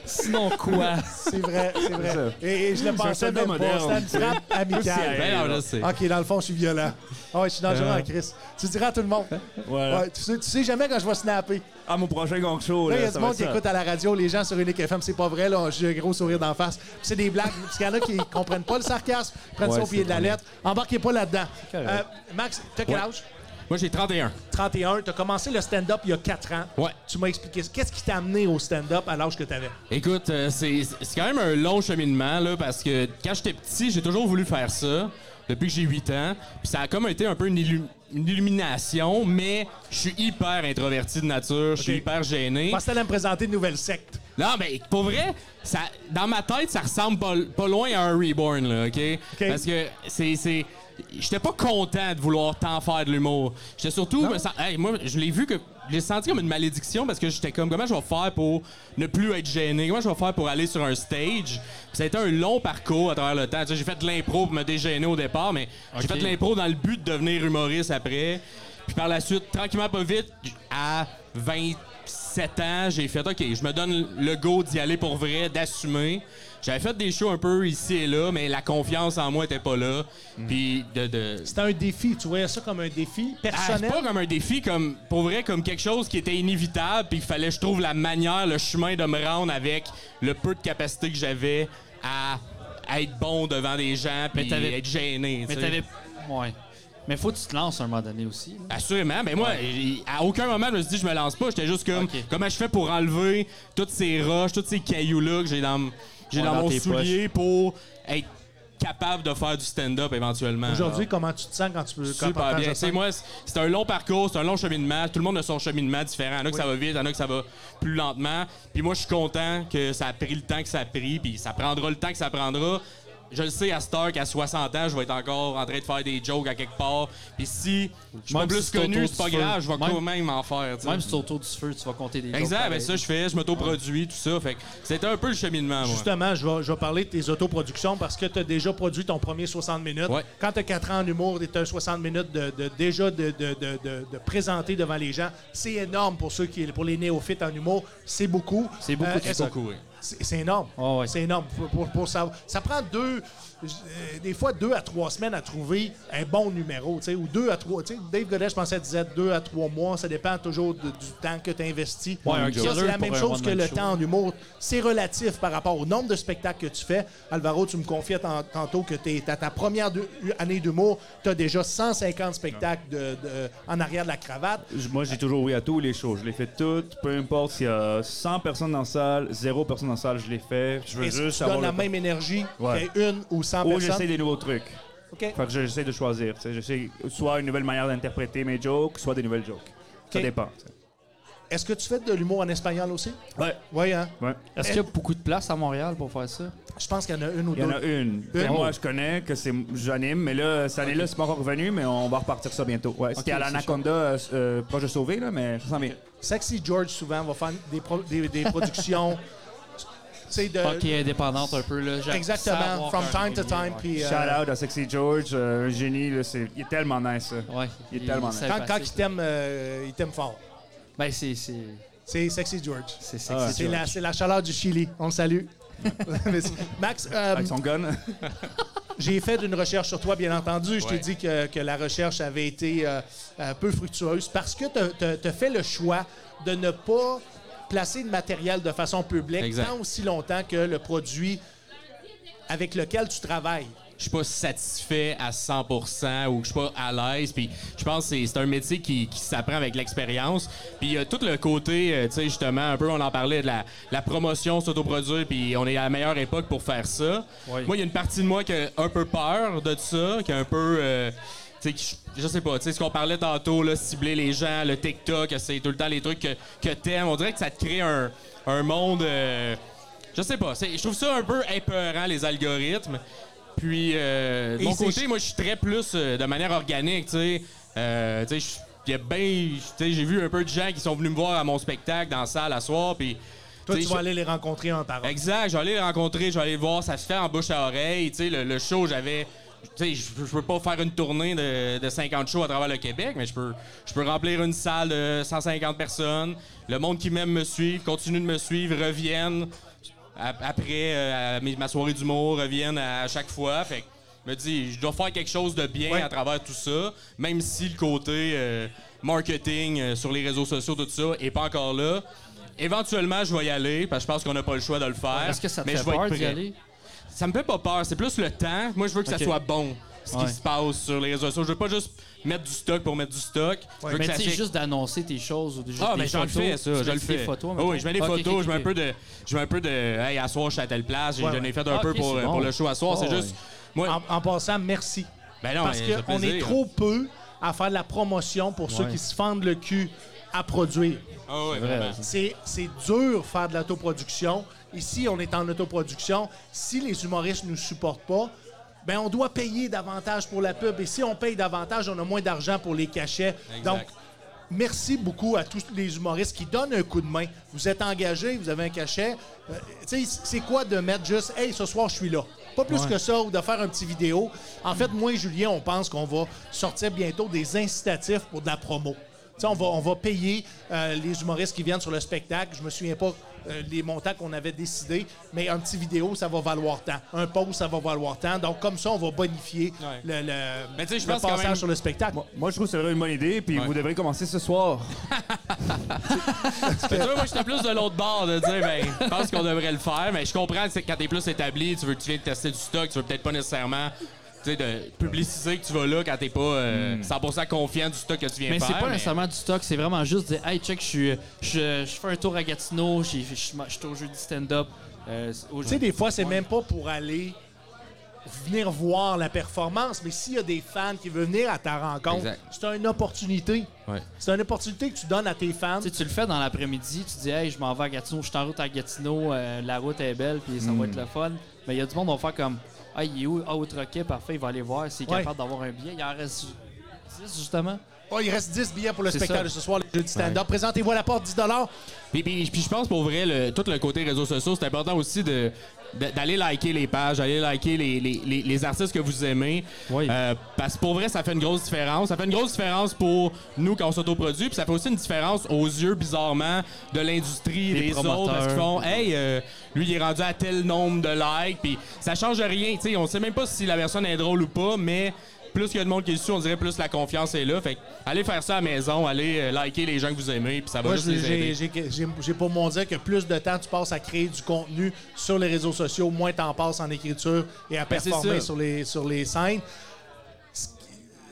Speaker 1: Sinon quoi?
Speaker 2: C'est vrai, c'est vrai. Et, et je le pensais
Speaker 4: soldat
Speaker 2: même pas.
Speaker 4: moderne.
Speaker 2: C'était une frappe
Speaker 4: C'est- Euh.
Speaker 2: amicale.
Speaker 5: Ben, non, je sais.
Speaker 2: OK, dans le fond, je suis violent. Ah ouais, je suis dangereux en crise. Tu diras à tout le monde.
Speaker 4: Voilà.
Speaker 2: Ouais, tu, sais, tu sais jamais quand je vais snapper.
Speaker 4: À mon prochain gong show,
Speaker 2: Là, il
Speaker 4: là,
Speaker 2: y a du
Speaker 4: ça va
Speaker 2: monde
Speaker 4: être
Speaker 2: qui
Speaker 4: ça.
Speaker 2: écoute à la radio, les gens sur Unique FM, c'est pas vrai, là, j'ai un gros sourire d'en face. Puis c'est des blagues, parce qu'il y en a qui comprennent pas le sarcasme, prennent ça au
Speaker 4: Ouais,
Speaker 2: pied
Speaker 4: c'est
Speaker 2: de la
Speaker 4: correct.
Speaker 2: lettre. Embarquez pas là-dedans. Euh, Max, t'as quel
Speaker 5: Ouais.
Speaker 2: âge?
Speaker 5: Moi, j'ai 31.
Speaker 2: 31. T'as commencé le stand-up il y a 4 ans.
Speaker 5: Ouais.
Speaker 2: Tu m'as expliqué ça. Qu'est-ce qui t'a amené au stand-up à l'âge que t'avais?
Speaker 5: Écoute, euh, c'est c'est quand même un long cheminement, là, parce que quand j'étais petit, j'ai toujours voulu faire ça, depuis que j'ai 8 ans. Puis ça a comme été un peu une, illu- une illumination, mais je suis hyper introverti de nature, je suis
Speaker 2: Ok.
Speaker 5: hyper gêné.
Speaker 2: Parce que t'allais me présenter une nouvelle secte.
Speaker 5: Non, mais pour vrai, ça, dans ma tête, ça ressemble pas, pas loin à un Reborn, là, OK? Parce que c'est... c'est- J'étais pas content de vouloir tant faire de l'humour. J'étais surtout... me sen- hey, moi, je l'ai vu que... J'ai senti comme une malédiction parce que j'étais comme, comment je vais faire pour ne plus être gêné? Comment je vais faire pour aller sur un stage? Puis ça a été un long parcours à travers le temps. Tu sais, J'ai fait de l'impro pour me dégêner au départ, mais j'ai
Speaker 1: Ok.
Speaker 5: fait de l'impro dans le but de devenir humoriste après. Puis par la suite, tranquillement, pas vite, à 20 7 ans, j'ai fait OK, je me donne le go d'y aller pour vrai, d'assumer. J'avais fait des shows un peu ici et là, mais la confiance en moi était pas là.
Speaker 1: Mm.
Speaker 5: Puis de, de-
Speaker 2: C'était un défi. Tu voyais ça comme un défi
Speaker 5: Ah, c'est
Speaker 2: personnel?
Speaker 5: pas comme un défi, comme pour vrai, comme quelque chose qui était inévitable, puis il fallait que je trouve la manière, le chemin de me rendre avec le peu de capacité que j'avais à, à être bon devant des gens, puis
Speaker 1: t'avais-
Speaker 5: être gêné.
Speaker 1: Mais
Speaker 5: tu sais.
Speaker 1: t'avais. Ouais. Mais faut que tu te lances à un moment donné aussi. là.
Speaker 5: Assurément, mais moi, j- à aucun moment je me suis dit je me lance pas. J'étais juste comme
Speaker 1: Ok.
Speaker 5: comment je fais pour enlever toutes ces roches, tous ces cailloux là que j'ai dans, m- j'ai
Speaker 1: Ouais,
Speaker 5: dans,
Speaker 1: dans
Speaker 5: mon
Speaker 1: tes
Speaker 5: soulier pour être capable de faire du stand-up éventuellement.
Speaker 2: Aujourd'hui, comment tu te sens quand tu peux... quand
Speaker 5: Super
Speaker 2: t'entends
Speaker 5: bien.
Speaker 2: ça?
Speaker 5: C'est moi, c'est- c'est un long parcours, c'est un long cheminement. Tout le monde a son cheminement différent. Il y en a que ça va vite, il y en a que ça va plus lentement. Puis moi, je suis content que ça a pris le temps que ça a pris, puis ça prendra le temps que ça prendra. Je le sais à cette heure qu'à 60 ans, je vais être encore en train de faire des jokes à quelque part. Puis si je suis pas
Speaker 1: Même
Speaker 5: plus
Speaker 1: si c'est
Speaker 5: connu,
Speaker 1: autour
Speaker 5: c'est pas
Speaker 1: du feu.
Speaker 5: grave, je vais
Speaker 1: Même-
Speaker 5: quand même en faire. tu sais.
Speaker 1: Même si t'es autour du feu, tu vas compter des
Speaker 5: exact,
Speaker 1: jokes
Speaker 5: ben ça je fais, je m'autoproduis, tout ça. Fait que c'était un peu le cheminement, moi.
Speaker 2: Justement, je vais, je vais parler de tes autoproductions parce que tu as déjà produit ton premier 60 minutes.
Speaker 5: Ouais.
Speaker 2: Quand tu as 4 ans en humour et tu as 60 minutes de, de- déjà de, de- de- de- de présenter devant les gens, c'est énorme pour ceux qui pour les néophytes en humour. C'est beaucoup. Euh,
Speaker 1: C'est beaucoup,
Speaker 2: est-ce-
Speaker 5: C'est beaucoup, oui.
Speaker 2: C'est c'est énorme.
Speaker 1: Ah ouais.
Speaker 2: C'est énorme. Pour, pour- pour ça, ça prend deux, euh, des fois deux à trois semaines à trouver un bon numéro, tu sais, ou deux à trois. tu sais, Dave Godet, je pensais, disait deux à trois mois. Ça dépend toujours de- du temps que tu investis.
Speaker 1: Ouais, un
Speaker 2: ça,
Speaker 1: killer
Speaker 2: c'est la
Speaker 1: pour
Speaker 2: même
Speaker 1: un
Speaker 2: chose que
Speaker 1: one-man
Speaker 2: le
Speaker 1: show.
Speaker 2: temps en humour. C'est relatif par rapport au nombre de spectacles que tu fais. Alvaro, tu me confiais tan- tantôt que tu à ta première de- année d'humour. Tu as déjà 150 spectacles de- de- en arrière de la cravate.
Speaker 4: Je- Moi, j'ai toujours oui à tous les shows. Je les fais toutes, peu importe s'il y a 100 personnes dans la salle, 0 personnes dans la salle, je les fais. Je veux
Speaker 2: Est-ce que
Speaker 4: juste
Speaker 2: tu donnes
Speaker 4: avoir
Speaker 2: la
Speaker 4: le-
Speaker 2: même énergie
Speaker 4: Ouais.
Speaker 2: qu'il y ait une ou 100
Speaker 4: Ou j'essaie
Speaker 2: personnes?
Speaker 4: des nouveaux trucs.
Speaker 2: OK.
Speaker 4: Fait que j'essaie de choisir. tu sais. J'essaie soit une nouvelle manière d'interpréter mes jokes, soit des nouvelles jokes. Ça
Speaker 2: Ok.
Speaker 4: dépend. tu sais.
Speaker 2: Est-ce que tu fais de l'humour en espagnol aussi?
Speaker 4: Ouais.
Speaker 2: Oui, hein?
Speaker 4: ouais.
Speaker 1: Est-ce qu'il y a beaucoup de place à Montréal pour faire ça?
Speaker 2: Je pense qu'il y en a une ou
Speaker 4: Il y
Speaker 2: deux.
Speaker 4: en a une. que
Speaker 2: Une.
Speaker 4: Moi, je connais, que c'est j'anime, mais là, cette année-là, c'est pas encore revenu, mais on va repartir ça bientôt. Ouais, C'était à l'Anaconda, euh, euh, proche de Sauvé, là, mais ça sent bien.
Speaker 2: Sexy George, souvent, va faire des, pro- des, des productions. C'est de.
Speaker 1: Ok, indépendante un peu, là. J'ai- sans
Speaker 2: Exactement,
Speaker 1: avoir
Speaker 2: from
Speaker 1: un
Speaker 2: time to
Speaker 1: régulier,
Speaker 2: time.
Speaker 1: ouais.
Speaker 2: Puis, euh,
Speaker 4: Shout out à Sexy George, euh, un génie, là, c'est- il est tellement nice. là.
Speaker 1: Ouais.
Speaker 4: Il est tellement nice.
Speaker 2: quand, quand il
Speaker 1: sympathique.
Speaker 2: t'aime, euh, il t'aime fort.
Speaker 1: Ben, c'est. C'est
Speaker 2: C'est Sexy George.
Speaker 1: c'est sexy.
Speaker 4: Ah,
Speaker 2: C'est la, c'est la chaleur du Chili. On le salue. Mais c'est- Max, euh,
Speaker 4: Avec son gun.
Speaker 2: j'ai fait une recherche sur toi, bien entendu. Je t'ai
Speaker 5: Ouais.
Speaker 2: dit que, que la recherche avait été euh, un peu fructueuse parce que tu as fait le choix de ne pas placer de matériel de façon publique
Speaker 5: Exact.
Speaker 2: tant aussi longtemps que le produit avec lequel tu travailles.
Speaker 5: je suis pas satisfait à 100% ou que je suis pas à l'aise. Puis je pense que c'est- c'est un métier qui, qui s'apprend avec l'expérience. Puis il y a tout le côté, euh, tu sais, justement, un peu, on en parlait de la, la promotion, s'autoproduire, puis on est à la meilleure époque pour faire ça.
Speaker 1: Oui.
Speaker 5: Moi, il y a une partie de moi qui a un peu peur de ça, qui a un peu... euh, tu sais, qui- je sais pas, tu sais, ce qu'on parlait tantôt, là, cibler les gens, le TikTok, c'est tout le temps les trucs que, que t'aimes. On dirait que ça te crée un, un monde... euh, je sais pas, c'est- je trouve ça un peu épeurant, les algorithmes. Puis, euh, de
Speaker 2: Et
Speaker 5: mon
Speaker 2: c'est-
Speaker 5: côté, moi, je suis très plus euh, de manière organique, tu sais. Euh, tu sais, je- il y a ben, tu sais, j'ai vu un peu de gens qui sont venus me voir à mon spectacle dans la salle à soir, puis...
Speaker 2: Toi,
Speaker 5: tu
Speaker 2: tu
Speaker 5: sais,
Speaker 2: vas
Speaker 5: je-
Speaker 2: aller les rencontrer en parole.
Speaker 5: Exact, j'allais les rencontrer, j'allais les voir, ça se fait en bouche à oreille. Tu sais, le, le show, j'avais. Tu sais, je je peux pas faire une tournée de, de 50 shows à travers le Québec, mais je peux, je peux remplir une salle de 150 personnes. Le monde qui m'aime me suit, continue de me suivre, reviennent ap- après euh, à mes- ma soirée d'humour, reviennent à, à chaque fois. Fait que je me dis, je dois faire quelque chose de bien
Speaker 2: Ouais.
Speaker 5: à travers tout ça, même si le côté euh, marketing euh, sur les réseaux sociaux, tout ça, est pas encore là. Éventuellement, je vais y aller, parce que je pense qu'on n'a pas le choix de le faire.
Speaker 1: Est-ce que ça te
Speaker 5: mais
Speaker 1: fait
Speaker 5: je vais être
Speaker 1: peur d'y
Speaker 5: prêt.
Speaker 1: aller?
Speaker 5: Ça me fait pas peur, c'est plus le temps. Moi, je veux que ça
Speaker 1: Ok.
Speaker 5: soit bon, ce
Speaker 1: Ouais.
Speaker 5: qui se passe sur les réseaux sociaux. Je veux pas juste mettre du stock pour mettre du stock. Je veux que
Speaker 1: Mais
Speaker 5: ça
Speaker 1: tu sais,
Speaker 5: fait-
Speaker 1: juste d'annoncer tes choses ou de- juste
Speaker 5: ah,
Speaker 1: des
Speaker 5: mais je le
Speaker 1: photos.
Speaker 5: fais, ça.
Speaker 1: Tu
Speaker 5: Je
Speaker 1: mets des
Speaker 5: le fais.
Speaker 1: photos,
Speaker 5: Ah
Speaker 1: mettons?
Speaker 5: oui, je mets des
Speaker 1: Ok,
Speaker 5: photos,
Speaker 1: ok,
Speaker 5: je mets un
Speaker 1: ok.
Speaker 5: peu de. Je mets un peu de. Hey, à soir, je suis à telle place. J'ai-
Speaker 2: Ouais,
Speaker 5: J'en ai fait un
Speaker 1: Ah,
Speaker 5: peu
Speaker 1: ok,
Speaker 5: pour, euh,
Speaker 1: c'est
Speaker 5: pour
Speaker 1: bon.
Speaker 5: le show à soir.
Speaker 1: Ah,
Speaker 5: c'est
Speaker 1: ouais.
Speaker 5: juste. Moi,
Speaker 2: En, en passant, merci.
Speaker 5: ben non,
Speaker 2: Parce
Speaker 5: mais ça fait
Speaker 2: qu'on est
Speaker 5: plaisir.
Speaker 2: trop peu à faire de la promotion pour ceux
Speaker 1: Ouais.
Speaker 2: qui se fendent le cul à produire.
Speaker 5: Ah ouais,
Speaker 1: vrai,
Speaker 5: vraiment.
Speaker 2: C'est c'est dur faire de l'autoproduction. Ici, on est en autoproduction. Si les humoristes ne nous supportent pas, ben on doit payer davantage pour la pub. Et si on paye davantage, on a moins d'argent pour les cachets.
Speaker 5: Exact.
Speaker 2: Donc, merci beaucoup à tous les humoristes qui donnent un coup de main. Vous êtes engagés, vous avez un cachet. Euh, tu sais, c'est quoi de mettre juste « Hey, ce soir, je suis là ». Pas plus que ça, ou de faire un petit vidéo. En fait, moi et Julien, on pense qu'on va sortir bientôt des incitatifs pour de la promo. Tu sais, on va, on va payer euh, les humoristes qui viennent sur le spectacle. Je me souviens pas euh, les montants qu'on avait décidés, mais un petit vidéo, ça va valoir tant. Un post, ça va valoir tant. Donc, comme ça, on va bonifier
Speaker 5: Ouais.
Speaker 2: le, le-
Speaker 5: Mais tu sais, je
Speaker 2: le
Speaker 5: pense quand
Speaker 2: passage
Speaker 5: même-
Speaker 2: sur le spectacle.
Speaker 4: Moi, je trouve que c'est vraiment une bonne idée, puis
Speaker 5: Ouais.
Speaker 4: vous devrez commencer ce soir.
Speaker 5: Mais tu vois, moi, j'étais plus de l'autre bord de dire, ben, je pense qu'on devrait le faire, mais je comprends que c'est quand t'es plus établi, tu veux, tu viens de tester du stock, tu veux peut-être pas nécessairement, tu sais, de publiciser que tu vas là quand t'es pas euh, 100% confiant du stock que tu viens
Speaker 1: Hmm. Mais
Speaker 5: faire.
Speaker 1: c'est pas nécessairement du stock, c'est vraiment juste dire Hey, check, je, suis- je, je fais un tour à Gatineau, j'ai- je je- je suis au jeu du stand-up. Euh, au-
Speaker 2: Tu sais, des fois, c'est même pas pour aller venir voir la performance, mais s'il y a des fans qui veulent venir à ta rencontre,
Speaker 5: Exact.
Speaker 2: c'est une opportunité.
Speaker 5: Ouais.
Speaker 2: C'est une opportunité que tu donnes à tes fans.
Speaker 1: Tu sais, tu le fais dans l'après-midi, tu dis Hey, je m'en vais à Gatineau, je suis en route à Gatineau, euh, la route est belle, puis ça va
Speaker 5: Hmm.
Speaker 1: être le fun. Mais il y a du monde qui va faire comme Ah, il est où Ah, au troquet, parfait, il va aller voir s'il est
Speaker 2: Ouais.
Speaker 1: capable d'avoir un billet. Il en reste 10 justement.
Speaker 2: Oh, il reste 10 billets pour le
Speaker 1: C'est
Speaker 2: spectacle
Speaker 1: ça.
Speaker 2: de ce soir, les jeux du stand-up. Présentez-vous à la porte, 10
Speaker 5: Puis, puis- puis je pense pour vrai, le- tout le côté réseaux sociaux, c'est important aussi de de- d'aller liker les pages, d'aller liker les, les- les- les artistes que vous aimez.
Speaker 1: Oui.
Speaker 5: Euh, parce que pour vrai, ça fait une grosse différence. Ça fait une grosse différence pour nous quand on s'autoproduit, puis ça fait aussi une différence aux yeux, bizarrement, de l'industrie,
Speaker 1: Des
Speaker 5: des autres,
Speaker 1: promoteurs.
Speaker 5: parce qu'ils font « Hey, euh, lui, il est rendu à tel nombre de likes », puis ça change rien. Tu sais, on sait même pas si la personne est drôle ou pas, mais... Plus qu'il y a de monde qui est dessus, on dirait plus la confiance est là. Fait que allez faire ça à la maison, allez euh, liker les gens que vous aimez, puis ça va
Speaker 2: Moi,
Speaker 5: juste les aider.
Speaker 2: j'ai- j'ai j'ai- j'ai pour mon dire que plus de temps tu passes à créer du contenu sur les réseaux sociaux, moins t'en passes en écriture et à
Speaker 5: Ben, c'est
Speaker 2: performer
Speaker 5: ça.
Speaker 2: sur les, sur les scènes. Ce qui-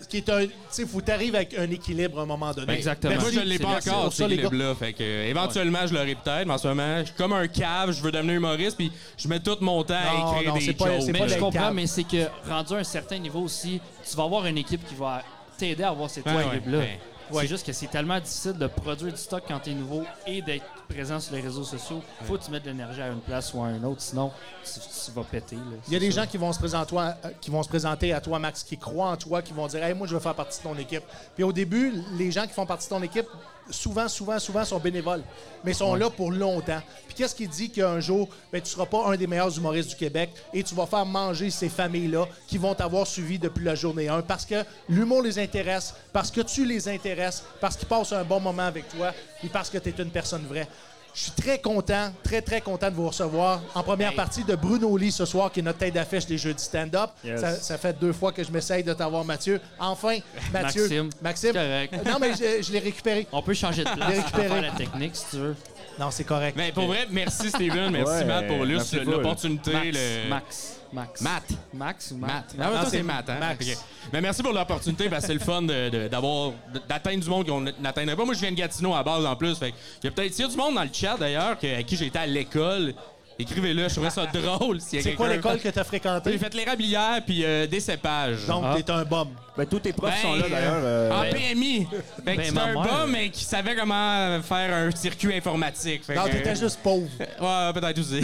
Speaker 2: Ce qui est un. Tu sais, faut t'arriver avec un équilibre à un moment
Speaker 5: Ben,
Speaker 2: donné.
Speaker 1: Exactement.
Speaker 5: Mais moi, je
Speaker 1: Merci,
Speaker 5: l'ai
Speaker 1: c'est-
Speaker 5: pas
Speaker 1: merci
Speaker 5: encore,
Speaker 2: pour
Speaker 5: ce
Speaker 2: ça, les gars.
Speaker 5: là Fait que, euh, éventuellement, je l'aurai peut-être, mais en ce moment, je suis comme un cave, je veux devenir humoriste, puis je mets tout mon temps
Speaker 2: Non,
Speaker 5: à écrire
Speaker 2: non,
Speaker 5: des
Speaker 2: c'est pas-
Speaker 5: jokes.
Speaker 2: c'est
Speaker 5: Mais
Speaker 2: pas
Speaker 1: Mais je
Speaker 2: d'être
Speaker 1: comprends,
Speaker 2: calme.
Speaker 1: mais c'est que rendu à un certain niveau aussi, tu vas avoir une équipe qui va t'aider à avoir cette
Speaker 5: Ouais,
Speaker 1: équipe-là.
Speaker 5: ouais.
Speaker 1: C'est juste que c'est tellement difficile de produire du stock quand t'es nouveau et d'être présent sur les réseaux sociaux. Faut que tu mettes de l'énergie à une place ou à une autre, sinon tu, tu vas péter. là.
Speaker 2: Il y a
Speaker 1: C'est
Speaker 2: des
Speaker 1: ça.
Speaker 2: gens qui vont, se présenter toi- euh, qui vont se présenter à toi, Max, qui croient en toi, qui vont dire hey, Moi, je veux faire partie de ton équipe. Puis au début, les gens qui font partie de ton équipe, souvent, souvent, souvent sont bénévoles, mais sont là pour longtemps. Puis qu'est-ce qui dit qu'un jour, ben, tu ne seras pas un des meilleurs humoristes du Québec et tu vas faire manger ces familles-là qui vont t'avoir suivi depuis la journée 1 parce que l'humour les intéresse, parce que tu les intéresses, parce qu'ils passent un bon moment avec toi et parce que tu es une personne vraie. Je suis très content, très, très content de vous recevoir en première partie de Bruno Lee ce soir, qui est notre tête d'affiche des jeux du stand-up.
Speaker 4: Yes.
Speaker 2: Ça, ça fait deux fois que je m'essaye de t'avoir, Mathieu. Enfin, Mathieu.
Speaker 1: Maxime. C'est correct.
Speaker 2: Non, mais je, je l'ai récupéré.
Speaker 1: On peut changer de place,
Speaker 2: Les
Speaker 1: on peut
Speaker 2: récupérer.
Speaker 1: faire la technique si tu veux.
Speaker 2: Non, c'est correct.
Speaker 5: Mais pour vrai, merci Steven, merci
Speaker 4: Ouais,
Speaker 5: Matt pour l'us-
Speaker 4: merci beaucoup.
Speaker 5: l'opportunité.
Speaker 1: Max,
Speaker 5: le-
Speaker 1: Max, Max.
Speaker 5: Matt.
Speaker 1: Max ou
Speaker 5: Matt.
Speaker 1: Matt?
Speaker 5: Non, mais
Speaker 2: Non,
Speaker 5: toi,
Speaker 2: c'est
Speaker 5: c'est Matt, hein?
Speaker 2: Max.
Speaker 5: Ok. Mais merci pour l'opportunité, parce que c'est le fun de- de- d'avoir d'atteindre du monde qu'on n'atteindrait pas. Moi, je viens de Gatineau à base en plus. Fait que il y a peut-être s'il y a du monde dans le chat d'ailleurs que- à qui j'étais à l'école, écrivez-le, je trouvais ça drôle. s'il y a
Speaker 2: C'est quoi
Speaker 5: quelqu'un-
Speaker 2: l'école que tu as
Speaker 5: J'ai
Speaker 2: fréquentée?
Speaker 5: fait l'érable hier, puis euh, des cépages.
Speaker 2: Donc, t'es un bum.
Speaker 4: Ben, tous tes profs
Speaker 5: Ben,
Speaker 4: sont là, d'ailleurs. euh,
Speaker 5: En PMI. Fait que
Speaker 1: Ben,
Speaker 5: c'était
Speaker 1: ma
Speaker 5: un
Speaker 1: mère.
Speaker 5: bas, mais qui savait comment faire un circuit informatique. Fait
Speaker 2: Non,
Speaker 5: que- euh,
Speaker 2: t'étais juste pauvre.
Speaker 5: Ouais, peut-être aussi.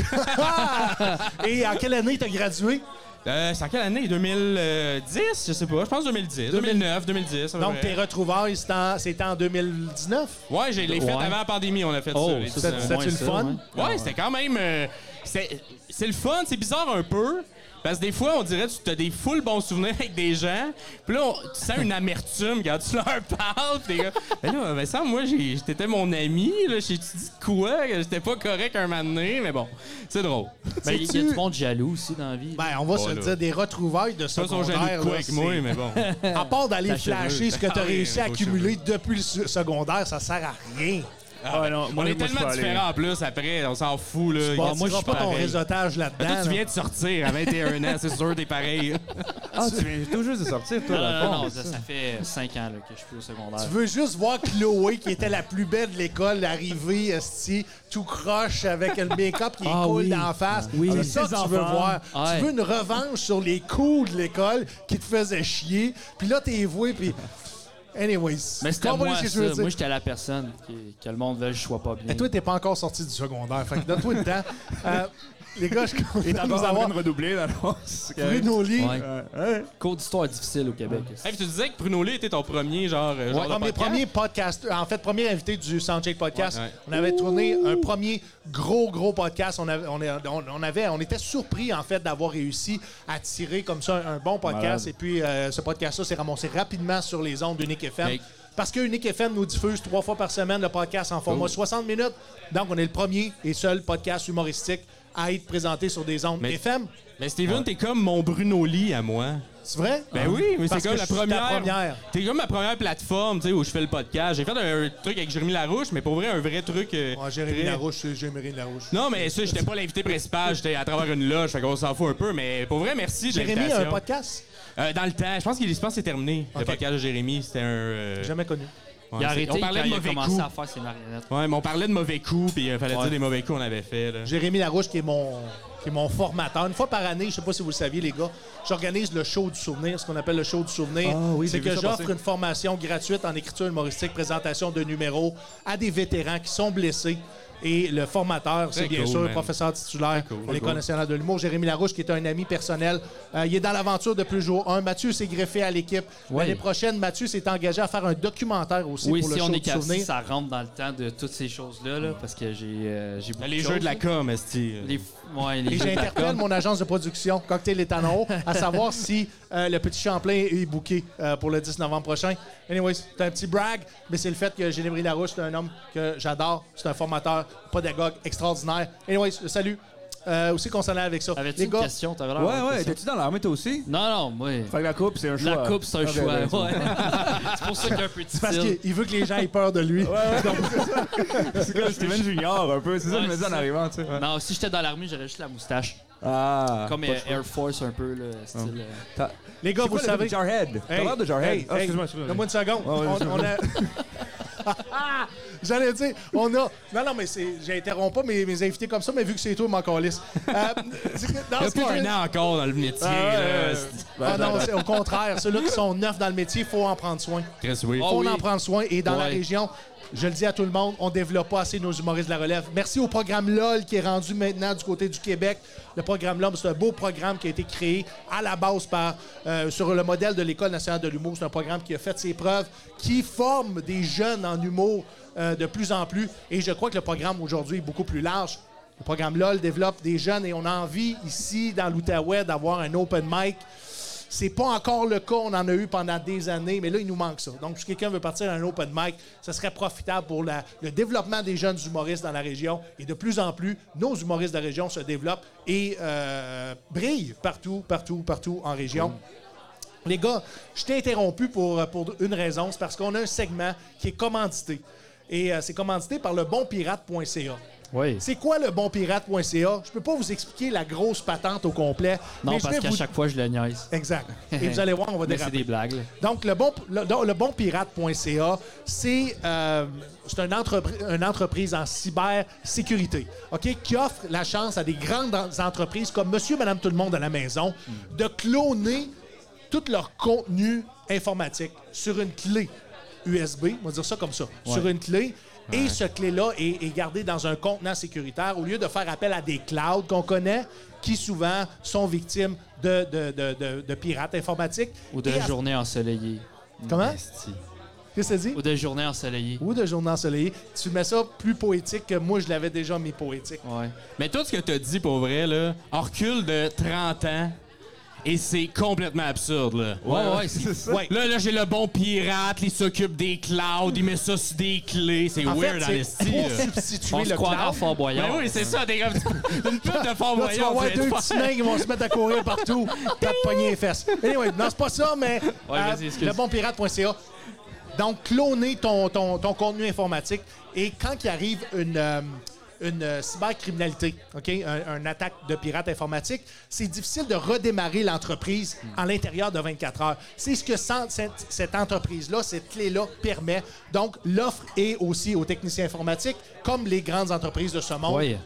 Speaker 2: Et en quelle année t'as gradué?
Speaker 5: euh, c'est en quelle année? 2010? Je sais pas. Je pense 2010. 2009, 2010. à peu
Speaker 2: Donc,
Speaker 5: près.
Speaker 2: tes retrouvailles, c'était en, c'était en 2019?
Speaker 5: Ouais, j'ai les fait
Speaker 1: Ouais.
Speaker 5: avant la pandémie, on a fait
Speaker 1: Oh,
Speaker 5: ça. les
Speaker 1: ça,
Speaker 5: dix ans.
Speaker 2: C'était-tu
Speaker 1: moins
Speaker 2: le
Speaker 1: ça,
Speaker 2: fun?
Speaker 1: ouais.
Speaker 5: Ouais, c'était quand même. euh, c'est c'est le fun, c'est bizarre un peu. Parce que des fois, on dirait que tu as des full bons souvenirs avec des gens. Puis là, on- tu sens une amertume quand tu leur parles. Puis t'es comme, ben là, ben ça, moi, j'ai- t'étais mon ami. Là, j'ai dit de quoi? Que j'étais pas correct un moment donné. Mais bon, c'est drôle.
Speaker 1: Mais Ben, il y a du monde jaloux aussi dans la vie.
Speaker 2: Ben, on va se
Speaker 5: Ouais,
Speaker 2: le
Speaker 5: là.
Speaker 2: dire, des retrouvailles de
Speaker 5: Ça, ils sont jaloux
Speaker 2: secondaire.
Speaker 5: de quoi
Speaker 2: là,
Speaker 5: avec moi,
Speaker 2: c'est-
Speaker 5: mais bon.
Speaker 2: À part d'aller
Speaker 1: Ta chevelure.
Speaker 2: flasher ce que t'as
Speaker 5: Ah oui,
Speaker 2: réussi à
Speaker 5: beau
Speaker 2: accumuler depuis le se- secondaire, ça sert à rien.
Speaker 5: Ah,
Speaker 4: ouais,
Speaker 5: ben,
Speaker 4: non, moi,
Speaker 5: on est
Speaker 4: moi, je peux
Speaker 5: tellement
Speaker 4: aller.
Speaker 5: différents en plus après, on s'en fout. Là.
Speaker 2: Bon,
Speaker 5: Qu'est-ce
Speaker 2: moi,
Speaker 5: que
Speaker 2: je suis pas ton
Speaker 5: pareil?
Speaker 2: réseautage
Speaker 5: Ben,
Speaker 2: là-dedans.
Speaker 5: Toi, tu
Speaker 2: là.
Speaker 5: viens de sortir à 21 ans, c'est sûr, t'es pareil.
Speaker 4: Ah, tu viens tout juste de sortir, toi,
Speaker 1: non,
Speaker 4: dans le
Speaker 1: non,
Speaker 4: fond.
Speaker 1: Euh, non, ça, ça fait 5 ans là, que je suis plus au secondaire.
Speaker 2: Tu veux juste voir Chloé, qui était la plus belle de l'école, arriver, esti, tout croche avec le make-up qui est
Speaker 1: Ah
Speaker 2: cool
Speaker 1: oui.
Speaker 2: d'en face.
Speaker 1: Oui.
Speaker 2: C'est
Speaker 1: Avec
Speaker 2: ça que
Speaker 4: ses
Speaker 2: tu veux
Speaker 4: enfants.
Speaker 2: voir.
Speaker 1: Ouais.
Speaker 2: Tu veux une revanche sur les coups de l'école qui te faisaient chier. Puis là, t'es voué, puis... Anyways.
Speaker 1: Mais c'était
Speaker 2: Tu comprends
Speaker 1: moi,
Speaker 2: ce que je
Speaker 1: ça.
Speaker 2: veux dire?
Speaker 1: Moi, j'étais la personne qui- que le monde veut que je sois pas bien.
Speaker 2: Mais toi, t'es pas encore sorti du secondaire. Fait que donne-toi le temps. Euh, les gars, je suis content
Speaker 4: Et
Speaker 2: de
Speaker 4: t'as
Speaker 2: vous
Speaker 4: pas avoir
Speaker 2: avoir
Speaker 4: de redoubler, dans le fond, c'est correct.
Speaker 2: Bruno Lee.
Speaker 1: Ouais.
Speaker 4: Euh, ouais.
Speaker 1: Cours d'histoire difficile au Québec.
Speaker 5: Hey, puis tu disais que Bruno Lee était ton premier genre, euh, genre de
Speaker 2: premier,
Speaker 5: podcast.
Speaker 2: premier podcast, euh, en fait, premier invité du Soundcheck Podcast.
Speaker 5: Ouais, ouais.
Speaker 2: On avait tourné un premier gros, gros podcast. On, avait, on, est- on- on avait, on était surpris, en fait, d'avoir réussi à tirer comme ça un, un bon podcast.
Speaker 4: Malade.
Speaker 2: Et puis, euh, ce podcast-là s'est ramassé rapidement sur les ondes d'Unique FM.
Speaker 5: Mais
Speaker 2: Parce que Unique FM nous diffuse trois fois par semaine le podcast en format 60 minutes. Donc, on est le premier et seul podcast humoristique à être présenté sur des ondes
Speaker 5: Mais-
Speaker 2: FM.
Speaker 5: Mais Steven, t'es comme mon Bruno Lee à moi.
Speaker 2: C'est vrai?
Speaker 5: Ben oui, mais c'est
Speaker 2: Parce
Speaker 5: comme
Speaker 2: que
Speaker 5: la
Speaker 2: je suis ta
Speaker 5: première.
Speaker 2: première.
Speaker 5: T'es comme ma première plateforme, tu sais, où je fais le podcast. J'ai fait un truc avec Jérémy Larouche, mais pour vrai, un vrai truc. euh,
Speaker 2: Ouais, Jérémy
Speaker 5: très-
Speaker 2: Larouche, c'est Jérémy Larouche.
Speaker 5: Non, mais ça, j'étais pas l'invité principal, j'étais à travers une loge, fait qu'on s'en fout un peu, mais pour vrai, merci de
Speaker 2: Jérémy a un
Speaker 5: l'invitation.
Speaker 2: podcast?
Speaker 5: Euh, dans le temps, je pense qu'il je pense que c'est terminé. Le
Speaker 2: Ok.
Speaker 5: podcast de Jérémy, c'était un. euh,
Speaker 2: Jamais connu.
Speaker 5: ouais,
Speaker 1: Il a
Speaker 5: c'est-
Speaker 1: arrêté
Speaker 5: on
Speaker 1: quand
Speaker 5: parlait de
Speaker 1: il a
Speaker 5: mauvais
Speaker 1: commencé
Speaker 5: coups.
Speaker 1: à faire ses marionnettes.
Speaker 5: Ouais, mais on parlait de mauvais coups, puis il fallait
Speaker 2: Ouais.
Speaker 5: dire les mauvais coups qu'on avait fait. Là.
Speaker 2: Jérémy Larouche, qui est mon, qui est mon formateur. Une fois par année, je sais pas si vous le saviez, les gars, j'organise le show du souvenir, ce qu'on appelle le show du souvenir.
Speaker 5: Ah oui,
Speaker 2: C'est
Speaker 5: j'ai vu
Speaker 2: que
Speaker 5: ça
Speaker 2: j'offre
Speaker 5: passer.
Speaker 2: une formation gratuite en écriture humoristique, présentation de numéros à des vétérans qui sont blessés. Et le formateur, c'est
Speaker 5: Très
Speaker 2: bien
Speaker 5: cool,
Speaker 2: sûr
Speaker 5: man.
Speaker 2: professeur titulaire
Speaker 5: cool,
Speaker 2: pour
Speaker 5: très
Speaker 2: l'École
Speaker 5: cool.
Speaker 2: nationale de l'humour, Jérémy Larouche, qui est un ami personnel. Euh, il est dans l'aventure depuis jour 1. Mathieu s'est greffé à l'équipe. L'année prochaine, Mathieu s'est engagé à faire un documentaire aussi
Speaker 1: Oui,
Speaker 2: pour le
Speaker 1: si
Speaker 2: show
Speaker 1: on est
Speaker 2: du souvenir.
Speaker 1: capable, ça rentre dans le temps de toutes ces choses-là, là, parce que j'ai euh, j'ai beaucoup de
Speaker 5: Les jeux de la
Speaker 1: choses.
Speaker 5: com, esti.
Speaker 1: Les, f- ouais, les
Speaker 2: Et
Speaker 1: jeux de la
Speaker 2: j'interpelle
Speaker 1: com.
Speaker 2: mon agence de production, Cocktail et Tanao, à savoir si euh, le petit Champlain est booké euh, pour le 10 novembre prochain. Anyways, c'est un petit brag, mais c'est le fait que Génébril Larouche, c'est un homme que j'adore, c'est un formateur, pédagogue extraordinaire. Anyways, salut. Euh, aussi concerné avec ça.
Speaker 1: Avais-tu
Speaker 2: Les
Speaker 1: une
Speaker 2: gars,
Speaker 1: question? T'avais l'air
Speaker 4: Ouais,
Speaker 1: d'avoir une
Speaker 4: ouais,
Speaker 1: question.
Speaker 4: t'es-tu dans l'armée, toi aussi?
Speaker 1: Non, non, moi.
Speaker 4: Fait que la coupe, c'est un choix.
Speaker 1: La coupe, c'est un
Speaker 4: Ok,
Speaker 1: choix.
Speaker 4: ben, c'est
Speaker 1: ouais. c'est pour ça qu'il est un peu
Speaker 2: c'est parce
Speaker 1: difficile.
Speaker 2: qu'il veut que les gens aient peur de lui.
Speaker 4: C'est comme Steven Junior, un peu. C'est ça que je me disais en arrivant, tu sais. ouais.
Speaker 1: Non, si j'étais dans l'armée, j'aurais juste la moustache.
Speaker 4: Ah.
Speaker 1: Comme
Speaker 4: Pas
Speaker 1: euh,
Speaker 4: de choix.
Speaker 1: Air Force, un peu, là,
Speaker 2: Ah.
Speaker 1: style. euh,
Speaker 4: T'as-
Speaker 2: Les gars,
Speaker 4: C'est
Speaker 2: vous
Speaker 4: quoi le
Speaker 2: savez.
Speaker 4: truc de Jarhead? T'as
Speaker 2: Hey,
Speaker 4: l'air de Jarhead?
Speaker 2: hey,
Speaker 4: Ah,
Speaker 2: hey,
Speaker 4: excuse-moi, excuse-moi.
Speaker 2: Donne-moi une seconde.
Speaker 4: ouais,
Speaker 2: On- on a- J'allais dire, on a. Non, non, mais c'est- j'interromps pas mes, mes invités comme ça, mais vu que c'est toi, mon calice. Euh, c'est que- non,
Speaker 5: Il y a
Speaker 2: ce que
Speaker 5: pas
Speaker 2: je-
Speaker 5: un an encore dans le métier.
Speaker 4: Euh,
Speaker 5: là, esti.
Speaker 2: Ah
Speaker 1: Ben,
Speaker 2: non, c'est au contraire. Ceux-là qui sont neufs dans le métier, il faut en prendre soin.
Speaker 5: Chris, oui.
Speaker 2: Il faut
Speaker 1: Ah oui.
Speaker 2: en prendre soin. Et dans la
Speaker 1: Ouais.
Speaker 2: région, je le dis à tout le monde, on développe pas assez nos humoristes de la relève. Merci au programme LOL qui est rendu maintenant du côté du Québec. Le programme LOL, c'est un beau programme qui a été créé à la base par euh, sur le modèle de l'École nationale de l'humour. C'est un programme qui a fait ses preuves, qui forme des jeunes en humour euh, de plus en plus. Et je crois que le programme aujourd'hui est beaucoup plus large. Le programme LOL développe des jeunes et on a envie ici, dans l'Outaouais, d'avoir un open mic. C'est pas encore le cas, on en a eu pendant des années, mais là, il nous manque ça. Donc, si quelqu'un veut partir à un open mic, ça serait profitable pour la- le développement des jeunes humoristes dans la région. Et de plus en plus, nos humoristes de la région se développent et euh, brillent partout, partout, partout en région. Les gars, je t'ai interrompu pour, euh, pour une raison, c'est parce qu'on a un segment qui est commandité. Et euh, c'est commandité par le bonpirate.ca.
Speaker 1: Oui.
Speaker 2: C'est quoi le bonpirate.ca? Je peux pas vous expliquer la grosse patente au complet.
Speaker 1: Non,
Speaker 2: mais je
Speaker 1: parce
Speaker 2: vais
Speaker 1: qu'à
Speaker 2: vous-
Speaker 1: chaque fois, je le niaise.
Speaker 2: Exact. Et vous allez voir, on va
Speaker 1: Mais c'est
Speaker 2: déraper.
Speaker 1: des blagues. là.
Speaker 2: Donc, le bon, le, donc, le bonpirate.ca, c'est euh, c'est une, entrepri- une entreprise en cybersécurité ok, qui offre la chance à des grandes en- entreprises comme Monsieur, Madame, tout le monde à la maison de cloner tout leur contenu informatique sur une clé USB, on va dire ça comme ça, sur une clé. Et ce clé-là est, est gardé dans un contenant sécuritaire au lieu de faire appel à des clouds qu'on connaît qui souvent sont victimes de, de- de- de- de pirates informatiques.
Speaker 1: Ou de
Speaker 2: Et à-
Speaker 1: journées ensoleillées.
Speaker 2: Comment?
Speaker 5: Esti.
Speaker 2: Qu'est-ce que ça dit?
Speaker 1: Ou de journées ensoleillées.
Speaker 2: Ou de journée ensoleillée. Tu mets ça plus poétique que moi, je l'avais déjà mis poétique.
Speaker 1: Ouais.
Speaker 5: Mais tout ce que t'as dit pour vrai, là, en recul de 30 ans, et c'est complètement absurde, là.
Speaker 1: Ouais, ouais, c'est
Speaker 4: ça.
Speaker 2: Ouais.
Speaker 5: Là, là, j'ai le bon pirate, il s'occupe des clouds, il met ça sur des clés. C'est
Speaker 2: En
Speaker 5: weird,
Speaker 2: fait, c'est
Speaker 5: Alesti.
Speaker 2: pour
Speaker 5: là.
Speaker 2: substituer
Speaker 1: On se
Speaker 2: le
Speaker 1: croirait à
Speaker 2: cloud.
Speaker 1: Fort Boyard.
Speaker 5: Ben oui, c'est ça, t'es comme une pute de fort
Speaker 2: Là, tu vas
Speaker 5: voyant.
Speaker 2: avoir deux petits nains qui vont se mettre à courir partout, t'as te pogner les fesses. Anyway, non, c'est pas ça, mais euh,
Speaker 1: Ouais, vas-y, excuse.
Speaker 2: lebonpirate.ca. Donc, cloner ton, ton, ton contenu informatique et quand il arrive une, euh, une euh, cybercriminalité, ok, un, un attaque de pirate informatique, c'est difficile de redémarrer l'entreprise à l'intérieur de 24 heures. C'est ce que sent- cette, cette entreprise-là, cette clé-là permet. Donc, l'offre est aussi aux techniciens informatiques, comme les grandes entreprises de ce monde
Speaker 1: Ouais.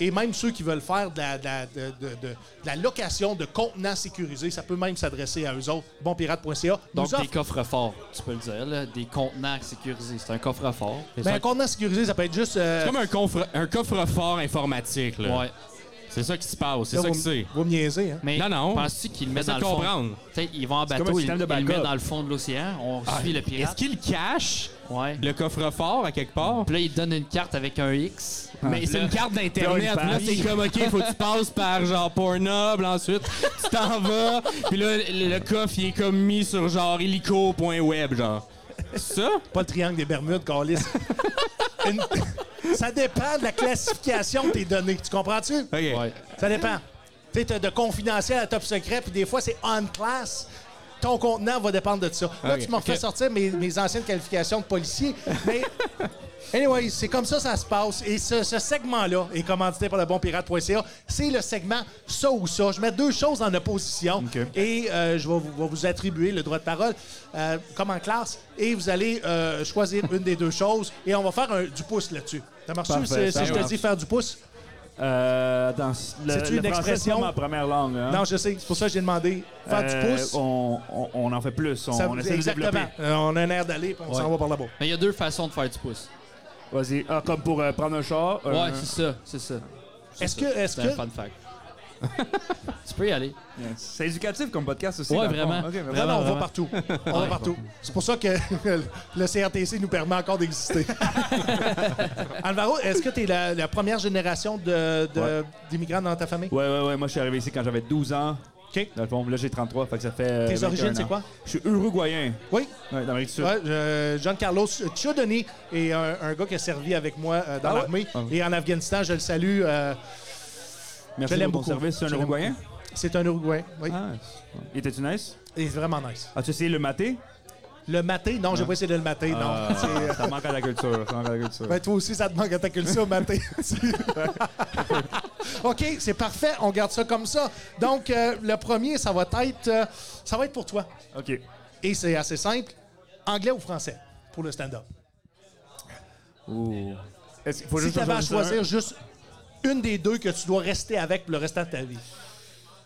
Speaker 2: et même ceux qui veulent faire de la, de la- de- de- de- de la location de contenants sécurisés, ça peut même s'adresser à eux autres. Bonpirate.ca. nous
Speaker 1: Donc,
Speaker 2: offre- Ben,
Speaker 1: des coffres-forts, tu peux le dire, là, des contenants sécurisés. C'est un coffre-fort.
Speaker 2: Ben, un contenant sécurisé, ça peut être juste. euh,
Speaker 5: Comme un, coffre, un coffre-fort informatique, là.
Speaker 1: Ouais.
Speaker 5: C'est ça qui se passe, c'est
Speaker 2: là,
Speaker 5: ça
Speaker 2: vous
Speaker 5: que
Speaker 2: me-
Speaker 5: c'est.
Speaker 2: Vous me niaisez, hein?
Speaker 1: Mais
Speaker 5: Non, non.
Speaker 1: penses-tu qu'ils le mettent
Speaker 5: Essaie
Speaker 1: dans
Speaker 5: de
Speaker 1: le fond?
Speaker 5: comprendre.
Speaker 1: Tu sais, ils vont en
Speaker 4: comme un
Speaker 1: bateau, ils,
Speaker 4: système de
Speaker 1: ils le mettent
Speaker 4: backup.
Speaker 1: dans le fond de l'océan, on suit le
Speaker 5: Ah, Est-ce
Speaker 1: pirate.
Speaker 5: qu'il cache
Speaker 1: Ouais.
Speaker 5: le coffre-fort à quelque part?
Speaker 1: Puis là, ils te donnent une carte avec un X.
Speaker 5: Mais c'est
Speaker 1: Ah, Là-
Speaker 5: une carte d'Internet.
Speaker 4: T'as une
Speaker 5: Là,
Speaker 4: page.
Speaker 5: c'est comme, OK, faut que tu passes par genre Pornhub, ensuite, tu t'en vas. Puis là, le, le coffre, il est comme mis sur genre illico.web, genre. Ça?
Speaker 2: Pas le triangle des Bermudes, Carlis. Une- Ça dépend de la classification de tes données. Tu comprends-tu?
Speaker 5: Ouais.
Speaker 2: Ça dépend. Tu sais, t'as de confidentiel à top secret, puis des fois, c'est on class. Ton contenant va dépendre de ça. Là,
Speaker 4: Ah,
Speaker 5: Ok,
Speaker 2: tu m'en fais
Speaker 5: ok.
Speaker 2: sortir mes, mes anciennes qualifications de policier. Mais, anyway, c'est comme ça ça se passe. Et ce, ce segment-là est commandité par le bonpirate.ca. C'est le segment ça ou ça. Je mets deux choses en opposition. Et euh, je vais vous, vais vous attribuer le droit de parole euh, comme en classe. Et vous allez euh, choisir une des deux choses. Et on va faire un- du pouce là-dessus. Ça marche-tu
Speaker 4: Parfait,
Speaker 2: si-
Speaker 4: ça
Speaker 2: si je te
Speaker 4: marche.
Speaker 2: dis faire du pouce?
Speaker 4: Euh, attends, le,
Speaker 2: C'est-tu
Speaker 4: le
Speaker 2: une
Speaker 4: français,
Speaker 2: expression?
Speaker 4: c'est pas ma première langue. hein?
Speaker 2: Non, je sais. C'est pour ça que j'ai demandé faire du
Speaker 4: Euh,
Speaker 2: pouce.
Speaker 4: On, on- on en fait plus. On,
Speaker 2: Ça-
Speaker 4: on essaie de
Speaker 2: exactement.
Speaker 4: développer.
Speaker 2: Euh, on a un air d'aller, puis on s'en va par là-bas.
Speaker 1: Mais il y a deux façons de faire du pouce.
Speaker 4: Vas-y. Ah, comme pour euh, prendre un char. euh,
Speaker 1: Ouais, c'est ça, c'est ça. C'est
Speaker 2: Est-ce
Speaker 1: ça.
Speaker 2: que, est-ce
Speaker 1: C'est un
Speaker 2: que,
Speaker 1: fun fact. tu peux y aller.
Speaker 4: c'est éducatif comme podcast aussi.
Speaker 1: Ouais,
Speaker 4: dans le fond.
Speaker 1: vraiment.
Speaker 4: Ok, vraiment.
Speaker 2: vraiment, on va partout. On va partout. C'est pour ça que le CRTC nous permet encore d'exister. Alvaro, est-ce que tu es la, la première génération de, de-
Speaker 4: Ouais.
Speaker 2: d'immigrants dans ta famille?
Speaker 4: Ouais, ouais, ouais. Moi, je suis arrivé ici quand j'avais 12 ans.
Speaker 2: OK.
Speaker 4: Dans le fond, là, j'ai 33. Fait que ça fait. euh,
Speaker 2: Tes
Speaker 4: 21
Speaker 2: origines, c'est
Speaker 4: ans.
Speaker 2: quoi?
Speaker 4: Je suis uruguayen.
Speaker 2: Oui.
Speaker 4: Ouais, d'Amérique du Sud.
Speaker 2: Ouais, euh, Giancarlo Ciodoni est un, un gars qui a servi avec moi euh, dans
Speaker 4: Ah ouais?
Speaker 2: l'armée.
Speaker 4: Ah
Speaker 2: Et en Afghanistan, je le salue. euh,
Speaker 4: Merci
Speaker 2: Je l'aime
Speaker 4: pour ton
Speaker 2: beaucoup.
Speaker 4: service. C'est
Speaker 2: Je
Speaker 4: un
Speaker 2: l'aime
Speaker 4: uruguayen?
Speaker 2: c'est un Uruguayen. Oui.
Speaker 4: Ah, il était-tu nice?
Speaker 2: Il est vraiment nice.
Speaker 4: As-tu essayé le maté?
Speaker 2: Le matin, non, j'ai pas essayé de le mater.
Speaker 4: Ah,
Speaker 2: Non. C'est, euh,
Speaker 4: Ça manque à la culture. Ça manque à la culture.
Speaker 2: Ben, toi aussi, ça te manque à ta culture, matin. OK, c'est parfait. On garde ça comme ça. Donc, euh, le premier, ça va être, euh, ça va être pour toi.
Speaker 4: OK.
Speaker 2: Et c'est assez simple. Anglais ou français pour le stand-up?
Speaker 4: Ouh. Est-ce qu'il faut
Speaker 2: Si
Speaker 4: juste
Speaker 2: tu avais à
Speaker 4: choisir
Speaker 2: choisir juste une des deux que tu dois rester avec pour le restant de ta vie.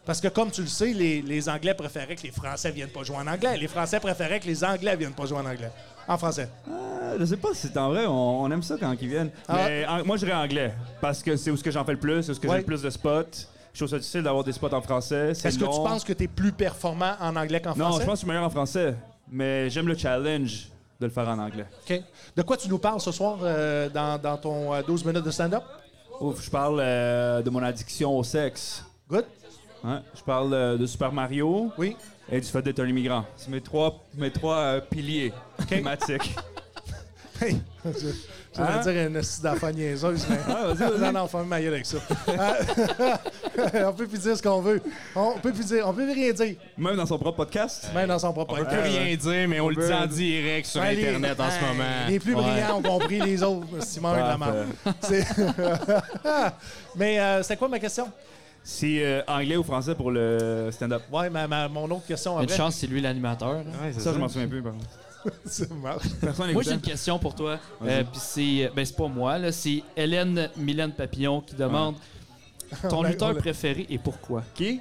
Speaker 2: Parce que, comme tu le sais, les, les Anglais préféraient que les Français viennent pas jouer en anglais. Les Français préféraient que les Anglais viennent pas jouer en anglais. En français.
Speaker 4: Euh, Je sais pas si c'est en vrai, on, on aime ça quand ils viennent.
Speaker 2: Ah.
Speaker 4: Mais en- moi, je dirais anglais, parce que c'est où ce que j'en fais le plus, c'est où ce que
Speaker 2: Ouais.
Speaker 4: j'ai le plus de spots. Je trouve ça difficile d'avoir des spots en français. c'est
Speaker 2: Est-ce que tu
Speaker 4: long.
Speaker 2: penses que tu es plus performant en anglais qu'en
Speaker 4: Non,
Speaker 2: français?
Speaker 4: je pense que je suis meilleur en français, mais j'aime le challenge de le faire en anglais.
Speaker 2: OK. De quoi tu nous parles ce soir euh, dans, dans ton euh, 12 minutes de stand-up?
Speaker 4: Ouf, je parle euh, de mon addiction au sexe.
Speaker 2: Good?
Speaker 4: hein. Je parle euh, de Super Mario
Speaker 2: Oui?
Speaker 4: et du fait d'être un immigrant. C'est mes trois, mes trois euh, piliers thématiques.
Speaker 2: Hey! Je je
Speaker 4: Hein?
Speaker 2: voulais dire une astuce d'enfant niaiseuse, mais...
Speaker 4: Ah, vas-y,
Speaker 2: Non,
Speaker 4: vas-y.
Speaker 2: non, ferme ma gueule avec ça. Euh, on peut plus dire ce qu'on veut. On peut plus dire, on peut plus rien dire,
Speaker 4: Même dans son propre podcast.
Speaker 2: même dans son propre
Speaker 5: On peut rien dire, mais on le dit en direct sur
Speaker 2: Ouais, les-
Speaker 5: Internet en ce
Speaker 2: ouais,
Speaker 5: moment.
Speaker 2: Les plus brillants ont compris les autres. Simon et la merde. C'est- Mais euh, c'est quoi ma question?
Speaker 4: C'est euh, anglais ou français pour le stand-up.
Speaker 2: Ouais, ma, ma- mon autre question
Speaker 1: Une
Speaker 2: après.
Speaker 1: chance, c'est lui l'animateur.
Speaker 4: Ça, je m'en souviens plus. par contre.
Speaker 2: Ça marche.
Speaker 4: Personne
Speaker 1: Moi,
Speaker 4: n'écoutait.
Speaker 1: j'ai une question pour toi.
Speaker 4: Vas-y.
Speaker 1: Euh, Puis c'est. Ben, c'est pas moi, là. C'est Hélène Mylène Papillon qui demande ton
Speaker 2: On l'a- on
Speaker 1: lutteur
Speaker 2: l'a-
Speaker 1: préféré et pourquoi
Speaker 4: Qui?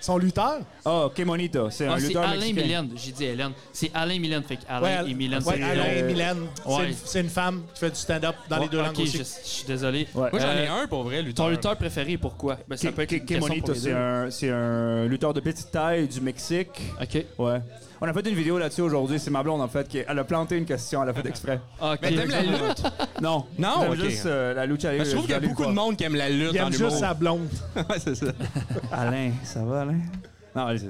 Speaker 2: Son lutteur?
Speaker 4: Ah, oh, Kemonito, c'est un
Speaker 1: Ah, c'est
Speaker 4: lutteur
Speaker 1: Alain
Speaker 4: mexicain.
Speaker 1: Mylène. J'ai dit Hélène. C'est Alain Mylène. Fait que
Speaker 2: Ouais,
Speaker 1: Alain et Mylène,
Speaker 2: ouais,
Speaker 1: c'est
Speaker 2: Alain et
Speaker 4: euh,
Speaker 2: Mylène. C'est
Speaker 1: ouais.
Speaker 2: une- C'est une, femme qui fait du stand-up dans les deux
Speaker 1: Ok,
Speaker 2: langues aussi.
Speaker 1: je, je suis désolé.
Speaker 4: Ouais.
Speaker 5: Moi, j'en ai
Speaker 1: Euh,
Speaker 5: un pour vrai,
Speaker 1: Ton
Speaker 5: lutteur.
Speaker 1: lutteur préféré et pourquoi Ben, ça
Speaker 4: Ke-
Speaker 1: peut être
Speaker 4: Ke-
Speaker 1: une question
Speaker 4: Kemonito,
Speaker 1: pour les
Speaker 4: c'est
Speaker 1: deux.
Speaker 4: un, c'est un lutteur de petite taille du Mexique.
Speaker 1: Ok.
Speaker 4: Ouais. On a fait une vidéo là-dessus aujourd'hui. C'est ma blonde, en fait, qui elle a planté une question. Elle a fait exprès.
Speaker 1: Ah, Ok.
Speaker 5: Mais t'aimes la lutte?
Speaker 4: Non.
Speaker 5: Non,
Speaker 4: J'aime
Speaker 5: ok.
Speaker 4: juste euh, la lucha
Speaker 5: Parce
Speaker 4: libre.
Speaker 5: que je trouve qu'il y a
Speaker 4: regardez
Speaker 5: beaucoup
Speaker 4: quoi.
Speaker 5: de monde qui aime la lutte
Speaker 2: Il
Speaker 5: en
Speaker 2: aime juste
Speaker 5: humour.
Speaker 2: sa blonde.
Speaker 5: Ouais, c'est ça.
Speaker 4: Alain, ça va, Alain? Non, allez, c'est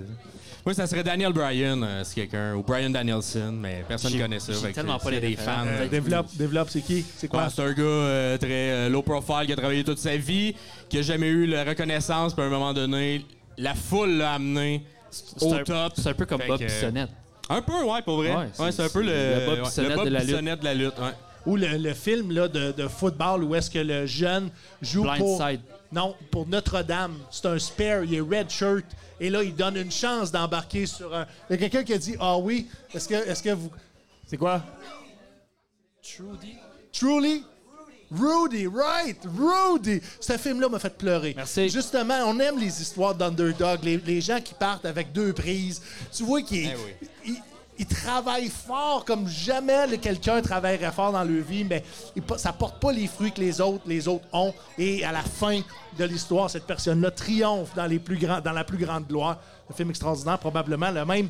Speaker 5: Moi, ça serait Daniel Bryan, euh, c'est quelqu'un, ou Bryan Danielson, mais personne
Speaker 1: J'ai-
Speaker 5: ne connaît ça.
Speaker 1: j'ai
Speaker 5: fait que
Speaker 1: tellement
Speaker 5: c'est-
Speaker 1: pas les
Speaker 5: c'est des
Speaker 1: références.
Speaker 5: fans.
Speaker 1: Euh,
Speaker 5: Ouais.
Speaker 2: Développe, développe, c'est qui? C'est quoi?
Speaker 5: Ouais, c'est un gars euh, très euh, low profile qui a travaillé toute sa vie, qui a jamais eu la reconnaissance, puis à un moment donné, la foule l'a amené
Speaker 1: C'est
Speaker 5: au
Speaker 1: un-
Speaker 5: top.
Speaker 1: C'est un peu comme
Speaker 5: Fait
Speaker 1: Bob
Speaker 5: que-
Speaker 1: Bissonnette.
Speaker 5: Un peu, ouais, pour vrai.
Speaker 1: Ouais,
Speaker 5: Ouais,
Speaker 1: c'est-
Speaker 5: c'est un peu le,
Speaker 1: c'est le Bob Bissonnette
Speaker 5: ouais,
Speaker 1: de la lutte.
Speaker 5: Bissonnette de la lutte. ouais.
Speaker 2: Ou le, le film là, de, de football où est-ce que le jeune joue pour...
Speaker 1: Blindside.
Speaker 2: Non, pour Notre-Dame. C'est un spare, il est red shirt. Et là, il donne une chance d'embarquer sur un... Il y a quelqu'un qui a dit, ah oui, est-ce que, est que vous...
Speaker 4: C'est quoi?
Speaker 1: Ben,
Speaker 2: Truly? Rudy, right, Rudy. Ce film-là m'a fait pleurer.
Speaker 1: Merci.
Speaker 2: Justement, on aime les histoires d'underdog, les, les gens qui partent avec deux prises. Tu vois qu'ils
Speaker 5: Eh oui.
Speaker 2: ils- ils travaillent fort comme jamais le- quelqu'un travaillerait fort dans leur vie, mais ils po- ça porte pas les fruits que les autres, les autres ont. Et à la fin de l'histoire, cette personne-là triomphe dans, les plus grands, dans la plus grande gloire. Un film extraordinaire, probablement le même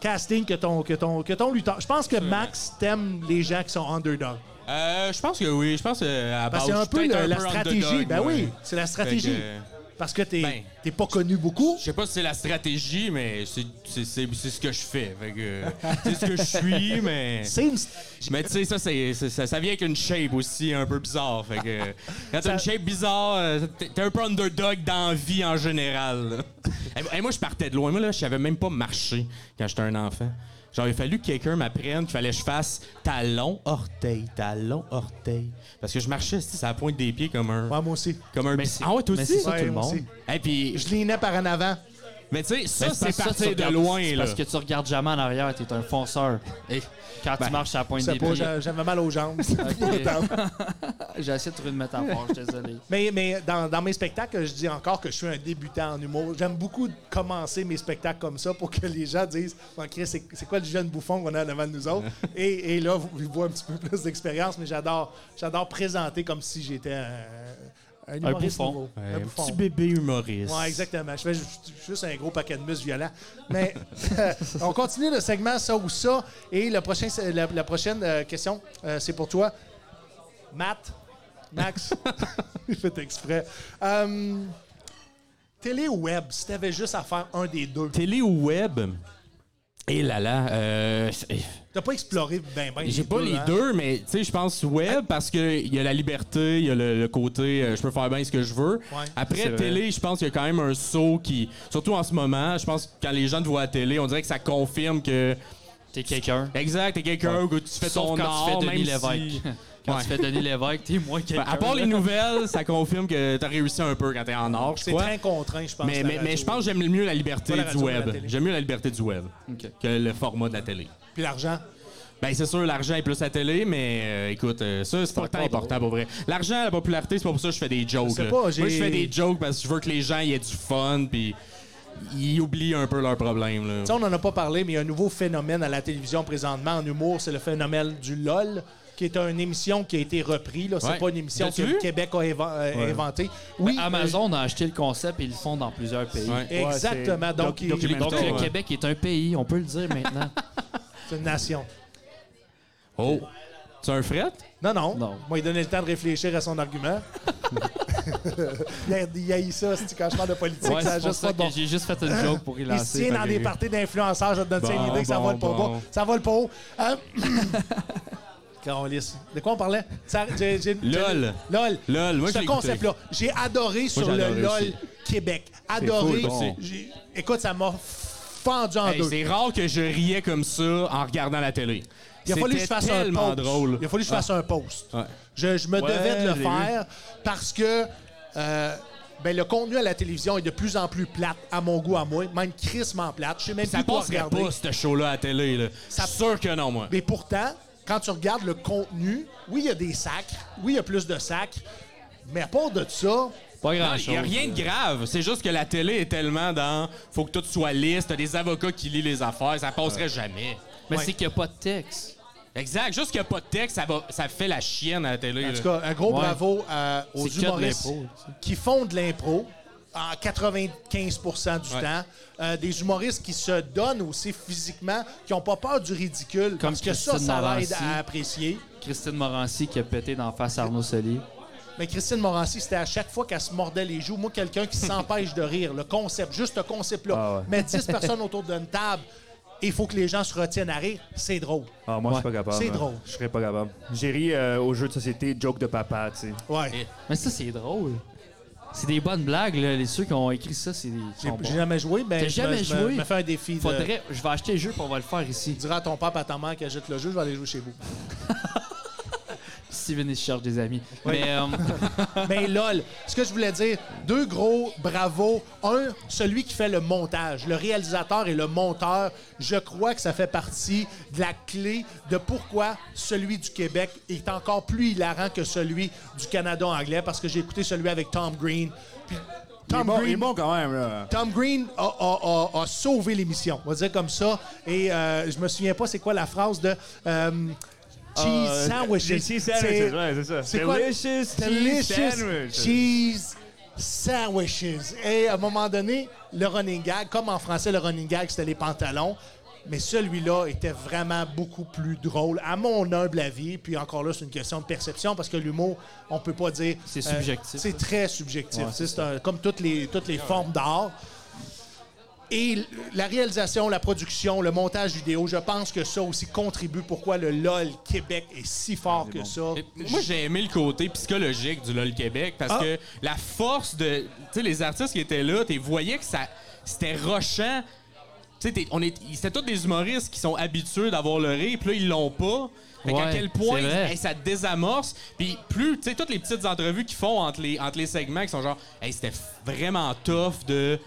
Speaker 2: casting que ton, que ton, que ton lutteur. Je pense que Max t'aime les gens qui sont underdogs.
Speaker 5: Euh, je pense que oui, je pense que à
Speaker 2: Parce que
Speaker 5: base,
Speaker 2: c'est un
Speaker 5: je suis
Speaker 2: peu
Speaker 5: peut-être
Speaker 2: le-
Speaker 5: un
Speaker 2: la
Speaker 5: peu
Speaker 2: stratégie.
Speaker 5: underdog,
Speaker 2: ben
Speaker 5: ouais.
Speaker 2: oui, c'est la
Speaker 5: Fait que,
Speaker 2: stratégie.
Speaker 5: euh,
Speaker 2: Parce que t'es
Speaker 5: Ben.
Speaker 2: t'es pas connu beaucoup.
Speaker 5: Je sais pas si c'est la stratégie, mais c'est- c'est c'est- c'est ce que je fais. Fait que, euh, c'est ce que je suis, mais.
Speaker 2: C'est une-
Speaker 5: Mais tu sais, ça, c'est- c'est- ça, ça vient avec une shape aussi un peu bizarre. Fait que, quand t'as une shape bizarre, euh, t'es t'es un peu underdog dans la vie en général. là. Et, et moi, je partais de loin. Moi, là, je savais même pas marcher quand j'étais un enfant. Genre, il a fallu que quelqu'un m'apprenne qu'il fallait que je fasse talon, orteil, talon, orteil. Parce que je marchais c'est à la pointe des pieds comme un.
Speaker 2: Ouais, moi aussi.
Speaker 5: Comme un ah ouais, toi aussi?
Speaker 2: ça, Ouais, tout le moi monde. aussi.
Speaker 5: Et puis,
Speaker 2: Je linais par en avant.
Speaker 5: mais tu sais, ça,
Speaker 1: Ben,
Speaker 5: c'est
Speaker 1: parce que
Speaker 5: parti
Speaker 1: tu
Speaker 5: de
Speaker 1: regardes-
Speaker 5: loin,
Speaker 1: c'est
Speaker 5: là.
Speaker 1: Parce que tu regardes jamais en arrière, t'es un fonceur. Quand
Speaker 5: ben,
Speaker 1: tu marches à la pointe
Speaker 2: Je sais
Speaker 1: des
Speaker 2: pas,
Speaker 1: pieds.
Speaker 2: j'a- j'avais mal aux jambes.
Speaker 1: Ok. J'ai essayé de trouver une métaphore, je suis désolé.
Speaker 2: Mais, mais dans, dans mes spectacles, je dis encore que je suis un débutant en humour. J'aime beaucoup commencer mes spectacles comme ça pour que les gens disent Bon, Chris, c'est c'est quoi le jeune bouffon qu'on a en avant de nous autres et, et là, vous, vous voyez un petit peu plus d'expérience, mais j'adore j'adore présenter comme si j'étais un, un humoriste
Speaker 1: bouffon.
Speaker 2: nouveau.
Speaker 5: Ouais,
Speaker 2: un
Speaker 5: un
Speaker 2: bouffon.
Speaker 5: petit bébé humoriste.
Speaker 2: Ouais, exactement. Je fais ju- juste un gros paquet de muscles violents. Mais euh, on continue le segment ça ou ça. Et le prochain, se- la, la prochaine euh, question, euh, c'est pour toi. Matt, Max, il fait exprès. Euh, télé ou web, si t'avais juste à faire un des deux.
Speaker 5: Télé ou web? Et là là, euh, c'est-
Speaker 2: T'as pas exploré ben ben.
Speaker 5: j'ai pas les
Speaker 2: hein?
Speaker 5: deux, mais tu sais, je pense web parce que il y a la liberté, il y a le, le côté, euh, je peux faire bien ce que je veux.
Speaker 2: Ouais.
Speaker 5: Après télé, je pense qu'il y a quand même un saut qui, surtout en ce moment, je pense que quand les gens te voient à télé, on dirait que ça confirme que
Speaker 1: T'es quelqu'un.
Speaker 5: exact, t'es quelqu'un où tu fais
Speaker 1: Sauf
Speaker 5: ton
Speaker 1: quand
Speaker 5: art,
Speaker 1: tu fais Denis
Speaker 5: même
Speaker 1: Lévesque.
Speaker 5: si-
Speaker 1: Quand
Speaker 5: Ouais.
Speaker 1: tu fais Denis Lévesque, t'es moins quelqu'un.
Speaker 5: Ben, à part les
Speaker 1: là.
Speaker 5: nouvelles, ça confirme que t'as réussi un peu quand t'es en or, je
Speaker 2: C'est
Speaker 5: crois.
Speaker 2: très contraint, je pense.
Speaker 5: Mais,
Speaker 2: la
Speaker 5: mais, mais
Speaker 2: radio.
Speaker 5: je pense que j'aime mieux la liberté
Speaker 2: Pas la
Speaker 5: du
Speaker 2: radio, mais la
Speaker 5: web.
Speaker 2: télé.
Speaker 5: J'aime mieux la liberté du web
Speaker 1: Ok.
Speaker 5: que le format de la télé.
Speaker 2: Puis l'argent.
Speaker 5: Ben c'est sûr, l'argent est plus la télé, mais euh, écoute, euh, ça c'est pas tant important pour vrai. L'argent, la popularité, c'est pas pour ça que je fais des jokes.
Speaker 2: sais
Speaker 5: là.
Speaker 2: pas,
Speaker 5: Moi,
Speaker 2: j'ai-
Speaker 5: je fais des jokes parce que je veux que les gens y aient du fun, puis ils oublient un peu leurs problèmes. là.
Speaker 2: Ça, on n'en a pas parlé, mais il y a un nouveau phénomène à la télévision présentement en humour, c'est le phénomène du LOL, qui est une émission qui a été reprise. C'est
Speaker 5: Ouais.
Speaker 2: pas une émission que
Speaker 5: L'as-tu
Speaker 2: le
Speaker 5: vu?
Speaker 2: Québec a éva- euh, inventée. Oui,
Speaker 1: Ben, Amazon a acheté le concept et ils le font dans plusieurs pays.
Speaker 5: Ouais.
Speaker 2: euh, exactement.
Speaker 4: Ouais, c'est
Speaker 2: donc,
Speaker 4: docu-
Speaker 2: il-
Speaker 4: documentaire.
Speaker 1: Donc,
Speaker 5: Ouais.
Speaker 1: le Québec est un pays, on peut le dire maintenant.
Speaker 2: c'est une nation.
Speaker 5: Oh! Tu un fret?
Speaker 2: Non, non.
Speaker 1: Non.
Speaker 2: Moi, il donnait le temps de réfléchir à son argument. il, a, il haït ça, c'est quand je parle de politique,
Speaker 1: Ouais,
Speaker 2: ça a
Speaker 1: c'est pour
Speaker 2: juste pas
Speaker 1: ça
Speaker 2: de
Speaker 1: que
Speaker 2: bon
Speaker 1: j'ai juste fait une joke pour y
Speaker 2: Il se
Speaker 1: lancer.
Speaker 2: tient dans
Speaker 5: ok.
Speaker 2: des parties d'influenceurs, je te donne ça une
Speaker 5: Bon,
Speaker 2: idée que ça
Speaker 5: bon,
Speaker 2: vole pas
Speaker 5: bon.
Speaker 2: bas. Ça vole pas haut. Hein? Carlis. De quoi on parlait? Ça- j'ai- j'ai-
Speaker 5: LOL.
Speaker 2: j'ai- LOL.
Speaker 5: LOL, moi, je
Speaker 2: Ce
Speaker 5: l'ai écouté.
Speaker 2: concept-là. J'ai adoré sur
Speaker 5: j'ai
Speaker 2: le
Speaker 5: adoré
Speaker 2: LOL
Speaker 5: aussi.
Speaker 2: Québec. Adoré.
Speaker 5: fou, bon.
Speaker 2: J'ai- Écoute, ça m'a fendu en
Speaker 5: Hey,
Speaker 2: deux.
Speaker 5: c'est rare que je riais comme ça en regardant la télé.
Speaker 2: Il a fallu que je
Speaker 5: C'était
Speaker 2: fasse un
Speaker 5: tellement
Speaker 2: post.
Speaker 5: drôle.
Speaker 2: Il a fallu que je fasse un post.
Speaker 5: Ouais.
Speaker 2: Je, je me
Speaker 5: Ouais,
Speaker 2: devais de le
Speaker 5: j'ai
Speaker 2: faire parce que euh, ben, le contenu à la télévision est de plus en plus plate, à mon goût, à moi. Même crissement plate. Je sais même
Speaker 5: Ça
Speaker 2: plus quoi
Speaker 5: passerait
Speaker 2: regarder.
Speaker 5: pas, ce show-là, à la télé. Là.
Speaker 2: Ça-
Speaker 5: Sûr que non, moi.
Speaker 2: Mais pourtant, quand tu regardes le contenu, oui, il y a des sacs, oui, il y a plus de sacs, mais à part de ça,
Speaker 1: Pas
Speaker 5: Non,
Speaker 1: grand
Speaker 5: Il n'y a rien de grave. C'est juste que la télé est tellement dans. Faut que tout soit lisse. T'as des avocats qui lisent les affaires. Ça passerait jamais.
Speaker 1: Mais
Speaker 2: Ouais.
Speaker 1: c'est qu'il n'y a pas de texte.
Speaker 5: Exact. Juste qu'il n'y a pas de texte, ça, va, ça fait la chienne à la télé.
Speaker 2: en
Speaker 5: là.
Speaker 2: tout cas, un gros
Speaker 1: Ouais.
Speaker 2: bravo euh, aux
Speaker 1: C'est que de
Speaker 2: humoristes
Speaker 1: l'impro,
Speaker 2: qui font de l'impro en 95 du
Speaker 5: Ouais.
Speaker 2: temps. Euh, des humoristes qui se donnent aussi physiquement, qui n'ont pas peur du ridicule,
Speaker 1: Comme
Speaker 2: parce que ça,
Speaker 1: Christine
Speaker 2: ça
Speaker 1: Morancy.
Speaker 2: l'aide à apprécier.
Speaker 1: Christine Morancy qui a pété d'en face à Arnaud Soli.
Speaker 2: Mais Christine Morancy, c'était à chaque fois qu'elle se mordait les joues. Moi, quelqu'un qui s'empêche de rire. Le concept, juste le concept-là.
Speaker 4: Ah ouais.
Speaker 2: Mais 10 personnes autour d'une table, il faut que les gens se retiennent à rire. C'est drôle.
Speaker 4: Ah, moi, je suis pas capable.
Speaker 2: C'est
Speaker 4: hein.
Speaker 2: drôle.
Speaker 4: Je serais pas capable. J'ai ri euh, aux jeux de société, joke de papa, tu sais.
Speaker 2: Ouais.
Speaker 1: Mais ça, c'est drôle. C'est des bonnes blagues, là. Les ceux qui ont écrit ça, c'est des.
Speaker 2: J'ai
Speaker 1: sont bons.
Speaker 2: j'ai jamais joué, mais
Speaker 1: T'as
Speaker 2: je
Speaker 1: jamais
Speaker 2: me, je me-
Speaker 1: joué?
Speaker 2: me fais un défi. De...
Speaker 1: Faudrait. Je vais acheter le jeu pour on va le faire ici.
Speaker 2: Dire à ton père et à ta mère qu'elle jette le jeu, je vais aller jouer chez vous.
Speaker 1: Steven, il se cherche des amis. Mais. euh,
Speaker 2: mais Ben, lol, ce que je voulais dire, deux gros bravo. Un, celui qui fait le montage, le réalisateur et le monteur, je crois que ça fait partie de la clé de pourquoi celui du Québec est encore plus hilarant que celui du Canada anglais, parce que j'ai écouté celui avec Tom Green. Puis Tom
Speaker 4: il, est bon, il est
Speaker 2: Green,
Speaker 4: bon quand même, là.
Speaker 2: Tom Green a, a- a- a sauvé l'émission, on va dire comme ça. Et euh, je me souviens pas c'est quoi la phrase de euh, Cheese
Speaker 4: Euh,
Speaker 2: sandwiches.
Speaker 4: des cheese sandwiches,
Speaker 2: C'est-
Speaker 4: ouais, c'est ça.
Speaker 2: C'est quoi?
Speaker 4: Delicious cheese
Speaker 2: Delicious
Speaker 4: sandwiches.
Speaker 2: cheese sandwiches. Et à un moment donné, le running gag, comme en français, le running gag, c'était les pantalons. mais celui-là était vraiment beaucoup plus drôle, à mon humble avis. Puis encore là, c'est une question de perception parce que l'humour, on peut pas dire. euh,
Speaker 1: C'est subjectif.
Speaker 2: c'est très subjectif. Tu sais, c'est un- comme toutes les, toutes les formes d'art. Et l- la réalisation, la production, le montage vidéo, je pense que ça aussi contribue pourquoi le LOL Québec est si fort que ça.
Speaker 5: Mais Moi, j'ai aimé le côté psychologique du LOL Québec parce
Speaker 2: Ah.
Speaker 5: que la force de. Tu sais, les artistes qui étaient là, tu voyais que ça c'était rochant. Tu sais, t'es- on est- c'était tous des humoristes qui sont habitués d'avoir le rire, puis là, ils l'ont pas. Fait qu'à
Speaker 1: Ouais,
Speaker 5: quel point
Speaker 1: c'est vrai.
Speaker 5: hey, ça désamorce. Puis plus, tu sais, toutes les petites entrevues qu'ils font entre les, entre les segments qui sont genre, hey, c'était f- vraiment tough de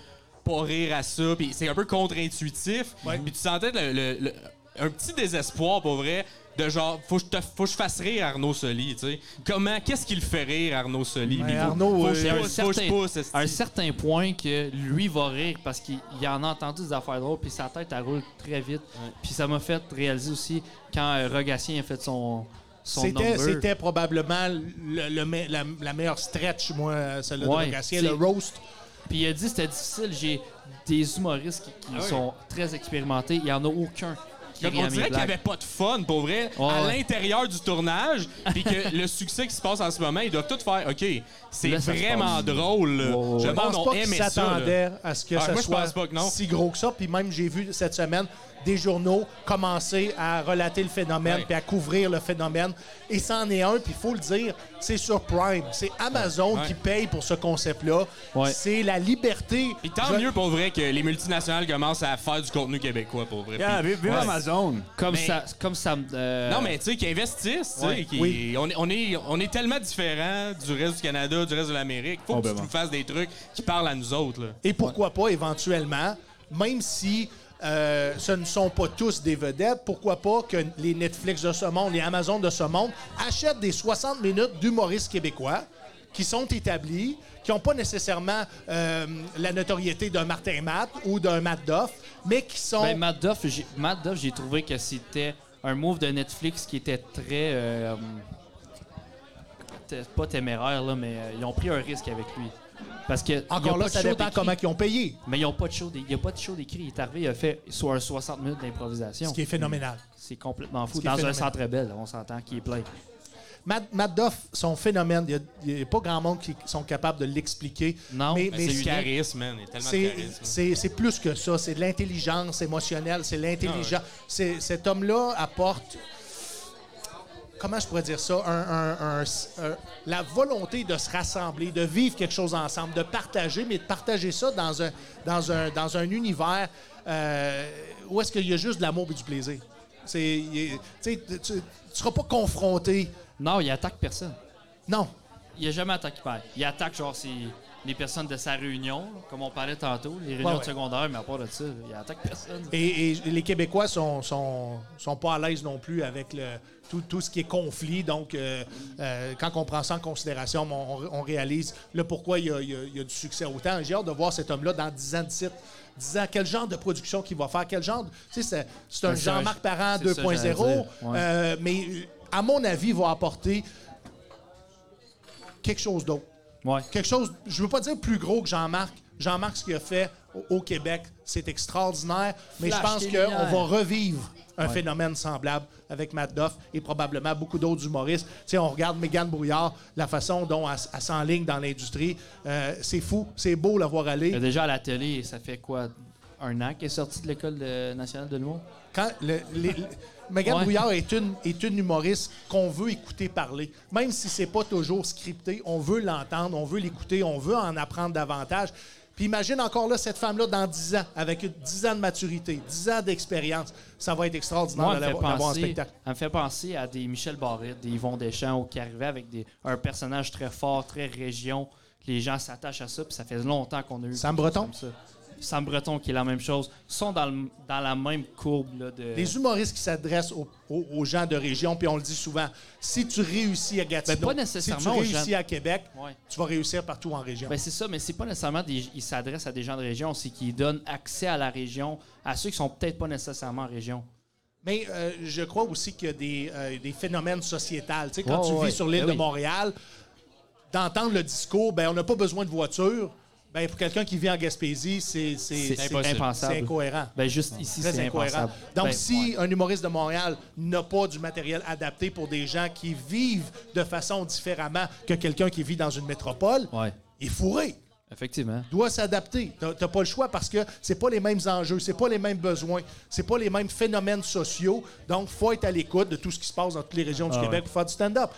Speaker 5: pas rire à ça. Puis c'est un peu contre-intuitif. Puis tu sentais le- le- le- un petit désespoir, pour vrai, de genre, faut que je, te- faut que je fasse rire Arnaud Soli, tu sais. Comment, qu'est-ce qu'il fait rire Arnaud Soli? Puis faut-
Speaker 2: Arnaud,
Speaker 5: faut,
Speaker 2: euh,
Speaker 5: que je
Speaker 1: Il y a un
Speaker 5: pousse, faut que je
Speaker 1: certain,
Speaker 5: pousse, esti.
Speaker 1: à un certain point que lui va rire parce qu'il il en a entendu des affaires drôles, puis sa tête, elle roule très vite. Puis ça m'a fait réaliser aussi quand euh, Rogatien a fait son, son
Speaker 2: C'était,
Speaker 1: number.
Speaker 2: c'était probablement le, le me- la, la meilleure stretch, moi, euh, celle-là
Speaker 1: Ouais,
Speaker 2: de Rogatien,
Speaker 1: c'est-
Speaker 2: le roast.
Speaker 1: Puis il a dit c'était difficile, j'ai des humoristes qui, qui sont très expérimentés, il n'y en a aucun qui
Speaker 5: Ah Comme
Speaker 1: rit
Speaker 5: on
Speaker 1: à mes
Speaker 5: dirait qu'il n'y
Speaker 1: blagues.
Speaker 5: avait pas de fun, pour vrai,
Speaker 1: Ouais,
Speaker 5: à
Speaker 1: ouais.
Speaker 5: l'intérieur du tournage, puis que le succès qui se passe en ce moment, ils doivent tout faire. OK, c'est
Speaker 1: Là, ça se
Speaker 5: vraiment
Speaker 1: passe.
Speaker 5: drôle. là.
Speaker 1: Ouais, ouais,
Speaker 5: Je
Speaker 1: ouais.
Speaker 2: Je pense
Speaker 5: pense
Speaker 2: pas
Speaker 5: qu'on
Speaker 2: qu'ils
Speaker 5: aimait ça. là.
Speaker 2: s'attendaient à ce que
Speaker 5: Ah,
Speaker 2: ça
Speaker 5: moi, je
Speaker 2: soit
Speaker 5: pense pas que non.
Speaker 2: si gros que ça. Puis même, j'ai vu cette semaine des journaux commencer à relater le phénomène
Speaker 5: Ouais.
Speaker 2: puis à couvrir le phénomène. Et c'en est un, puis il faut le dire, c'est sur Prime. C'est Amazon
Speaker 5: Ouais.
Speaker 2: qui paye pour ce concept-là.
Speaker 1: Ouais.
Speaker 2: C'est la liberté.
Speaker 5: Puis tant
Speaker 2: Je-
Speaker 5: mieux pour vrai que les multinationales commencent à faire du contenu québécois pour vrai.
Speaker 4: Yeah,
Speaker 5: Puis-
Speaker 4: vive, vive
Speaker 5: Ouais.
Speaker 4: Amazon.
Speaker 1: Comme,
Speaker 5: Mais-
Speaker 1: ça, comme ça me- euh,
Speaker 5: Non, mais tu sais, qu'ils investissent. tu sais,
Speaker 1: Ouais.
Speaker 5: qu'ils-
Speaker 2: Oui.
Speaker 5: on, est, on, est, on est tellement différents du reste du Canada, du reste de l'Amérique. Faut que tu
Speaker 4: Complètement.
Speaker 5: nous fasses des trucs qui parlent à nous autres. là.
Speaker 2: Et pourquoi pas éventuellement, même si euh, ce ne sont pas tous des vedettes, pourquoi pas que les Netflix de ce monde, les Amazon de ce monde achètent des 60 minutes d'humoristes québécois qui sont établis, qui n'ont pas nécessairement euh, la notoriété d'un Martin Matt ou d'un Matt Doff, mais qui sont...
Speaker 1: Ben, Matt Duff, j'ai Matt Duff, j'ai trouvé que c'était un move de Netflix qui était très. euh, t- pas téméraire, là, mais euh, ils ont pris un risque avec lui. Parce que. il y a
Speaker 2: encore
Speaker 1: pas
Speaker 2: là,
Speaker 1: de
Speaker 2: ça
Speaker 1: show
Speaker 2: dépend
Speaker 1: d'écrit.
Speaker 2: comment ils ont payé,
Speaker 1: Mais ils ont pas de show, d'é- il n'y a pas de show d'écrit. Il est arrivé, il a fait soit un 60 minutes d'improvisation.
Speaker 2: ce qui est phénoménal.
Speaker 1: C'est complètement fou.
Speaker 2: Ce qui est
Speaker 1: Dans un
Speaker 2: phénoménal.
Speaker 1: centre belle, on s'entend qu'il est plein.
Speaker 2: Matt, Matt Doff, son phénomène, il n'y a, pas grand monde qui sont capables de l'expliquer.
Speaker 1: Non,
Speaker 2: mais,
Speaker 5: Ben,
Speaker 2: mais
Speaker 5: c'est
Speaker 2: ce
Speaker 5: du
Speaker 2: qui est-
Speaker 5: charisme, man. Il y a tellement de
Speaker 2: C'est-
Speaker 5: charisme.
Speaker 2: C'est c'est plus que ça. C'est de l'intelligence émotionnelle. C'est
Speaker 5: Ah
Speaker 2: l'intelligence. C'est- Cet homme-là apporte. Comment je pourrais dire ça? Un- un- un- un- la volonté de se rassembler, de vivre quelque chose ensemble, de partager, mais de partager ça dans un, dans un, dans un univers euh, où est-ce qu'il y a juste de l'amour et du plaisir. C'est- il est- tu sais, tu- tu ne seras pas confronté.
Speaker 1: Non, il attaque personne.
Speaker 2: Non.
Speaker 1: Il a jamais attaqué personne. Il attaque, genre, ses- les personnes de sa réunion, là, comme on parlait tantôt, les réunions
Speaker 2: Ouais, ouais.
Speaker 1: de secondaire, mais à part de ça, il attaque personne.
Speaker 2: Et, et les Québécois sont, sont, sont pas à l'aise non plus avec le, tout, tout ce qui est conflit. Donc, euh, euh, quand on prend ça en considération, on, on- on réalise le pourquoi il y a, il y a- il y a du succès autant. J'ai hâte de voir cet homme-là dans 10 ans de site. 10 ans, quel genre de production qu'il va faire, quel genre. Tu sais, c'est- c'est un
Speaker 1: Ben, C'est ça,
Speaker 2: Jean-Marc Parent
Speaker 1: c'est ça, j'allais
Speaker 2: 2.0,
Speaker 1: dire, ouais.
Speaker 2: euh, mais euh, à mon avis, il va apporter quelque chose d'autre
Speaker 1: Ouais.
Speaker 2: quelque chose, je veux pas dire plus gros que Jean-Marc. Jean-Marc, ce qu'il a fait au, au Québec, c'est extraordinaire, mais je
Speaker 1: Flash
Speaker 2: pense
Speaker 1: tes
Speaker 2: qu'on
Speaker 1: lumières.
Speaker 2: va revivre un phénomène semblable avec Matt Doff et probablement beaucoup d'autres humoristes. Tu sais, on regarde Mégane Brouillard, la façon dont elle, s- elle s'enligne dans l'industrie. Euh, c'est fou, c'est beau la voir
Speaker 1: Euh,
Speaker 2: aller.
Speaker 1: Déjà à la télé, ça fait quoi un an qu'elle est sortie de l'école de- nationale de l'humour?
Speaker 2: Quand le- les- les- Mégane
Speaker 1: Ouais.
Speaker 2: Brouillard est une, est une humoriste qu'on veut écouter parler. Même si c'est pas toujours scripté, on veut l'entendre, on veut l'écouter, on veut en apprendre davantage. Puis imagine encore là cette femme-là dans 10 ans, avec 10 ans de maturité, 10 ans d'expérience. Ça va être extraordinaire
Speaker 1: Moi,
Speaker 2: de
Speaker 1: elle me,
Speaker 2: la
Speaker 1: fait
Speaker 2: vo- de la voir en
Speaker 1: penser,
Speaker 2: spectacle.
Speaker 1: elle me fait penser à des Michel Barrette, des Yvon Deschamps, ou qui arrivaient avec des, un personnage très fort, très région. Les gens s'attachent à ça, puis ça fait longtemps qu'on a eu.
Speaker 2: Sam
Speaker 1: quelque chose
Speaker 2: Breton?
Speaker 1: comme ça. Sam Breton, qui est la même chose, sont dans, le- dans la même courbe là, de.
Speaker 2: Les humoristes qui s'adressent aux, aux- aux gens de région, puis on le dit souvent, si tu réussis à Gatineau,
Speaker 1: Ben, pas nécessairement
Speaker 2: si tu
Speaker 1: aux
Speaker 2: réussis
Speaker 1: gens.
Speaker 2: à Québec,
Speaker 1: Ouais.
Speaker 2: tu vas réussir partout en région.
Speaker 1: Ben, c'est ça, mais c'est pas nécessairement des, ils s'adressent à des gens de région, c'est qu'ils donnent accès à la région, à ceux qui sont peut-être pas nécessairement en région.
Speaker 2: Mais euh, je crois aussi qu'il y a des, euh, des phénomènes sociétals. Tu sais, quand
Speaker 1: Ouais,
Speaker 2: tu vis
Speaker 1: ouais,
Speaker 2: sur l'île
Speaker 1: ben
Speaker 2: de
Speaker 1: oui.
Speaker 2: Montréal, d'entendre le discours, ben on n'a pas besoin de voiture. Ben, pour quelqu'un qui vit en Gaspésie, c'est c'est-
Speaker 1: C'est impossible.
Speaker 2: c'est incohérent.
Speaker 1: Ben, juste ici,
Speaker 2: Ah. Très
Speaker 1: c'est
Speaker 2: incohérent.
Speaker 1: impensable.
Speaker 2: Donc,
Speaker 1: Ben,
Speaker 2: si un humoriste de Montréal n'a pas du matériel adapté pour des gens qui vivent de façon différemment que quelqu'un qui vit dans une métropole,
Speaker 1: Ouais,
Speaker 2: il est fourré.
Speaker 1: effectivement.
Speaker 2: doit s'adapter. T'as t'as pas le choix parce que c'est pas les mêmes enjeux, c'est pas les mêmes besoins, c'est pas les mêmes phénomènes sociaux. Donc, faut être à l'écoute de tout ce qui se passe dans toutes les régions
Speaker 4: Ah
Speaker 2: du Québec pour faire du stand-up.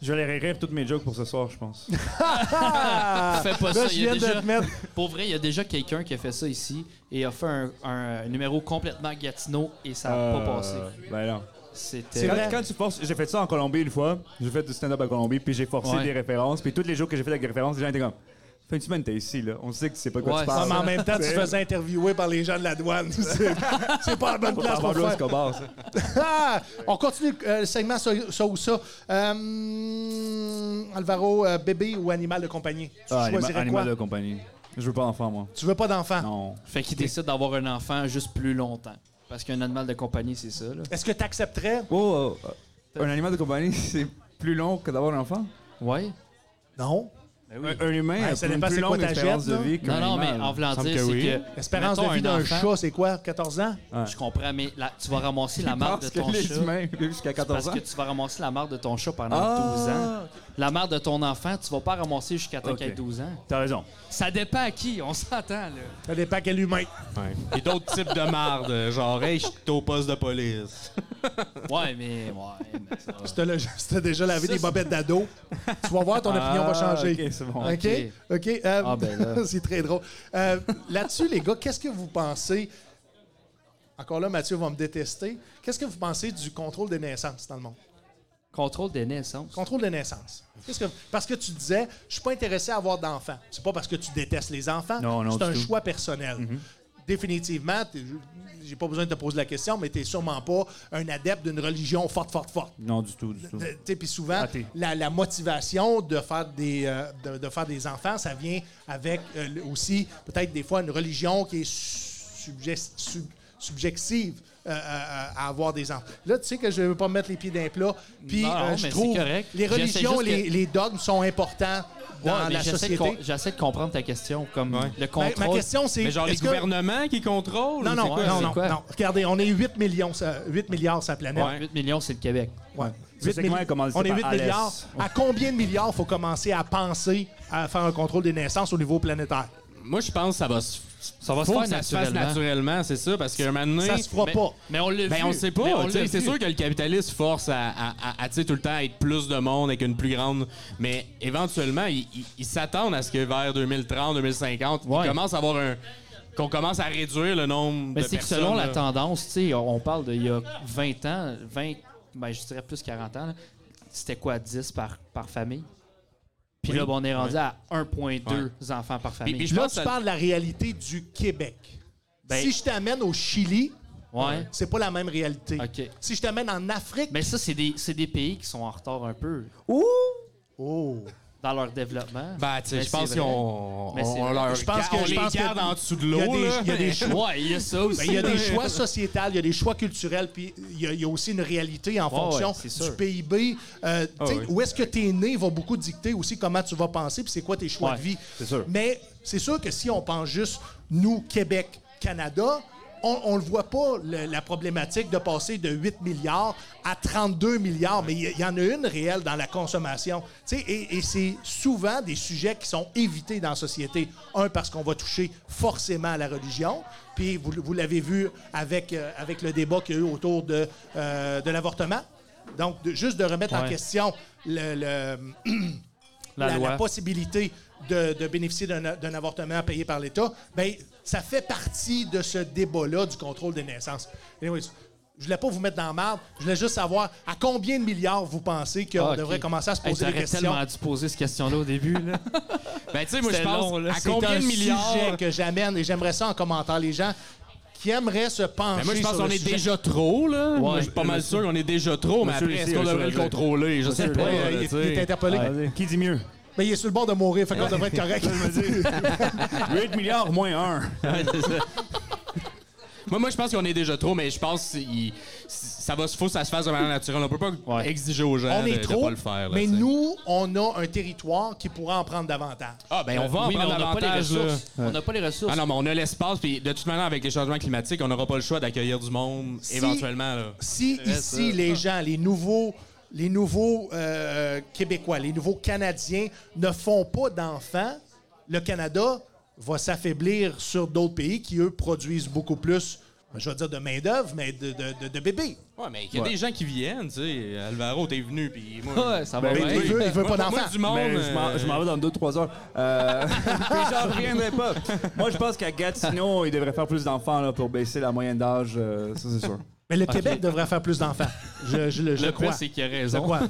Speaker 4: Je vais aller rire toutes mes jokes pour ce soir, je pense.
Speaker 1: Fais pas
Speaker 2: Là,
Speaker 1: ça.
Speaker 2: je
Speaker 1: il y a
Speaker 2: viens de
Speaker 1: déjà-
Speaker 2: te mettre.
Speaker 1: Pour vrai, il y a déjà quelqu'un qui a fait ça ici et a fait un, un numéro complètement Gatineau et ça n'a pas passé.
Speaker 4: Ben non.
Speaker 1: C'était.
Speaker 4: C'est quand,
Speaker 2: vrai.
Speaker 4: quand tu forces, j'ai fait ça en Colombie une fois. J'ai fait du stand-up en Colombie, puis j'ai forcé
Speaker 1: Ouais.
Speaker 4: des références, puis tous les jours que j'ai fait avec des références, les gens étaient comme. Fait une semaine, t'es ici, là. On sait que tu sais pas de quoi
Speaker 1: Ouais,
Speaker 4: tu
Speaker 2: Ouais,
Speaker 4: parles.
Speaker 2: mais en même temps, tu te
Speaker 4: C'est-
Speaker 2: faisais interviewer par les gens de la douane. C'est c'est pas la bonne
Speaker 4: Pas
Speaker 2: place pour
Speaker 4: Pablo
Speaker 2: faire.
Speaker 4: Escobar, ça.
Speaker 2: Ah! on continue euh, le segment ça, ça ou ça. Euh, Alvaro, euh, bébé ou animal de compagnie? Tu
Speaker 4: Ah, anima-
Speaker 2: choisirais quoi? Ah.
Speaker 4: animal de compagnie. Je veux pas d'enfant, moi.
Speaker 2: Tu veux pas d'enfant?
Speaker 4: Non.
Speaker 1: Fait qu'il décide d'avoir un enfant juste plus longtemps. Parce qu'un animal de compagnie, c'est ça. Là.
Speaker 2: Est-ce que tu accepterais?
Speaker 4: Oh, oh, oh, un animal de compagnie, c'est plus long que d'avoir un enfant?
Speaker 1: Ouais.
Speaker 2: Non.
Speaker 4: Un, un humain
Speaker 2: Ouais,
Speaker 4: a
Speaker 2: ça
Speaker 4: une
Speaker 2: dépend
Speaker 4: plus
Speaker 2: c'est quoi
Speaker 4: longue
Speaker 2: ta
Speaker 4: expérience
Speaker 2: jette,
Speaker 4: de
Speaker 2: là.
Speaker 4: vie qu'un
Speaker 1: Non, non, mais
Speaker 4: animal.
Speaker 1: en voulant
Speaker 5: Il semble
Speaker 1: dire,
Speaker 5: que
Speaker 1: c'est
Speaker 5: oui.
Speaker 1: que.
Speaker 2: Espérance
Speaker 1: mettons
Speaker 2: de vie
Speaker 1: un
Speaker 2: d'un
Speaker 1: enfant,
Speaker 2: chat, c'est quoi? 14 ans?
Speaker 1: Je comprends, mais la- tu vas ramasser la
Speaker 4: Je
Speaker 1: marque de
Speaker 4: pense
Speaker 1: ton
Speaker 4: que les
Speaker 1: chat.
Speaker 4: humains vivent jusqu'à 14
Speaker 1: Parce
Speaker 4: ans.
Speaker 1: que tu vas ramasser la marque de ton chat pendant
Speaker 4: Ah.
Speaker 1: 12 ans. La marque de ton enfant, tu vas pas ramasser jusqu'à temps
Speaker 4: Ok.
Speaker 1: qu'il ait 12 ans.
Speaker 4: T'as raison.
Speaker 1: Ça dépend à qui, on s'entend, là.
Speaker 2: Ça dépend quel humain.
Speaker 5: Ouais. Et d'autres types de marde, genre, hey, je suis au poste de police.
Speaker 1: Ouais, mais. Ouais, mais ça va.
Speaker 2: Si t'as le- si t'as déjà lavé des bobettes d'ado, tu vas voir, ton opinion va changer.
Speaker 4: Ah, Ok, c'est bon.
Speaker 2: OK? OK. euh,
Speaker 1: Ah, ben là.
Speaker 2: c'est très drôle. Euh, Là-dessus, les gars, qu'est-ce que vous pensez? Encore là, Mathieu va me détester. Qu'est-ce que vous pensez du contrôle des naissances dans le monde?
Speaker 1: Contrôle des naissances.
Speaker 2: Contrôle des naissances. Qu'est-ce que- parce que tu disais, je suis pas intéressé à avoir d'enfants. C'est pas parce que tu détestes les enfants.
Speaker 4: Non, non,
Speaker 2: c'est un
Speaker 4: du tout. Mhm.
Speaker 2: choix personnel. Définitivement, t'es- j'ai pas besoin de te poser la question, mais tu n'es sûrement pas un adepte d'une religion forte, forte, forte.
Speaker 4: Non, du tout, du tout.
Speaker 2: De- tu sais, Puis souvent,
Speaker 1: Ah,
Speaker 4: Raté.
Speaker 2: la, la motivation de faire, des, euh, de, de faire des enfants, ça vient avec euh, le- aussi peut-être des fois une religion qui est su- subjec- sub- subjective euh, euh, euh, à avoir des enfants. Là, tu sais que je ne veux pas me mettre les pieds d'un plat. Puis
Speaker 1: Non,
Speaker 2: euh,
Speaker 1: mais
Speaker 2: je
Speaker 1: c'est
Speaker 2: trouve
Speaker 1: correct.
Speaker 2: les
Speaker 1: J'essaie
Speaker 2: religions,
Speaker 1: juste
Speaker 2: les,
Speaker 1: que-
Speaker 2: les dogmes sont importants
Speaker 1: Ouais,
Speaker 2: dans
Speaker 1: mais
Speaker 2: la
Speaker 1: j'essaie de
Speaker 2: société.
Speaker 1: com- J'essaie de, comprendre ta question. Comme le
Speaker 2: Ma,
Speaker 1: contrôle.
Speaker 2: ma question, c'est...
Speaker 5: Mais genre, les
Speaker 2: est-ce que-
Speaker 5: gouvernements qui contrôlent?
Speaker 2: Non,
Speaker 5: ou c'est
Speaker 2: non,
Speaker 5: quoi?
Speaker 2: non,
Speaker 5: C'est
Speaker 2: non,
Speaker 1: quoi?
Speaker 2: non. Regardez, on est 8, millions, ça- 8 milliards sur la planète.
Speaker 5: Ouais.
Speaker 1: 8 millions, c'est le Québec.
Speaker 2: Ouais.
Speaker 4: Ce
Speaker 2: 8
Speaker 4: segment
Speaker 2: milli-
Speaker 4: est commandité
Speaker 2: on est
Speaker 4: par
Speaker 2: 8
Speaker 4: Alès.
Speaker 2: milliards. À combien de milliards faut commencer à penser à faire un contrôle des naissances au niveau planétaire?
Speaker 5: Moi, je pense que ça va se,
Speaker 1: Ça va se
Speaker 5: faut
Speaker 1: faire
Speaker 5: que ça se fasse
Speaker 1: naturellement.
Speaker 5: naturellement, c'est ça, parce qu'un moment donné...
Speaker 2: Ça se fera
Speaker 1: Mais-
Speaker 2: pas.
Speaker 1: Mais on l'a
Speaker 5: Ben,
Speaker 1: vu.
Speaker 5: on sait
Speaker 1: Mais
Speaker 5: pas.
Speaker 1: on
Speaker 5: tu sais,
Speaker 1: l'a
Speaker 5: C'est
Speaker 1: vu.
Speaker 5: sûr que le capitalisme force à, à, à- à, tu sais, tout le temps être plus de monde avec une plus grande. Mais éventuellement, ils ils- ils s'attendent à ce que vers 2030, 2050,
Speaker 1: Ouais.
Speaker 5: ils commencent à avoir un. qu'on commence à réduire le nombre
Speaker 1: Mais
Speaker 5: de
Speaker 1: c'est
Speaker 5: personnes.
Speaker 1: que selon la
Speaker 5: là.
Speaker 1: tendance, tu sais, on on parle d'il y a 20 ans, 20, ben, je dirais plus 40 ans, là, c'était quoi, 10 par, par famille? Puis là, ben, on est rendu à 1,2 enfants par famille.
Speaker 5: Puis- puis je
Speaker 2: Là,
Speaker 5: pense
Speaker 2: tu
Speaker 5: que-
Speaker 2: parles de la réalité du Québec.
Speaker 1: Ben-
Speaker 2: si je t'amène au Chili,
Speaker 1: ouais.
Speaker 2: c'est pas la même réalité.
Speaker 1: OK. Ben,
Speaker 2: Si je t'amène en Afrique,
Speaker 1: Mais ça, c'est des, c'est des pays qui sont en retard un peu
Speaker 2: oh,
Speaker 1: dans leur développement.
Speaker 5: Ben, tu sais,
Speaker 1: Mais
Speaker 5: je pense
Speaker 1: c'est vrai.
Speaker 5: qu'on on
Speaker 1: Mais c'est
Speaker 5: on
Speaker 1: vrai.
Speaker 5: leur
Speaker 2: Je pense que-
Speaker 5: on
Speaker 2: je
Speaker 5: les
Speaker 2: pense que-
Speaker 5: garde en dessous de
Speaker 2: il y a
Speaker 5: l'eau.
Speaker 2: des-
Speaker 5: là.
Speaker 2: il y a des choix.
Speaker 1: Ouais, il y a ça aussi.
Speaker 2: Ben, il y a des choix sociétals, il y a des choix culturels, puis il y, a- il y a aussi une réalité en fonction
Speaker 1: ouais, c'est sûr.
Speaker 2: du PIB. Euh, tu sais,
Speaker 4: oui.
Speaker 2: Où est-ce que tu es né va beaucoup dicter aussi comment tu vas penser, puis c'est quoi tes choix
Speaker 1: Ouais,
Speaker 2: de vie.
Speaker 4: c'est sûr.
Speaker 2: Mais c'est sûr que si on pense juste nous, Québec, Canada, on ne le voit pas, le- la problématique de passer de 8 milliards à 32 milliards. Mais il y- il y, en a une réelle dans la consommation. Tu sais, Et, et c'est souvent des sujets qui sont évités dans la société. Un, parce qu'on va toucher forcément à la religion. Puis vous, vous l'avez vu avec, euh, avec le débat qu'il y a eu autour de, euh, de l'avortement. Donc, de- juste de remettre en
Speaker 1: Ouais.
Speaker 2: question le- le,
Speaker 1: La
Speaker 2: la,
Speaker 1: loi.
Speaker 2: la possibilité de, de bénéficier d'un d'un avortement payé par l'État, ben, ça fait partie de ce débat-là du contrôle des naissances. Anyways, je voulais pas vous mettre dans la marde, je voulais juste savoir à combien de milliards vous pensez qu'on
Speaker 1: Ah, ok.
Speaker 2: devrait commencer à se
Speaker 1: Hey,
Speaker 2: poser des
Speaker 1: t'aurais
Speaker 2: questions.
Speaker 1: tellement dû poser cette question-là au début. Là.
Speaker 5: Ben, tu sais, moi, je
Speaker 1: C'était
Speaker 5: pense
Speaker 1: long, là.
Speaker 5: à
Speaker 2: C'est
Speaker 5: combien
Speaker 2: un
Speaker 5: de milliards.
Speaker 2: sujet que j'amène et j'aimerais ça en commentaire. Les gens qui aimeraient se pencher
Speaker 5: Ben, moi, je pense
Speaker 2: sur
Speaker 5: qu'on
Speaker 2: le
Speaker 5: est
Speaker 2: sujet.
Speaker 5: déjà trop, là. Moi, je suis
Speaker 4: je-
Speaker 5: pas mal
Speaker 4: monsieur-
Speaker 5: sûr qu'on est déjà trop, mais
Speaker 4: Monsieur
Speaker 5: après, est-ce
Speaker 4: ici,
Speaker 5: qu'on
Speaker 4: monsieur
Speaker 5: devrait le
Speaker 4: Leger.
Speaker 5: contrôler? Je sais
Speaker 4: Monsieur
Speaker 5: pas.
Speaker 2: Ouais,
Speaker 5: là,
Speaker 2: il,
Speaker 5: tu
Speaker 2: il est
Speaker 5: sais.
Speaker 2: interpellé.
Speaker 4: Vas-y. Qui dit mieux?
Speaker 2: Ben, il est sur le bord de mourir, fait qu'on devrait être correct.
Speaker 4: 8 milliards moins 1.
Speaker 5: Moi, moi je pense qu'on est déjà trop, mais je pense que c'est- il- c'est ça va se faut que ça se fasse de manière naturelle. On peut pas exiger aux gens
Speaker 2: On
Speaker 5: de,
Speaker 2: est
Speaker 5: de
Speaker 2: trop,
Speaker 5: pas le faire. là,
Speaker 2: mais
Speaker 5: tu sais.
Speaker 2: nous, on a un territoire qui pourrait en prendre davantage.
Speaker 5: ah ben on va en
Speaker 1: Euh, oui, mais on
Speaker 5: prendre
Speaker 1: n'a pas les
Speaker 5: avantage, là.
Speaker 1: ressources. On n'a pas les ressources.
Speaker 5: Ah non, mais on a l'espace, puis de toute manière, avec les changements climatiques, on n'aura pas le choix d'accueillir du monde
Speaker 2: Si-
Speaker 5: éventuellement. Là.
Speaker 2: Si ici, les gens, les nouveaux, les nouveaux euh, Québécois, les nouveaux Canadiens ne font pas d'enfants, le Canada va s'affaiblir sur d'autres pays qui, eux, produisent beaucoup plus, je vais dire de main-d'œuvre, mais de, de- de- de bébés.
Speaker 5: Ouais, mais il y a des gens qui viennent, tu sais. Alvaro, t'es venu, puis moi.
Speaker 1: Ouais, ça va
Speaker 2: Mais
Speaker 1: bien.
Speaker 2: il veut, il veut
Speaker 5: Moi,
Speaker 2: pas
Speaker 5: moi,
Speaker 2: d'enfants.
Speaker 5: du monde.
Speaker 4: Mais je m'en-
Speaker 5: euh,
Speaker 4: je m'en vais dans 2-3 heures. Euh, puis j'en reviendrai pas. Moi, je pense qu'à Gatineau, ils devraient faire plus d'enfants là, pour baisser la moyenne d'âge. euh, ça, c'est sûr.
Speaker 2: Mais le Québec devrait faire plus d'enfants. Je, je le je
Speaker 1: Le
Speaker 2: crois.
Speaker 1: pire, c'est qu'il a
Speaker 2: Je
Speaker 1: raison.
Speaker 2: crois.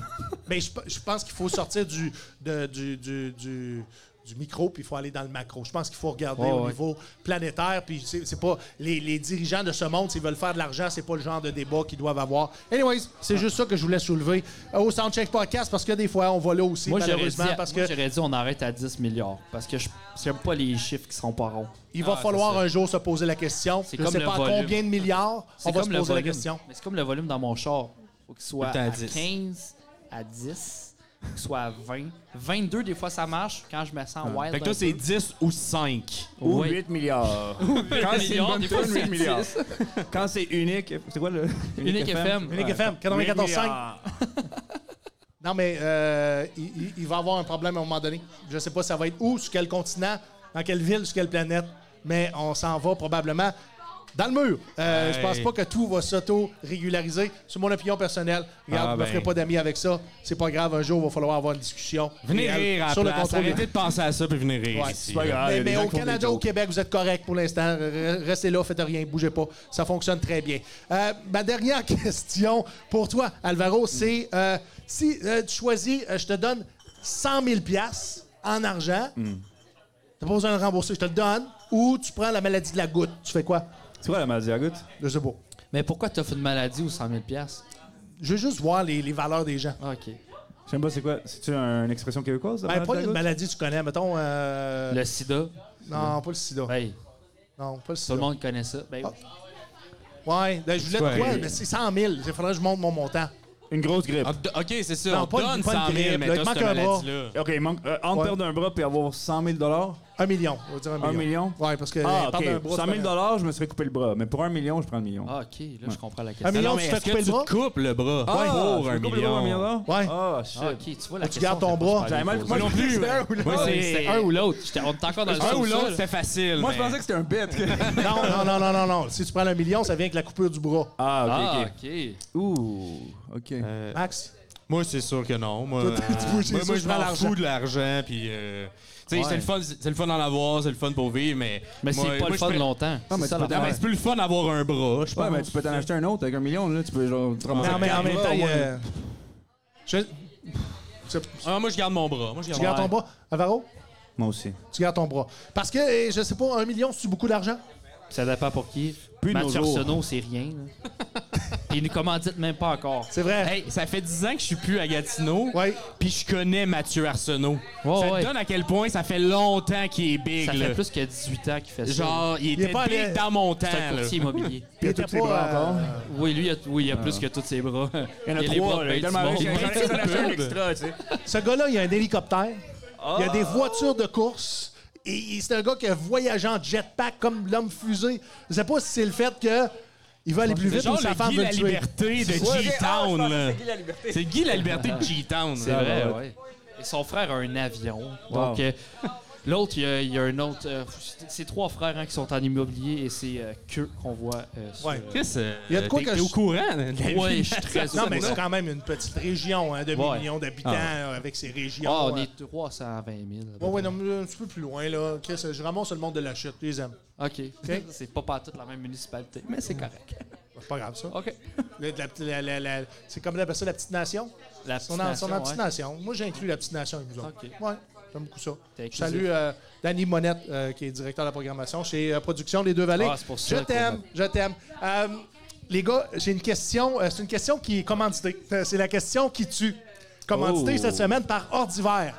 Speaker 2: Mais Ben, je, je pense qu'il faut sortir du, de- du, du- du- du micro, puis il faut aller dans le macro. Je pense qu'il faut regarder
Speaker 1: Ouais,
Speaker 2: au
Speaker 1: ouais.
Speaker 2: niveau planétaire, puis c'est c'est pas... Les, les dirigeants de ce monde, s'ils veulent faire de l'argent, c'est pas le genre de débat qu'ils doivent avoir. Anyways, c'est
Speaker 1: Ah.
Speaker 2: juste ça que je voulais soulever euh, au Soundcheck Podcast, parce que des fois, on va là aussi,
Speaker 1: Moi, j'aurais dit,
Speaker 2: malheureusement, parce
Speaker 1: moi,
Speaker 2: que
Speaker 1: j'aurais dit on arrête à 10 milliards. Parce que je n'aime pas les chiffres qui seront pas ronds.
Speaker 2: il va
Speaker 5: Ah,
Speaker 2: falloir
Speaker 5: c'est ça.
Speaker 2: un jour se poser la question. Je
Speaker 1: comme
Speaker 2: sais
Speaker 1: le
Speaker 2: pas à
Speaker 1: volume.
Speaker 2: combien de milliards, on
Speaker 1: C'est
Speaker 2: va
Speaker 1: comme
Speaker 2: se
Speaker 1: le
Speaker 2: poser la
Speaker 1: volume.
Speaker 2: question.
Speaker 1: Mais c'est comme le volume dans mon char. Faut qu'il soit
Speaker 5: Tout le temps à
Speaker 1: à
Speaker 5: 10.
Speaker 1: 15, à 10, faut qu'il soit à 20. 22, des fois, ça marche quand je me sens wild.
Speaker 5: Fait que toi,
Speaker 1: un
Speaker 5: c'est
Speaker 1: peu.
Speaker 5: 10 ou 5.
Speaker 4: Ou
Speaker 1: Oui.
Speaker 4: 8 milliards. Quand c'est une
Speaker 1: milliards,
Speaker 4: bonne
Speaker 1: des fois,
Speaker 4: tune,
Speaker 1: c'est
Speaker 4: 8 milliards. Quand c'est unique. C'est quoi le.
Speaker 1: Unique Ben, FM.
Speaker 2: Unique
Speaker 4: Ouais.
Speaker 5: Euh,
Speaker 2: FM, 94.5.
Speaker 4: 8 milliards.
Speaker 5: ah.
Speaker 2: Non, mais euh, il, il- il va avoir un problème à un moment donné. Je ne sais pas ça va être où, sur quel continent, dans quelle ville, sur quelle planète, mais on s'en va probablement dans le mur. Euh, Je pense
Speaker 5: Hey.
Speaker 2: pas que tout va s'auto-régulariser. C'est mon opinion personnelle. Regarde,
Speaker 5: Ah,
Speaker 2: je ne me
Speaker 5: ben.
Speaker 2: ferai pas d'amis avec ça. C'est pas grave, un jour, il va falloir avoir une discussion.
Speaker 5: Venez
Speaker 2: réelle
Speaker 5: rire à
Speaker 2: sur
Speaker 5: la
Speaker 2: le
Speaker 5: place. hein.
Speaker 2: contrôle.
Speaker 5: Arrêtez de penser à ça, puis venez rire
Speaker 2: Ouais,
Speaker 5: ici.
Speaker 4: C'est pas
Speaker 5: là.
Speaker 4: grave. Ah, il y
Speaker 2: Mais,
Speaker 4: a des
Speaker 2: mais
Speaker 4: gens
Speaker 2: au
Speaker 4: qui font des
Speaker 2: Canada,
Speaker 4: jokes.
Speaker 2: au Québec, vous êtes correct pour l'instant. Re- Restez là, faites rien, bougez pas. Ça fonctionne très bien. Euh, ma dernière question pour toi, Alvaro, c'est euh, si euh, tu choisis, euh, je te donne 100 000 piastres en argent,
Speaker 4: Hmm.
Speaker 2: tu n'as pas besoin de le rembourser, je te le donne, ou tu prends la maladie de la goutte. Tu fais quoi?
Speaker 4: C'est quoi la maladie à goutte?
Speaker 2: Je sais pas.
Speaker 1: Mais pourquoi t'offres une maladie ou 100 000 piastres?
Speaker 2: Je veux juste voir les, les valeurs des gens.
Speaker 1: Ah, OK.
Speaker 4: Je sais pas, c'est quoi? C'est-tu un- une expression québécoise? la
Speaker 2: Ben,
Speaker 4: maladie à
Speaker 2: pas une
Speaker 4: goutte?
Speaker 2: maladie que tu connais, mettons... euh,
Speaker 1: Le sida,
Speaker 2: Non, pas le sida.
Speaker 1: hey,
Speaker 2: Non, pas le
Speaker 1: tout
Speaker 2: sida.
Speaker 1: le monde connaît ça. Ben,
Speaker 2: Ah. Ouais, ben, je voulais de
Speaker 4: Ouais.
Speaker 2: quoi? Mais c'est 100 000. Il faudrait que je monte mon montant.
Speaker 4: Une grosse grippe.
Speaker 5: Ah, d- OK, c'est ça.
Speaker 2: Non,
Speaker 5: on
Speaker 2: pas une-
Speaker 5: donne
Speaker 2: pas une
Speaker 5: 100 000,
Speaker 2: grippe,
Speaker 5: mais
Speaker 2: là,
Speaker 5: t'as
Speaker 2: il
Speaker 5: cette
Speaker 2: manque un bras.
Speaker 5: maladie-là.
Speaker 4: OK, il manque. euh, entre
Speaker 2: Ouais.
Speaker 4: perdre un bras puis avoir 100 000
Speaker 2: Un million. On va dire un million.
Speaker 4: Un million?
Speaker 2: Oui, parce que
Speaker 4: Ah,
Speaker 2: elle parle d'un
Speaker 4: OK.
Speaker 2: bras,
Speaker 4: 100
Speaker 2: c'est pas
Speaker 4: 000 je me serais coupé le bras. Mais pour un million, je prends le million.
Speaker 1: ah, OK, là, je comprends la
Speaker 2: Un
Speaker 1: question.
Speaker 2: million,
Speaker 5: Non,
Speaker 2: tu
Speaker 5: mais
Speaker 2: te
Speaker 5: est-ce
Speaker 2: coupes
Speaker 5: que
Speaker 2: le
Speaker 5: tu
Speaker 2: bras?
Speaker 5: te coupes le bras
Speaker 4: Ah,
Speaker 5: pour
Speaker 4: je
Speaker 5: un
Speaker 4: me coupe le bras pour
Speaker 5: million?
Speaker 2: Ouais.
Speaker 4: Ah, shit.
Speaker 1: Ah, OK, tu vois la
Speaker 2: Tu
Speaker 1: question.
Speaker 2: gardes ton
Speaker 1: c'est pas
Speaker 2: bras.
Speaker 1: super
Speaker 4: J'avais mal-
Speaker 1: posée.
Speaker 4: moi non plus.
Speaker 5: Moi,
Speaker 1: Ah,
Speaker 5: c'est-
Speaker 1: c'est- C'était un ou l'autre. J'étais- On est encore dans le
Speaker 5: Un ou
Speaker 1: sous-sol.
Speaker 5: l'autre, c'était facile.
Speaker 4: Moi, je
Speaker 5: mais-
Speaker 4: pensais que c'était un bête.
Speaker 2: grave. Non, non, non, non, non, non. Si tu prends un million, ça vient avec la coupure du bras.
Speaker 4: Ah,
Speaker 1: Ah,
Speaker 4: OK, OK.
Speaker 1: OK.
Speaker 4: Ouh, OK.
Speaker 2: Euh, Max?
Speaker 5: Moi, c'est sûr que non. Moi,
Speaker 2: Toi, tu
Speaker 5: euh,
Speaker 2: bouges les
Speaker 5: moi, moi,
Speaker 2: yeux
Speaker 5: je
Speaker 2: sur
Speaker 5: m'en
Speaker 2: l'argent.
Speaker 5: fous de l'argent. Puis, euh, tu sais, c'est le fun, c'est le fun d'en avoir, c'est le fun pour vivre, mais.
Speaker 1: Mais
Speaker 5: moi,
Speaker 1: c'est pas
Speaker 5: moi,
Speaker 1: le
Speaker 5: je
Speaker 1: fun
Speaker 5: pré-
Speaker 1: longtemps.
Speaker 4: mais
Speaker 1: C'est ça
Speaker 4: tu peux-
Speaker 5: Ah,
Speaker 1: l'affaire.
Speaker 5: mais c'est plus le fun d'avoir un bras, je
Speaker 4: Ouais,
Speaker 5: pense.
Speaker 4: mais tu peux t'en acheter un autre avec un million, là. Tu peux genre te ramasser
Speaker 2: Non, mais en
Speaker 4: quatre
Speaker 2: même
Speaker 4: bras,
Speaker 2: temps,
Speaker 4: au
Speaker 2: il y
Speaker 4: moins.
Speaker 2: a- Je- Tu
Speaker 5: Ah, moi, je garde mon bras. Moi,
Speaker 2: tu
Speaker 5: je garde
Speaker 2: gardes ton bras? Avaro?
Speaker 4: Ah. Moi aussi.
Speaker 2: Tu gardes ton bras. Parce que, eh, je sais pas, un million, c'est beaucoup d'argent?
Speaker 1: Ça dépend pour qui.
Speaker 4: Plus de
Speaker 1: Mathieu
Speaker 4: nos jours.
Speaker 1: Arsenault, c'est rien. là. Puis il nous commandite même pas encore.
Speaker 2: C'est vrai.
Speaker 5: Hey, ça fait 10 ans que je suis plus à Gatineau,
Speaker 2: Ouais.
Speaker 5: puis je connais Mathieu Arsenault.
Speaker 1: Ouais,
Speaker 5: ça te
Speaker 1: ouais.
Speaker 5: donne à quel point ça fait longtemps qu'il est big.
Speaker 1: Ça
Speaker 5: là.
Speaker 1: fait plus que 18 ans qu'il fait ça.
Speaker 5: Genre, il
Speaker 2: est
Speaker 5: était
Speaker 2: pas
Speaker 5: big
Speaker 2: allé-
Speaker 5: dans mon temps.
Speaker 1: c'est un
Speaker 5: là.
Speaker 1: courtier immobilier.
Speaker 2: Il
Speaker 4: Il a
Speaker 2: était
Speaker 4: tous ses
Speaker 2: pas,
Speaker 4: bras
Speaker 2: euh,
Speaker 4: encore.
Speaker 1: Oui, lui, il y a, oui, il y a plus que tous ses bras.
Speaker 4: Il y en a
Speaker 1: les bras
Speaker 4: trois,
Speaker 1: de
Speaker 4: là. Il
Speaker 1: ben
Speaker 4: est
Speaker 1: du
Speaker 4: tellement
Speaker 1: monde.
Speaker 4: riche, il y en a- il y en a acheté un
Speaker 5: monde.
Speaker 4: extra, tu sais.
Speaker 2: Ce gars-là, il a un hélicoptère. Il a des voitures de course. Et et c'est un gars qui a voyagé en jetpack comme l'homme fusée. Je sais pas si c'est le fait que il va aller plus
Speaker 5: C'est
Speaker 2: vite ou
Speaker 5: genre
Speaker 2: sa
Speaker 5: le
Speaker 2: femme
Speaker 5: Guy
Speaker 2: veut le
Speaker 5: la
Speaker 2: tuer.
Speaker 5: liberté de G-Town. là. C'est Guy la liberté de G-Town.
Speaker 1: C'est
Speaker 2: Ah,
Speaker 1: vrai, ouais. Et son frère a un avion. Donc, euh, l'autre, il y a- il y, a un autre. euh, c'est- c'est trois frères hein, qui sont en immobilier et c'est euh, qu'eux qu'on voit. euh, sur,
Speaker 2: Ouais.
Speaker 1: euh,
Speaker 5: Chris, euh,
Speaker 2: Il y a de quoi
Speaker 5: t'es-
Speaker 2: que
Speaker 5: t'es
Speaker 2: je-
Speaker 5: au courant. de la
Speaker 1: Ouais,
Speaker 5: vie.
Speaker 1: je suis très
Speaker 2: Non,
Speaker 1: au
Speaker 2: mais
Speaker 1: courant.
Speaker 2: c'est quand même une petite région, hein, demi
Speaker 1: Ouais.
Speaker 2: million d'habitants euh, avec ses régions.
Speaker 1: Ah, on
Speaker 2: euh.
Speaker 1: est 320 000. là.
Speaker 2: Ouais, ouais, non, mais un petit peu plus loin, là. Chris, je ramasse le monde de la chute, je les aime.
Speaker 1: OK. c'est pas pas toute la même municipalité, mais c'est correct.
Speaker 2: C'est pas grave, ça.
Speaker 1: OK.
Speaker 2: Le- de la petite- la- la- la- c'est comme on appelle ça, la petite nation.
Speaker 1: La
Speaker 2: On
Speaker 1: petite
Speaker 2: est en- on est en
Speaker 1: nation,
Speaker 2: petite
Speaker 1: ouais.
Speaker 2: nation. Moi, j'inclus la petite nation avec vous autres.
Speaker 1: Ok.
Speaker 2: Ouais, j'aime beaucoup ça.
Speaker 1: T'es
Speaker 2: Je salue euh, Danny Monette, euh, qui est directeur de la programmation chez euh, Production Les Deux Vallées.
Speaker 1: Ah, c'est pour ça
Speaker 2: je
Speaker 1: que-
Speaker 2: t'aime, je t'aime. Euh, les gars, j'ai une question. euh, c'est une question qui est commanditée. Euh, C'est la question qui tue. Commanditée
Speaker 1: Oh.
Speaker 2: cette semaine par Ordivaire.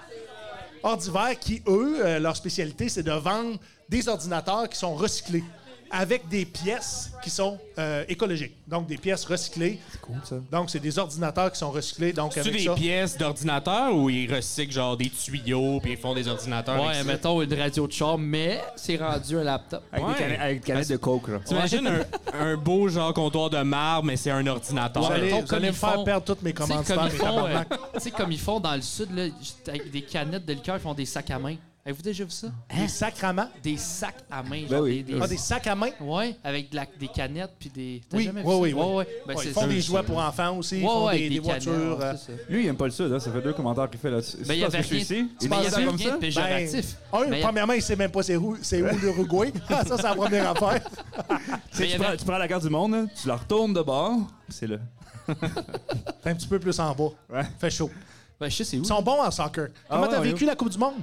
Speaker 2: Ordivaire qui, eux, euh, leur spécialité, c'est de vendre des ordinateurs qui sont recyclés. avec des pièces qui sont euh, écologiques. Donc, des pièces recyclées. C'est cool, ça. Donc, c'est des ordinateurs qui sont recyclés. Donc,
Speaker 5: C'est-tu
Speaker 2: avec
Speaker 5: des
Speaker 2: ça,
Speaker 5: pièces d'ordinateur ou ils recyclent genre des tuyaux puis ils font des ordinateurs?
Speaker 1: Ouais,
Speaker 5: avec ça?
Speaker 1: mettons une radio de char, mais c'est rendu un laptop.
Speaker 4: Avec,
Speaker 5: Ouais.
Speaker 4: des canettes, avec des canettes de coke, là.
Speaker 5: T'imagines un, un beau genre comptoir de marbre, mais c'est un ordinateur.
Speaker 2: Vous
Speaker 1: Ouais,
Speaker 2: allez,
Speaker 1: mettons,
Speaker 2: vous
Speaker 1: comme
Speaker 2: allez
Speaker 1: ils
Speaker 2: me faire
Speaker 1: font-
Speaker 2: perdre toutes mes
Speaker 1: Tu sais,
Speaker 2: commandes.
Speaker 1: comme ils font, euh, tu sais, comme ils font dans le sud, là, juste avec des canettes de liqueur, ils font des sacs à main. Avez-vous déjà vu ça?
Speaker 2: Des sacs à main.
Speaker 1: Des sacs à main.
Speaker 4: Ben
Speaker 1: genre
Speaker 4: oui.
Speaker 1: des, des-
Speaker 2: Ah, des sacs à main.
Speaker 1: Ouais, avec de la- des canettes puis des. T'as
Speaker 2: Oui,
Speaker 1: jamais vu
Speaker 2: oui,
Speaker 1: ça?
Speaker 2: oui, oui.
Speaker 1: Ouais, ouais. Ben,
Speaker 2: Ouais,
Speaker 1: c'est
Speaker 2: ils font
Speaker 1: ça.
Speaker 2: des jouets pour enfants aussi. ils
Speaker 1: Ouais,
Speaker 2: font
Speaker 1: ouais,
Speaker 2: des,
Speaker 1: avec
Speaker 2: des
Speaker 1: canettes,
Speaker 2: voitures. euh,
Speaker 1: c'est ça.
Speaker 4: Lui, il aime pas le sud, hein. ça fait deux commentaires qu'il fait là-dessus.
Speaker 1: Ben, il y
Speaker 4: parce
Speaker 1: avait
Speaker 4: que je suis
Speaker 1: rien,
Speaker 4: ici,
Speaker 1: tu
Speaker 4: il
Speaker 1: penses
Speaker 4: pense
Speaker 1: à
Speaker 4: ça comme
Speaker 1: rien
Speaker 4: ça.
Speaker 1: de
Speaker 2: ben,
Speaker 1: péjoratif.
Speaker 2: un,
Speaker 1: Mais-
Speaker 2: premièrement, il sait même pas c'est où, c'est où l'Uruguay. Ah, ça, c'est la première affaire.
Speaker 4: Tu sais,
Speaker 1: il y
Speaker 4: tu,
Speaker 1: avait-
Speaker 4: prends, tu prends la carte du monde, là, tu la retournes de bord, pis c'est là.
Speaker 2: T'es un petit peu plus en bas.
Speaker 4: Ouais.
Speaker 2: Fait chaud.
Speaker 1: Ben, je sais, c'est où?
Speaker 2: Ils sont bons en soccer.
Speaker 1: Ah,
Speaker 2: Comment
Speaker 4: ouais,
Speaker 2: t'as
Speaker 4: ouais.
Speaker 2: vécu la Coupe du Monde?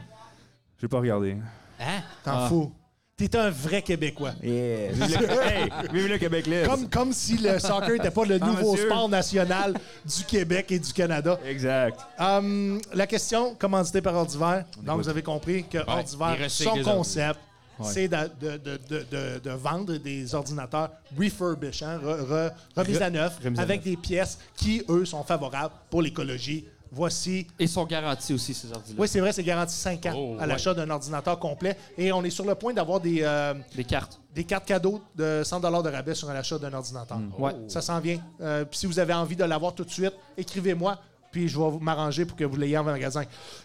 Speaker 4: J'ai pas regardé.
Speaker 1: Hein?
Speaker 2: T'en fous. T'es un vrai Québécois.
Speaker 4: Yeah. Vive le, hey, vive le Québec l'Est.
Speaker 2: Comme, comme si le soccer n'était pas le
Speaker 4: Ah,
Speaker 2: nouveau
Speaker 4: monsieur.
Speaker 2: sport national du Québec et du Canada.
Speaker 4: Exact.
Speaker 2: Hum, la question, commandité par Ordiver. Donc, vous avez compris que
Speaker 5: il
Speaker 2: Ordiver,
Speaker 5: recycle
Speaker 2: son
Speaker 5: les
Speaker 2: concept, c'est de, de- de- de- de- de vendre des ordinateurs refurbish, hein, re- re- remis à neuf,
Speaker 4: remise à
Speaker 2: avec des pièces qui, eux, sont favorables pour l'écologie. Voici.
Speaker 1: Ils sont garantis aussi, ces ordinateurs.
Speaker 2: Oui, c'est vrai, c'est garanti 5 ans
Speaker 5: Oh,
Speaker 2: à l'achat d'un ordinateur complet. Et on est sur le point d'avoir des, euh,
Speaker 1: Des cartes.
Speaker 2: des cartes cadeaux de 100 de rabais sur l'achat d'un ordinateur.
Speaker 5: Oh.
Speaker 1: Ouais.
Speaker 2: Ça s'en vient. Euh, puis si vous avez envie de l'avoir tout de suite, écrivez-moi, puis je vais vous- m'arranger pour que vous l'ayez en magasin.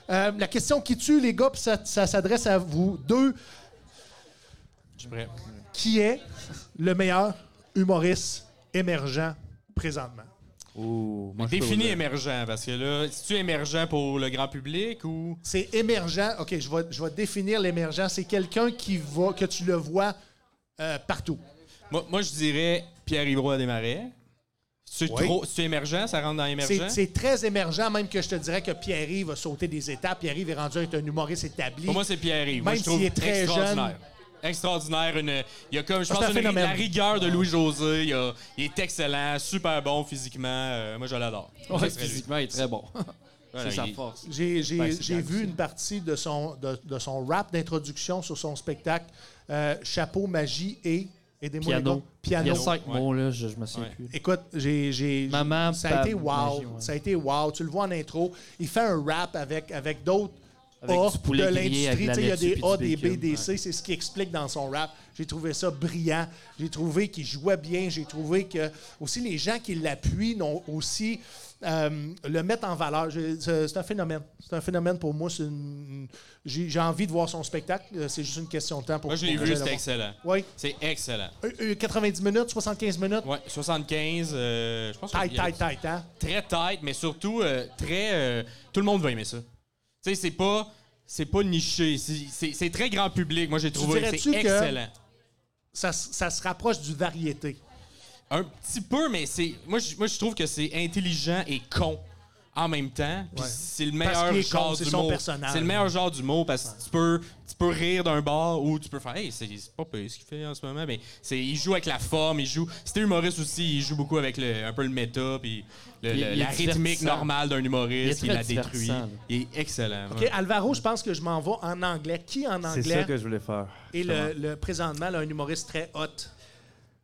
Speaker 2: Euh, la question qui tue, les gars, puis ça, ça s'adresse à vous deux.
Speaker 5: Je suis prêt.
Speaker 2: Qui est le meilleur humoriste émergent présentement?
Speaker 4: Oh, moi, je peux
Speaker 5: Définis
Speaker 4: vous dire.
Speaker 5: émergent, parce que là, si tu émergent pour le grand public ou.
Speaker 2: C'est émergent. OK, je vais, je vais définir l'émergent. C'est quelqu'un qui va, que tu le vois euh, partout.
Speaker 5: Moi, moi, je dirais Pierre Ibrois des Marais. Si tu
Speaker 2: Oui.
Speaker 5: trop, si tu es émergent, ça rentre dans émergent.
Speaker 2: C'est c'est très émergent, même que je te dirais que Pierre-Yves va sauter des étapes. Pierre-Yves est rendu être un humoriste établi.
Speaker 5: Pour moi, c'est Pierre-Yves. Moi,
Speaker 2: Même
Speaker 5: je trouve
Speaker 2: s'il est très
Speaker 5: extraordinaire. Extraordinaire. Une, il y a comme, je
Speaker 2: Ah, c'est
Speaker 5: pense,
Speaker 2: un
Speaker 5: une-
Speaker 2: phénomène.
Speaker 5: la rigueur de Louis-José. Il, y a- il est excellent, super bon physiquement. Euh, moi, je l'adore.
Speaker 1: Ouais,
Speaker 5: Ça serait lui.
Speaker 1: physiquement, il est très bon.
Speaker 5: Voilà,
Speaker 1: c'est sa
Speaker 5: il-
Speaker 1: force.
Speaker 2: J'ai j'ai-
Speaker 5: Ben, c'est
Speaker 2: j'ai
Speaker 5: bien
Speaker 2: vu une partie de son, de, de son rap d'introduction sur son spectacle euh, Chapeau, magie et. Aidez-moi les
Speaker 1: Piano.
Speaker 2: gars. Piano.
Speaker 1: Il y a cinq
Speaker 5: Ouais.
Speaker 1: mots, là, je, je me souviens
Speaker 5: Ouais.
Speaker 1: plus.
Speaker 2: Écoute, j'ai. j'ai-
Speaker 1: Maman,
Speaker 2: Ça a
Speaker 1: pap-
Speaker 2: été wow.
Speaker 1: magie, ouais.
Speaker 2: Ça a été wow. Tu le vois en intro. Il fait un rap avec, avec d'autres.
Speaker 1: Avec
Speaker 2: A
Speaker 1: du poulet
Speaker 2: de
Speaker 1: grillé, avec
Speaker 2: l'industrie,
Speaker 1: de la
Speaker 2: Tu sais, il y
Speaker 1: laitue
Speaker 2: a des
Speaker 1: puis
Speaker 2: A,
Speaker 1: du
Speaker 2: des B,
Speaker 1: bacon,
Speaker 2: des
Speaker 1: ouais.
Speaker 2: C, c'est ce qui explique dans son rap. J'ai trouvé ça brillant, j'ai trouvé qu'il jouait bien, j'ai trouvé que aussi les gens qui l'appuient n'ont aussi euh, le mettent en valeur. Je- C'est c'est un phénomène. C'est un phénomène pour moi. c'est une- J'ai j'ai envie de voir son spectacle. Euh, C'est juste une question de temps pour
Speaker 5: Moi, je l'ai
Speaker 2: pour
Speaker 5: vu,
Speaker 2: que
Speaker 5: c'était
Speaker 2: j'aille
Speaker 5: excellent.
Speaker 2: le voir. Oui.
Speaker 5: C'est excellent.
Speaker 2: Euh, euh, 90 minutes, 75 minutes.
Speaker 5: Ouais, 75, euh, je pense que
Speaker 2: Tight, tight, tight, hein?
Speaker 5: très tight, mais surtout euh, très. euh, tout le monde va aimer ça. Tu sais, c'est pas. C'est pas niché. C'est- C'est c'est très grand public. Moi, j'ai trouvé.
Speaker 2: dirais-tu
Speaker 5: C'est
Speaker 2: que-
Speaker 5: excellent.
Speaker 2: Ça, s- ça se rapproche du variété.
Speaker 5: Un petit peu, mais c'est. Moi, je- moi, je trouve que c'est intelligent et con en même temps. Puis
Speaker 2: Ouais.
Speaker 5: c'est le
Speaker 2: Parce
Speaker 5: meilleur
Speaker 2: qu'il est con,
Speaker 5: genre
Speaker 2: c'est
Speaker 5: du
Speaker 2: son
Speaker 5: mot.
Speaker 2: personnage.
Speaker 5: C'est le meilleur genre du mot parce que tu peux, tu peux rire d'un bord ou tu peux faire. Hey, c'est c'est pas pire ce qu'il fait en ce moment, mais c'est. Il joue avec la forme, il joue. C'était humoriste aussi, il joue beaucoup avec le, un peu le méta, puis le-
Speaker 1: Il-
Speaker 5: le-
Speaker 1: il est
Speaker 5: la rythmique
Speaker 1: divertissant.
Speaker 5: normale d'un humoriste,
Speaker 1: Il est
Speaker 5: il,
Speaker 1: très
Speaker 5: la détruit.
Speaker 1: divertissant, là.
Speaker 5: Il est excellent.
Speaker 2: OK,
Speaker 5: ouais.
Speaker 2: Alvaro, je pense que je m'en vais en anglais. Qui en
Speaker 4: C'est ça
Speaker 2: anglais
Speaker 4: que je voulais faire.
Speaker 2: est le, le- présentement là, un humoriste très hot?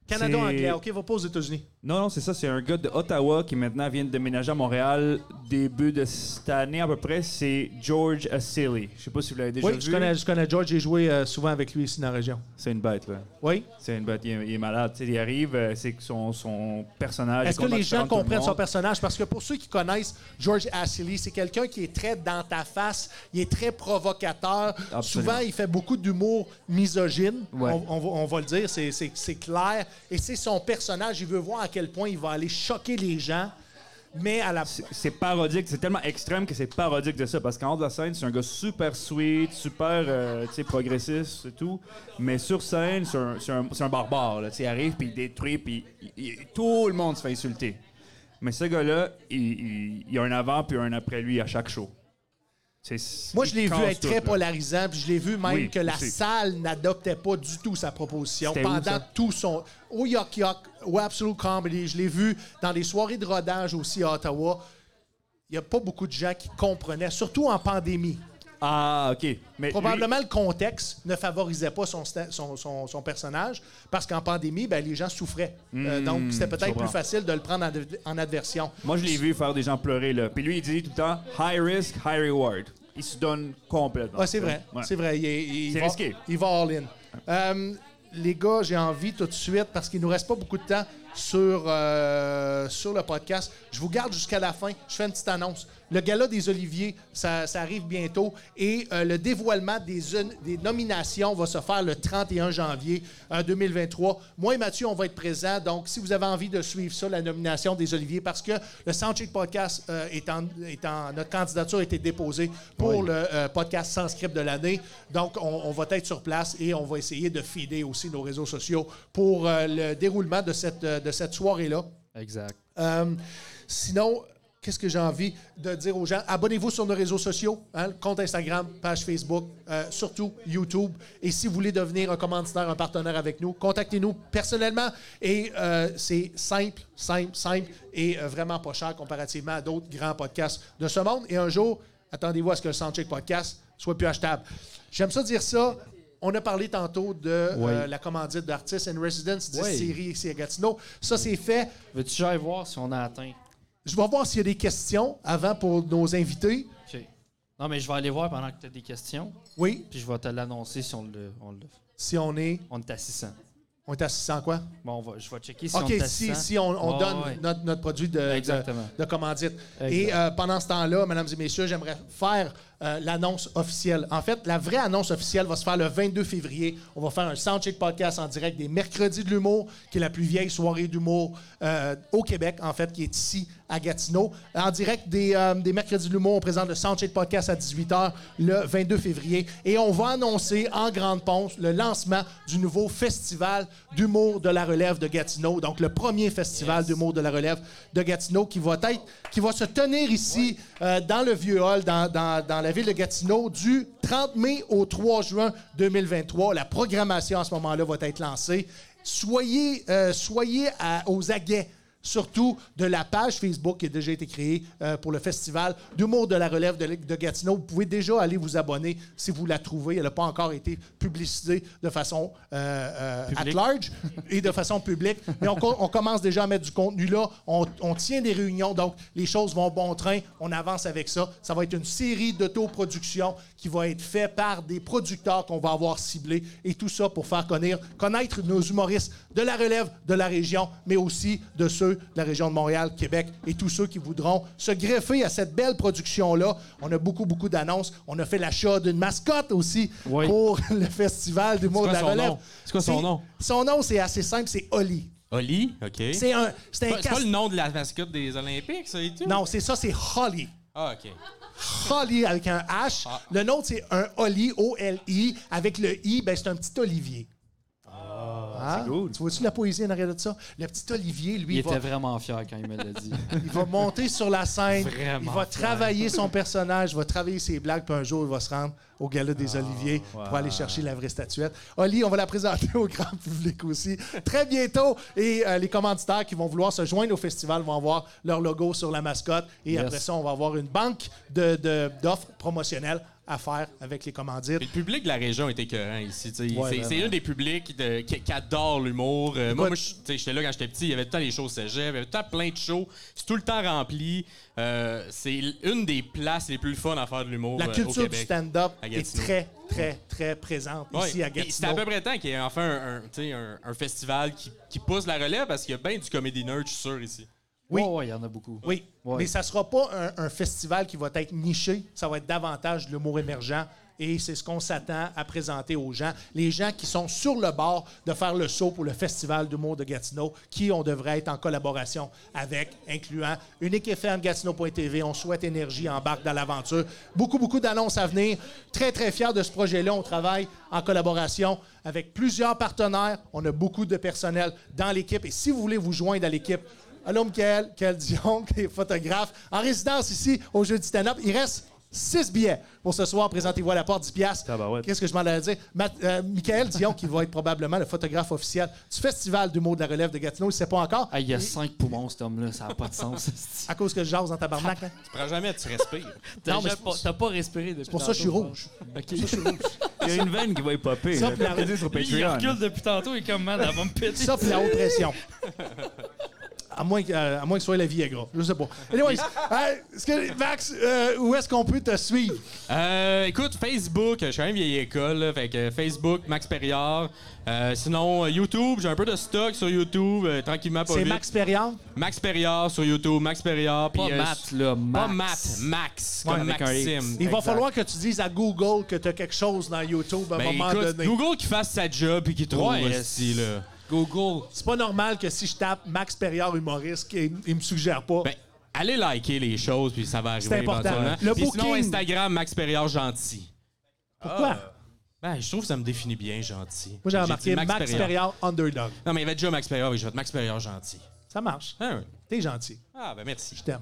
Speaker 2: Canada anglais, OK, va pas aux États-Unis.
Speaker 4: Non, non, c'est ça. C'est un gars de Ottawa qui maintenant vient de déménager à Montréal début de cette année à peu près. C'est George Asili. Je sais pas si vous l'avez déjà
Speaker 2: Oui,
Speaker 4: vu.
Speaker 2: je connais, je connais George, j'ai joué euh, souvent avec lui ici dans la région.
Speaker 4: C'est une bête, là.
Speaker 2: Oui?
Speaker 4: C'est une bête. Il est, il est malade. Tu sais, il arrive, euh, c'est que son, son personnage.
Speaker 2: Est-ce
Speaker 4: est
Speaker 2: que les gens
Speaker 4: complètement différent de tout le
Speaker 2: comprennent son
Speaker 4: monde.
Speaker 2: personnage? Parce que pour ceux qui connaissent George Ashley, c'est quelqu'un qui est très dans ta face, il est très provocateur.
Speaker 4: Absolument.
Speaker 2: Souvent, il fait beaucoup d'humour misogyne,
Speaker 4: Ouais.
Speaker 2: on, on va, on va le dire, c'est- c'est c'est clair. Et c'est son personnage, il veut voir à quel point il va aller choquer les gens, mais à la...
Speaker 4: C'est- C'est parodique, c'est tellement extrême que c'est parodique de ça. Parce qu'en haut de la scène, c'est un gars super sweet, super euh, tu sais, progressiste et tout. Mais sur scène, c'est un, c'est un- c'est un barbare. Là. Tu sais, Il arrive, puis il détruit, puis il- il- tout le monde se fait insulter. Mais ce gars-là, il, il- il y a un avant puis un après lui à chaque show. C'est-
Speaker 2: Moi,
Speaker 4: il
Speaker 2: je l'ai vu
Speaker 4: casse
Speaker 2: être
Speaker 4: tout,
Speaker 2: très
Speaker 4: là.
Speaker 2: polarisant, puis je l'ai vu même
Speaker 4: Oui,
Speaker 2: que la
Speaker 4: aussi.
Speaker 2: salle n'adoptait pas du tout sa proposition
Speaker 4: C'était où,
Speaker 2: pendant
Speaker 4: ça?
Speaker 2: tout son. Au Yuck Yuck, au Absolute Comedy, je l'ai vu dans les soirées de rodage aussi à Ottawa. Il n'y a pas beaucoup de gens qui comprenaient, surtout en pandémie.
Speaker 4: Ah, OK. Mais lui-
Speaker 2: Probablement, le contexte ne favorisait pas son, sta- son, son- son personnage parce qu'en pandémie, ben, les gens souffraient. Euh, donc, c'était
Speaker 4: Hmm, je
Speaker 2: peut-être
Speaker 4: comprends.
Speaker 2: plus facile de le prendre en, ad- en adversion.
Speaker 4: moi, je l'ai vu faire des gens pleurer, là. Puis lui, il dit tout le temps « high risk, high reward ». Il se donne complètement.
Speaker 2: Ah, c'est vrai.
Speaker 4: Ouais.
Speaker 2: C'est vrai. Il, est- il
Speaker 4: C'est
Speaker 2: va,
Speaker 4: risqué.
Speaker 2: Il va all-in. Euh, les gars, j'ai envie tout de suite, parce qu'il nous reste pas beaucoup de temps sur, euh, sur le podcast. Je vous garde jusqu'à la fin. Je fais une petite annonce. Le gala des Oliviers, ça, ça arrive bientôt. Et euh, le dévoilement des, un- des nominations va se faire le 31 janvier euh, 2023. Moi et Mathieu, on va être présents. Donc, si vous avez envie de suivre ça, la nomination des Oliviers, parce que le Soundcheck Podcast euh, est, en, est en- Notre candidature a été déposée pour le euh, podcast sans script de l'année. Donc, on, on va être sur place et on va essayer de fider aussi nos réseaux sociaux pour euh, le déroulement de cette, euh, de cette soirée-là.
Speaker 1: Exact.
Speaker 2: Euh, sinon, qu'est-ce que j'ai envie de dire aux gens? Abonnez-vous sur nos réseaux sociaux, hein, le compte Instagram, page Facebook, euh, surtout YouTube. Et si vous voulez devenir un commanditaire, un partenaire avec nous, contactez-nous personnellement. Et euh, c'est simple, simple, simple et euh, vraiment pas cher comparativement à d'autres grands podcasts de ce monde. Et un jour, attendez-vous à ce que le Soundcheck Podcast soit plus achetable. J'aime ça dire ça. On a parlé tantôt de euh, la commandite d'Artists in Residence, 10
Speaker 1: Oui.
Speaker 2: séries ici à Gatineau. Ça, c'est fait.
Speaker 1: Veux-tu que j'aille voir si on a atteint?
Speaker 2: Je vais voir s'il y a des questions avant pour nos invités.
Speaker 1: OK. Non, mais je vais aller voir pendant que tu as des questions,
Speaker 2: Oui,
Speaker 1: puis je vais te l'annoncer si on le, on le-
Speaker 2: si on est.
Speaker 1: on est à 600.
Speaker 2: On est à 600 quoi?
Speaker 1: Bon, on va, je vais checker si
Speaker 2: OK,
Speaker 1: on est à
Speaker 2: si,
Speaker 1: 600.
Speaker 2: si on, on
Speaker 1: Ouais,
Speaker 2: donne
Speaker 1: ouais.
Speaker 2: Notre, notre produit de,
Speaker 1: Exactement.
Speaker 2: de, de commandite.
Speaker 1: Exact.
Speaker 2: Et euh, pendant ce temps-là, mesdames et messieurs, j'aimerais faire euh, l'annonce officielle. En fait, la vraie annonce officielle va se faire le 22 février. On va faire un Soundcheck podcast en direct des Mercredis de l'humour, qui est la plus vieille soirée d'humour euh, au Québec, en fait, qui est ici à Gatineau. En direct des, euh, des Mercredis de l'humour, on présente le Soundcheck podcast à 18h le 22 février. Et on va annoncer en grande pompe le lancement du nouveau festival d'humour de la relève de Gatineau. Donc, le premier festival d'humour de la relève de Gatineau qui va être, qui va se tenir ici euh, dans le Vieux Hall, dans, dans- dans la ville de Gatineau, du 30 mai au 3 juin 2023. La programmation à ce moment-là va être lancée. Soyez, euh, soyez à- aux aguets surtout de la page Facebook qui a déjà été créée euh, pour le festival d'humour de la relève de, de Gatineau. Vous pouvez déjà aller vous abonner si vous la trouvez. Elle n'a pas encore été publicisée de façon euh, euh, at
Speaker 1: Publique.
Speaker 2: large et de façon publique. Mais on, co- on commence déjà à mettre du contenu là. On, on tient des réunions, donc les choses vont bon train. On avance avec ça. Ça va être une série d'autoproduction qui va être faite par des producteurs qu'on va avoir ciblés et tout ça pour faire connaître, connaître nos humoristes de la relève de la région, mais aussi de ceux de la région de Montréal, Québec et tous ceux qui voudront se greffer à cette belle production-là. On a beaucoup, beaucoup d'annonces. On a fait l'achat d'une mascotte aussi
Speaker 5: Oui.
Speaker 2: pour le festival du
Speaker 5: quoi
Speaker 2: de la
Speaker 5: son
Speaker 2: relève.
Speaker 5: nom? C'est quoi son nom?
Speaker 2: Son nom, c'est assez simple, c'est Oli.
Speaker 5: Oli, OK. C'est
Speaker 2: C'est un, c'est un
Speaker 5: pas, c'est pas
Speaker 2: casse-
Speaker 5: le nom de la mascotte des Olympiques, ça, et tout?
Speaker 2: Non, c'est ça, c'est Holly.
Speaker 5: Ah, OK.
Speaker 2: Holly avec un H.
Speaker 1: Ah.
Speaker 2: Le nôtre, c'est un Oli, O-L-I. Avec le I, ben, c'est un petit Olivier. Ah,
Speaker 4: cool.
Speaker 2: Tu vois-tu la poésie en arrière de ça? Le petit Olivier, lui,
Speaker 1: Il
Speaker 2: il va,
Speaker 1: était vraiment fier quand il me l'a dit.
Speaker 2: il va monter sur la scène.
Speaker 5: Vraiment
Speaker 2: il va travailler son personnage, va travailler ses blagues, puis un jour, il va se rendre au Gala des
Speaker 5: Ah,
Speaker 2: Oliviers pour aller chercher la vraie statuette. Oli, on va la présenter au grand public aussi très bientôt. Et euh, les commanditaires qui vont vouloir se joindre au festival vont avoir leur logo sur la mascotte. Et
Speaker 1: Yes.
Speaker 2: après ça, on va avoir une banque de- de- d'offres promotionnelles à faire avec les commandites.
Speaker 5: Puis le public de la région est écœurant ici. tu sais.
Speaker 2: Ouais,
Speaker 5: c'est,
Speaker 2: vraiment.
Speaker 5: c'est un des publics de- qui, qui adore l'humour. Euh, moi, moi, je- tu sais, j'étais là quand j'étais petit. Il y avait tout le temps les shows cégep, il y avait tout le temps plein de shows. C'est tout le temps rempli. Euh, c'est l- une des places les plus fun à faire de l'humour.
Speaker 2: La
Speaker 5: euh,
Speaker 2: culture
Speaker 5: au
Speaker 2: du
Speaker 5: Québec.
Speaker 2: stand-up
Speaker 5: à
Speaker 2: est
Speaker 5: Gatineau.
Speaker 2: très, très, très présente
Speaker 5: Ouais.
Speaker 2: ici à
Speaker 5: Puis C'est à
Speaker 2: Gatineau.
Speaker 5: peu près temps qu'il y ait enfin un, un, tu sais, un- un festival qui, qui pousse la relève parce qu'il y a bien du comedy nerd, je suis sûr, ici.
Speaker 2: Oui.
Speaker 1: Oui, ouais, il y en a beaucoup.
Speaker 2: Oui,
Speaker 1: Ouais.
Speaker 2: mais ça sera pas un, un festival qui va être niché. Ça va être davantage de l'humour émergent. Et c'est ce qu'on s'attend à présenter aux gens. Les gens qui sont sur le bord de faire le saut pour le Festival d'humour de Gatineau, qui on devrait être en collaboration avec, incluant Unique FM, Gatineau.tv. On souhaite énergie, embarque dans l'aventure. Beaucoup, beaucoup d'annonces à venir. Très, très fiers de ce projet-là. On travaille en collaboration avec plusieurs partenaires. On a beaucoup de personnel dans l'équipe. Et si vous voulez vous joindre à l'équipe, Allô, Michael, Michael Dion, qui est photographe en résidence ici au Jeu du Stand-Up. Il reste 6 billets pour ce soir. Présentez-vous à la porte, 10 piastres.
Speaker 5: Ah, bah
Speaker 4: Tabarouette.
Speaker 2: Qu'est-ce que je m'en allais dire? Ma- euh, Michael Dion, qui va être probablement le photographe officiel du Festival du mot de la relève de Gatineau, il ne sait pas encore,
Speaker 1: Ah, il y a cinq poumons, cet homme-là, ça n'a pas de sens. esti.
Speaker 2: à cause que je jase en tabarnak. hein.
Speaker 5: Tu prends jamais, tu respires.
Speaker 1: T'as
Speaker 2: Non, mais
Speaker 1: déjà
Speaker 2: c'est-
Speaker 1: pas, t'as pas respiré depuis. C'est
Speaker 2: Pour ça, je suis rouge.
Speaker 4: Il y a une veine qui va y popper.
Speaker 2: Ça,
Speaker 4: là.
Speaker 2: puis la-
Speaker 4: Regardez sur
Speaker 1: Lui, il
Speaker 4: Patreon.
Speaker 1: recule depuis tantôt, il est comme, man, elle va me péter.
Speaker 2: Ça, puis la haute pression. À moins, que- euh, à moins que soit la Viagra. Je sais pas. Anyways, euh, est-ce que, Max, euh, où est-ce qu'on peut te suivre?
Speaker 5: Euh, écoute, Facebook, je suis quand même vieille école, là, fait que Facebook, Max Perriard. Euh, sinon, euh, YouTube, j'ai un peu de stock sur YouTube, euh, tranquillement, pas
Speaker 2: C'est
Speaker 5: vite.
Speaker 2: Max Perriand.
Speaker 5: Max Perriard sur YouTube, Max Perriard. puis,
Speaker 1: Pas
Speaker 5: euh,
Speaker 1: Matt, là,
Speaker 5: Pas
Speaker 1: Matt.
Speaker 5: Matt, Max,
Speaker 2: Ouais,
Speaker 5: comme
Speaker 2: avec
Speaker 1: un
Speaker 5: Maxime.
Speaker 1: X.
Speaker 2: Il va
Speaker 4: Exact.
Speaker 2: falloir que tu dises à Google que tu as quelque chose dans YouTube à un
Speaker 5: Ben,
Speaker 2: moment
Speaker 5: écoute,
Speaker 2: donné.
Speaker 5: Google qui fasse sa job et qui trouve
Speaker 1: Ouais,
Speaker 5: aussi, là.
Speaker 1: Google.
Speaker 2: C'est pas normal que si je tape Max Perriard humoriste, qu'il il me suggère pas.
Speaker 5: Ben, allez liker les choses, puis ça va arriver
Speaker 2: C'est important.
Speaker 5: éventuellement.
Speaker 2: Le
Speaker 5: Puis sinon,
Speaker 2: booking.
Speaker 5: Instagram, Max Perriard gentil.
Speaker 2: Pourquoi?
Speaker 5: Ben, je trouve que ça me définit bien gentil.
Speaker 2: Moi, j'ai
Speaker 5: dit
Speaker 2: remarqué Max, Perriard, underdog.
Speaker 5: Non, mais il y avait déjà Max Perriard, mais je vais être Max Perriard gentil.
Speaker 2: Ça marche.
Speaker 5: Ah, ouais.
Speaker 2: T'es gentil.
Speaker 5: Ah, ben merci.
Speaker 2: Je t'aime.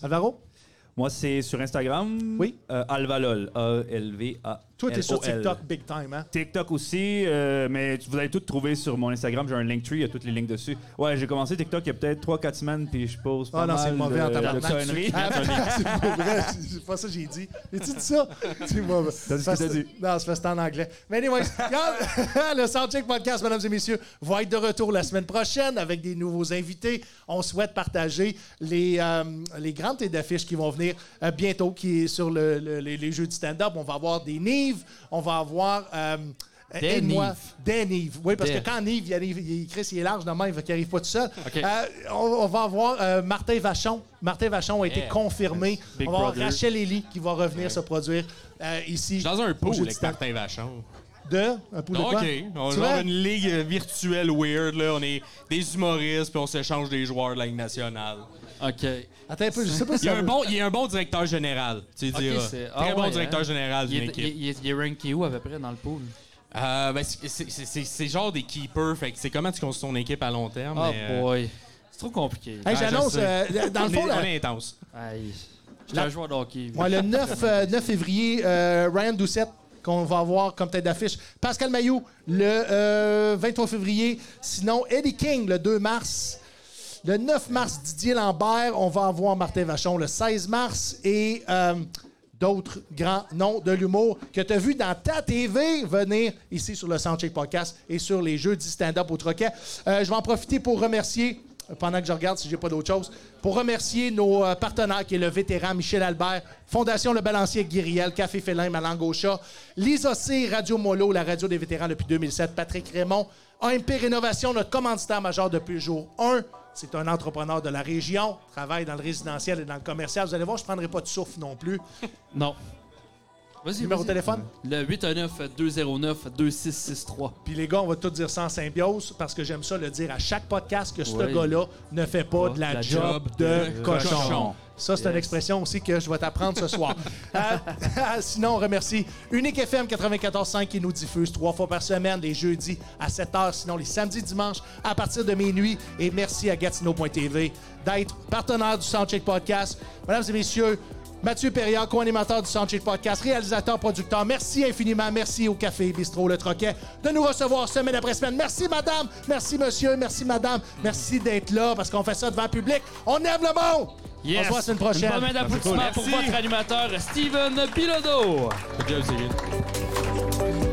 Speaker 2: Alvaro?
Speaker 4: Moi, c'est sur Instagram.
Speaker 2: Oui.
Speaker 4: Euh, Alvalol. A-L-V-A.
Speaker 2: Toi, t'es sur TikTok big time, hein?
Speaker 4: TikTok aussi, euh, mais tu- vous allez tout trouver sur mon Instagram. J'ai un Linktree, il y a toutes les lignes dessus. Ouais, j'ai commencé TikTok il y a peut-être 3-4 semaines, puis je pose pas
Speaker 2: Ah non,
Speaker 4: mal euh,
Speaker 2: c'est mauvais
Speaker 4: de,
Speaker 2: en
Speaker 4: de
Speaker 2: tabarnak.
Speaker 4: conneries.
Speaker 2: Ah, c'est pas vrai, c'est c'est pas ça que j'ai dit. J'ai-tu dit ça? C'est mauvais.
Speaker 4: T'as dit ce que t'as dit.
Speaker 2: Non, c'est parce que c'est en anglais. Mais anyways, regarde, le Soundcheck Podcast, mesdames et messieurs, va être de retour la semaine prochaine avec des nouveaux invités. On souhaite partager les, euh, les grandes têtes d'affiches qui vont venir euh, bientôt, qui est sur le- le- les, les jeux du stand-up. On va avoir des Nives, on va avoir... euh,
Speaker 1: Des
Speaker 2: Aide-moi.
Speaker 1: Nives.
Speaker 2: Des Nives. Oui, parce
Speaker 1: Des.
Speaker 2: que quand Nive, il arrive, il, Chris, il est large, demain, il n'arrive pas tout seul. Euh, on, on va avoir euh, Martin Vachon. Martin Vachon a été
Speaker 5: Yeah.
Speaker 2: confirmé.
Speaker 1: Big
Speaker 2: on va avoir
Speaker 1: brother.
Speaker 2: Rachel Ellie qui va revenir se produire euh, ici.
Speaker 5: Je suis dans un
Speaker 2: au
Speaker 5: pool
Speaker 2: jeu
Speaker 5: avec
Speaker 2: du temps.
Speaker 5: Martin Vachon.
Speaker 2: De? Un pool de quoi?
Speaker 5: OK. On
Speaker 2: Tu
Speaker 5: genre
Speaker 2: vois?
Speaker 5: une ligue euh, virtuelle weird, là. On est des humoristes, puis on s'échange des joueurs de la Ligue nationale.
Speaker 1: OK.
Speaker 2: Attends un peu, Eh, je sais pas si
Speaker 5: Il y a
Speaker 2: ça
Speaker 5: un
Speaker 2: veut-
Speaker 5: bon, il y a un bon directeur général, tu
Speaker 1: Ok,
Speaker 5: diras.
Speaker 1: c'est- ah
Speaker 5: Très bon
Speaker 1: ouais,
Speaker 5: directeur
Speaker 1: hein?
Speaker 5: général
Speaker 1: Il
Speaker 5: d'une
Speaker 1: est,
Speaker 5: équipe.
Speaker 1: il, est- il est ranké où, à peu près, dans le pool?
Speaker 5: Euh, ben, c'est- c'est- c'est c'est- c'est genre des keepers, fait que c'est comment tu construis ton équipe à long terme.
Speaker 1: Oh
Speaker 5: mais, euh,
Speaker 1: boy. C'est trop compliqué.
Speaker 2: Hey,
Speaker 5: Ah,
Speaker 2: J'annonce,
Speaker 5: je sais.
Speaker 2: euh, Ah, dans le
Speaker 5: on
Speaker 2: fond,
Speaker 5: est-
Speaker 2: là,
Speaker 5: on est intense.
Speaker 1: Aïe. J'étais
Speaker 2: La-
Speaker 1: un joueur de hockey.
Speaker 2: ouais, le 9, euh, 9 février, euh, Ryan Doucette, qu'on va avoir comme tête d'affiche. Pascal Mailloux, le euh, 23 février. Sinon, Eddie King, le 2 mars. Le 9 mars, Didier Lambert. On va avoir Martin Vachon le 16 mars. Et euh, d'autres grands noms de l'humour que tu as vu dans ta TV venir ici sur le Soundcheck Podcast et sur les jeux du stand-up au Troquet. Euh, je vais en profiter pour remercier, euh, pendant que je regarde si j'ai pas d'autre chose, pour remercier nos euh, partenaires qui est le vétéran Michel Albert, Fondation Le Balancier Guiriel, Café Félin, Malangocha, l'ISOC, Radio Molo, la radio des vétérans depuis 2007, Patrick Raymond, AMP Rénovation, notre commanditaire majeur depuis jour 1. C'est un entrepreneur de la région, travaille dans le résidentiel et dans le commercial. Vous allez voir, je ne prendrai pas de souffle non plus.
Speaker 1: Non. Vas-y.
Speaker 2: Numéro de
Speaker 1: vas-y. Euh,
Speaker 2: téléphone?
Speaker 1: Le 819-209-2663.
Speaker 2: Puis les gars, on va tout dire sans symbiose parce que j'aime ça le dire à chaque podcast que ce
Speaker 1: Ouais.
Speaker 2: gars-là ne fait pas de la,
Speaker 1: la
Speaker 2: job,
Speaker 5: job
Speaker 2: de,
Speaker 5: de
Speaker 2: cochon.
Speaker 5: cochon.
Speaker 2: Ça, c'est
Speaker 1: Yes.
Speaker 2: une expression aussi que je vais t'apprendre ce soir. Euh, sinon, on remercie Unique FM 94.5 qui nous diffuse trois fois par semaine, les jeudis à 7h, sinon les samedis, dimanches à partir de minuit. Et merci à Gatineau.tv d'être partenaire du Soundcheck Podcast. Mesdames et messieurs, Mathieu Perriard, co-animateur du Soundcheck Podcast, réalisateur, producteur. Merci infiniment. Merci au Café Bistrot Le Troquet de nous recevoir semaine après semaine. Merci, madame. Merci, monsieur. Merci, madame. Merci d'être là parce qu'on fait ça devant le public. On aime le monde. On se voit la semaine prochaine.
Speaker 1: Une bonne main d'applaudissements
Speaker 5: Merci.
Speaker 1: pour votre animateur, Steven Bilodeau.
Speaker 5: Good job, Cyril.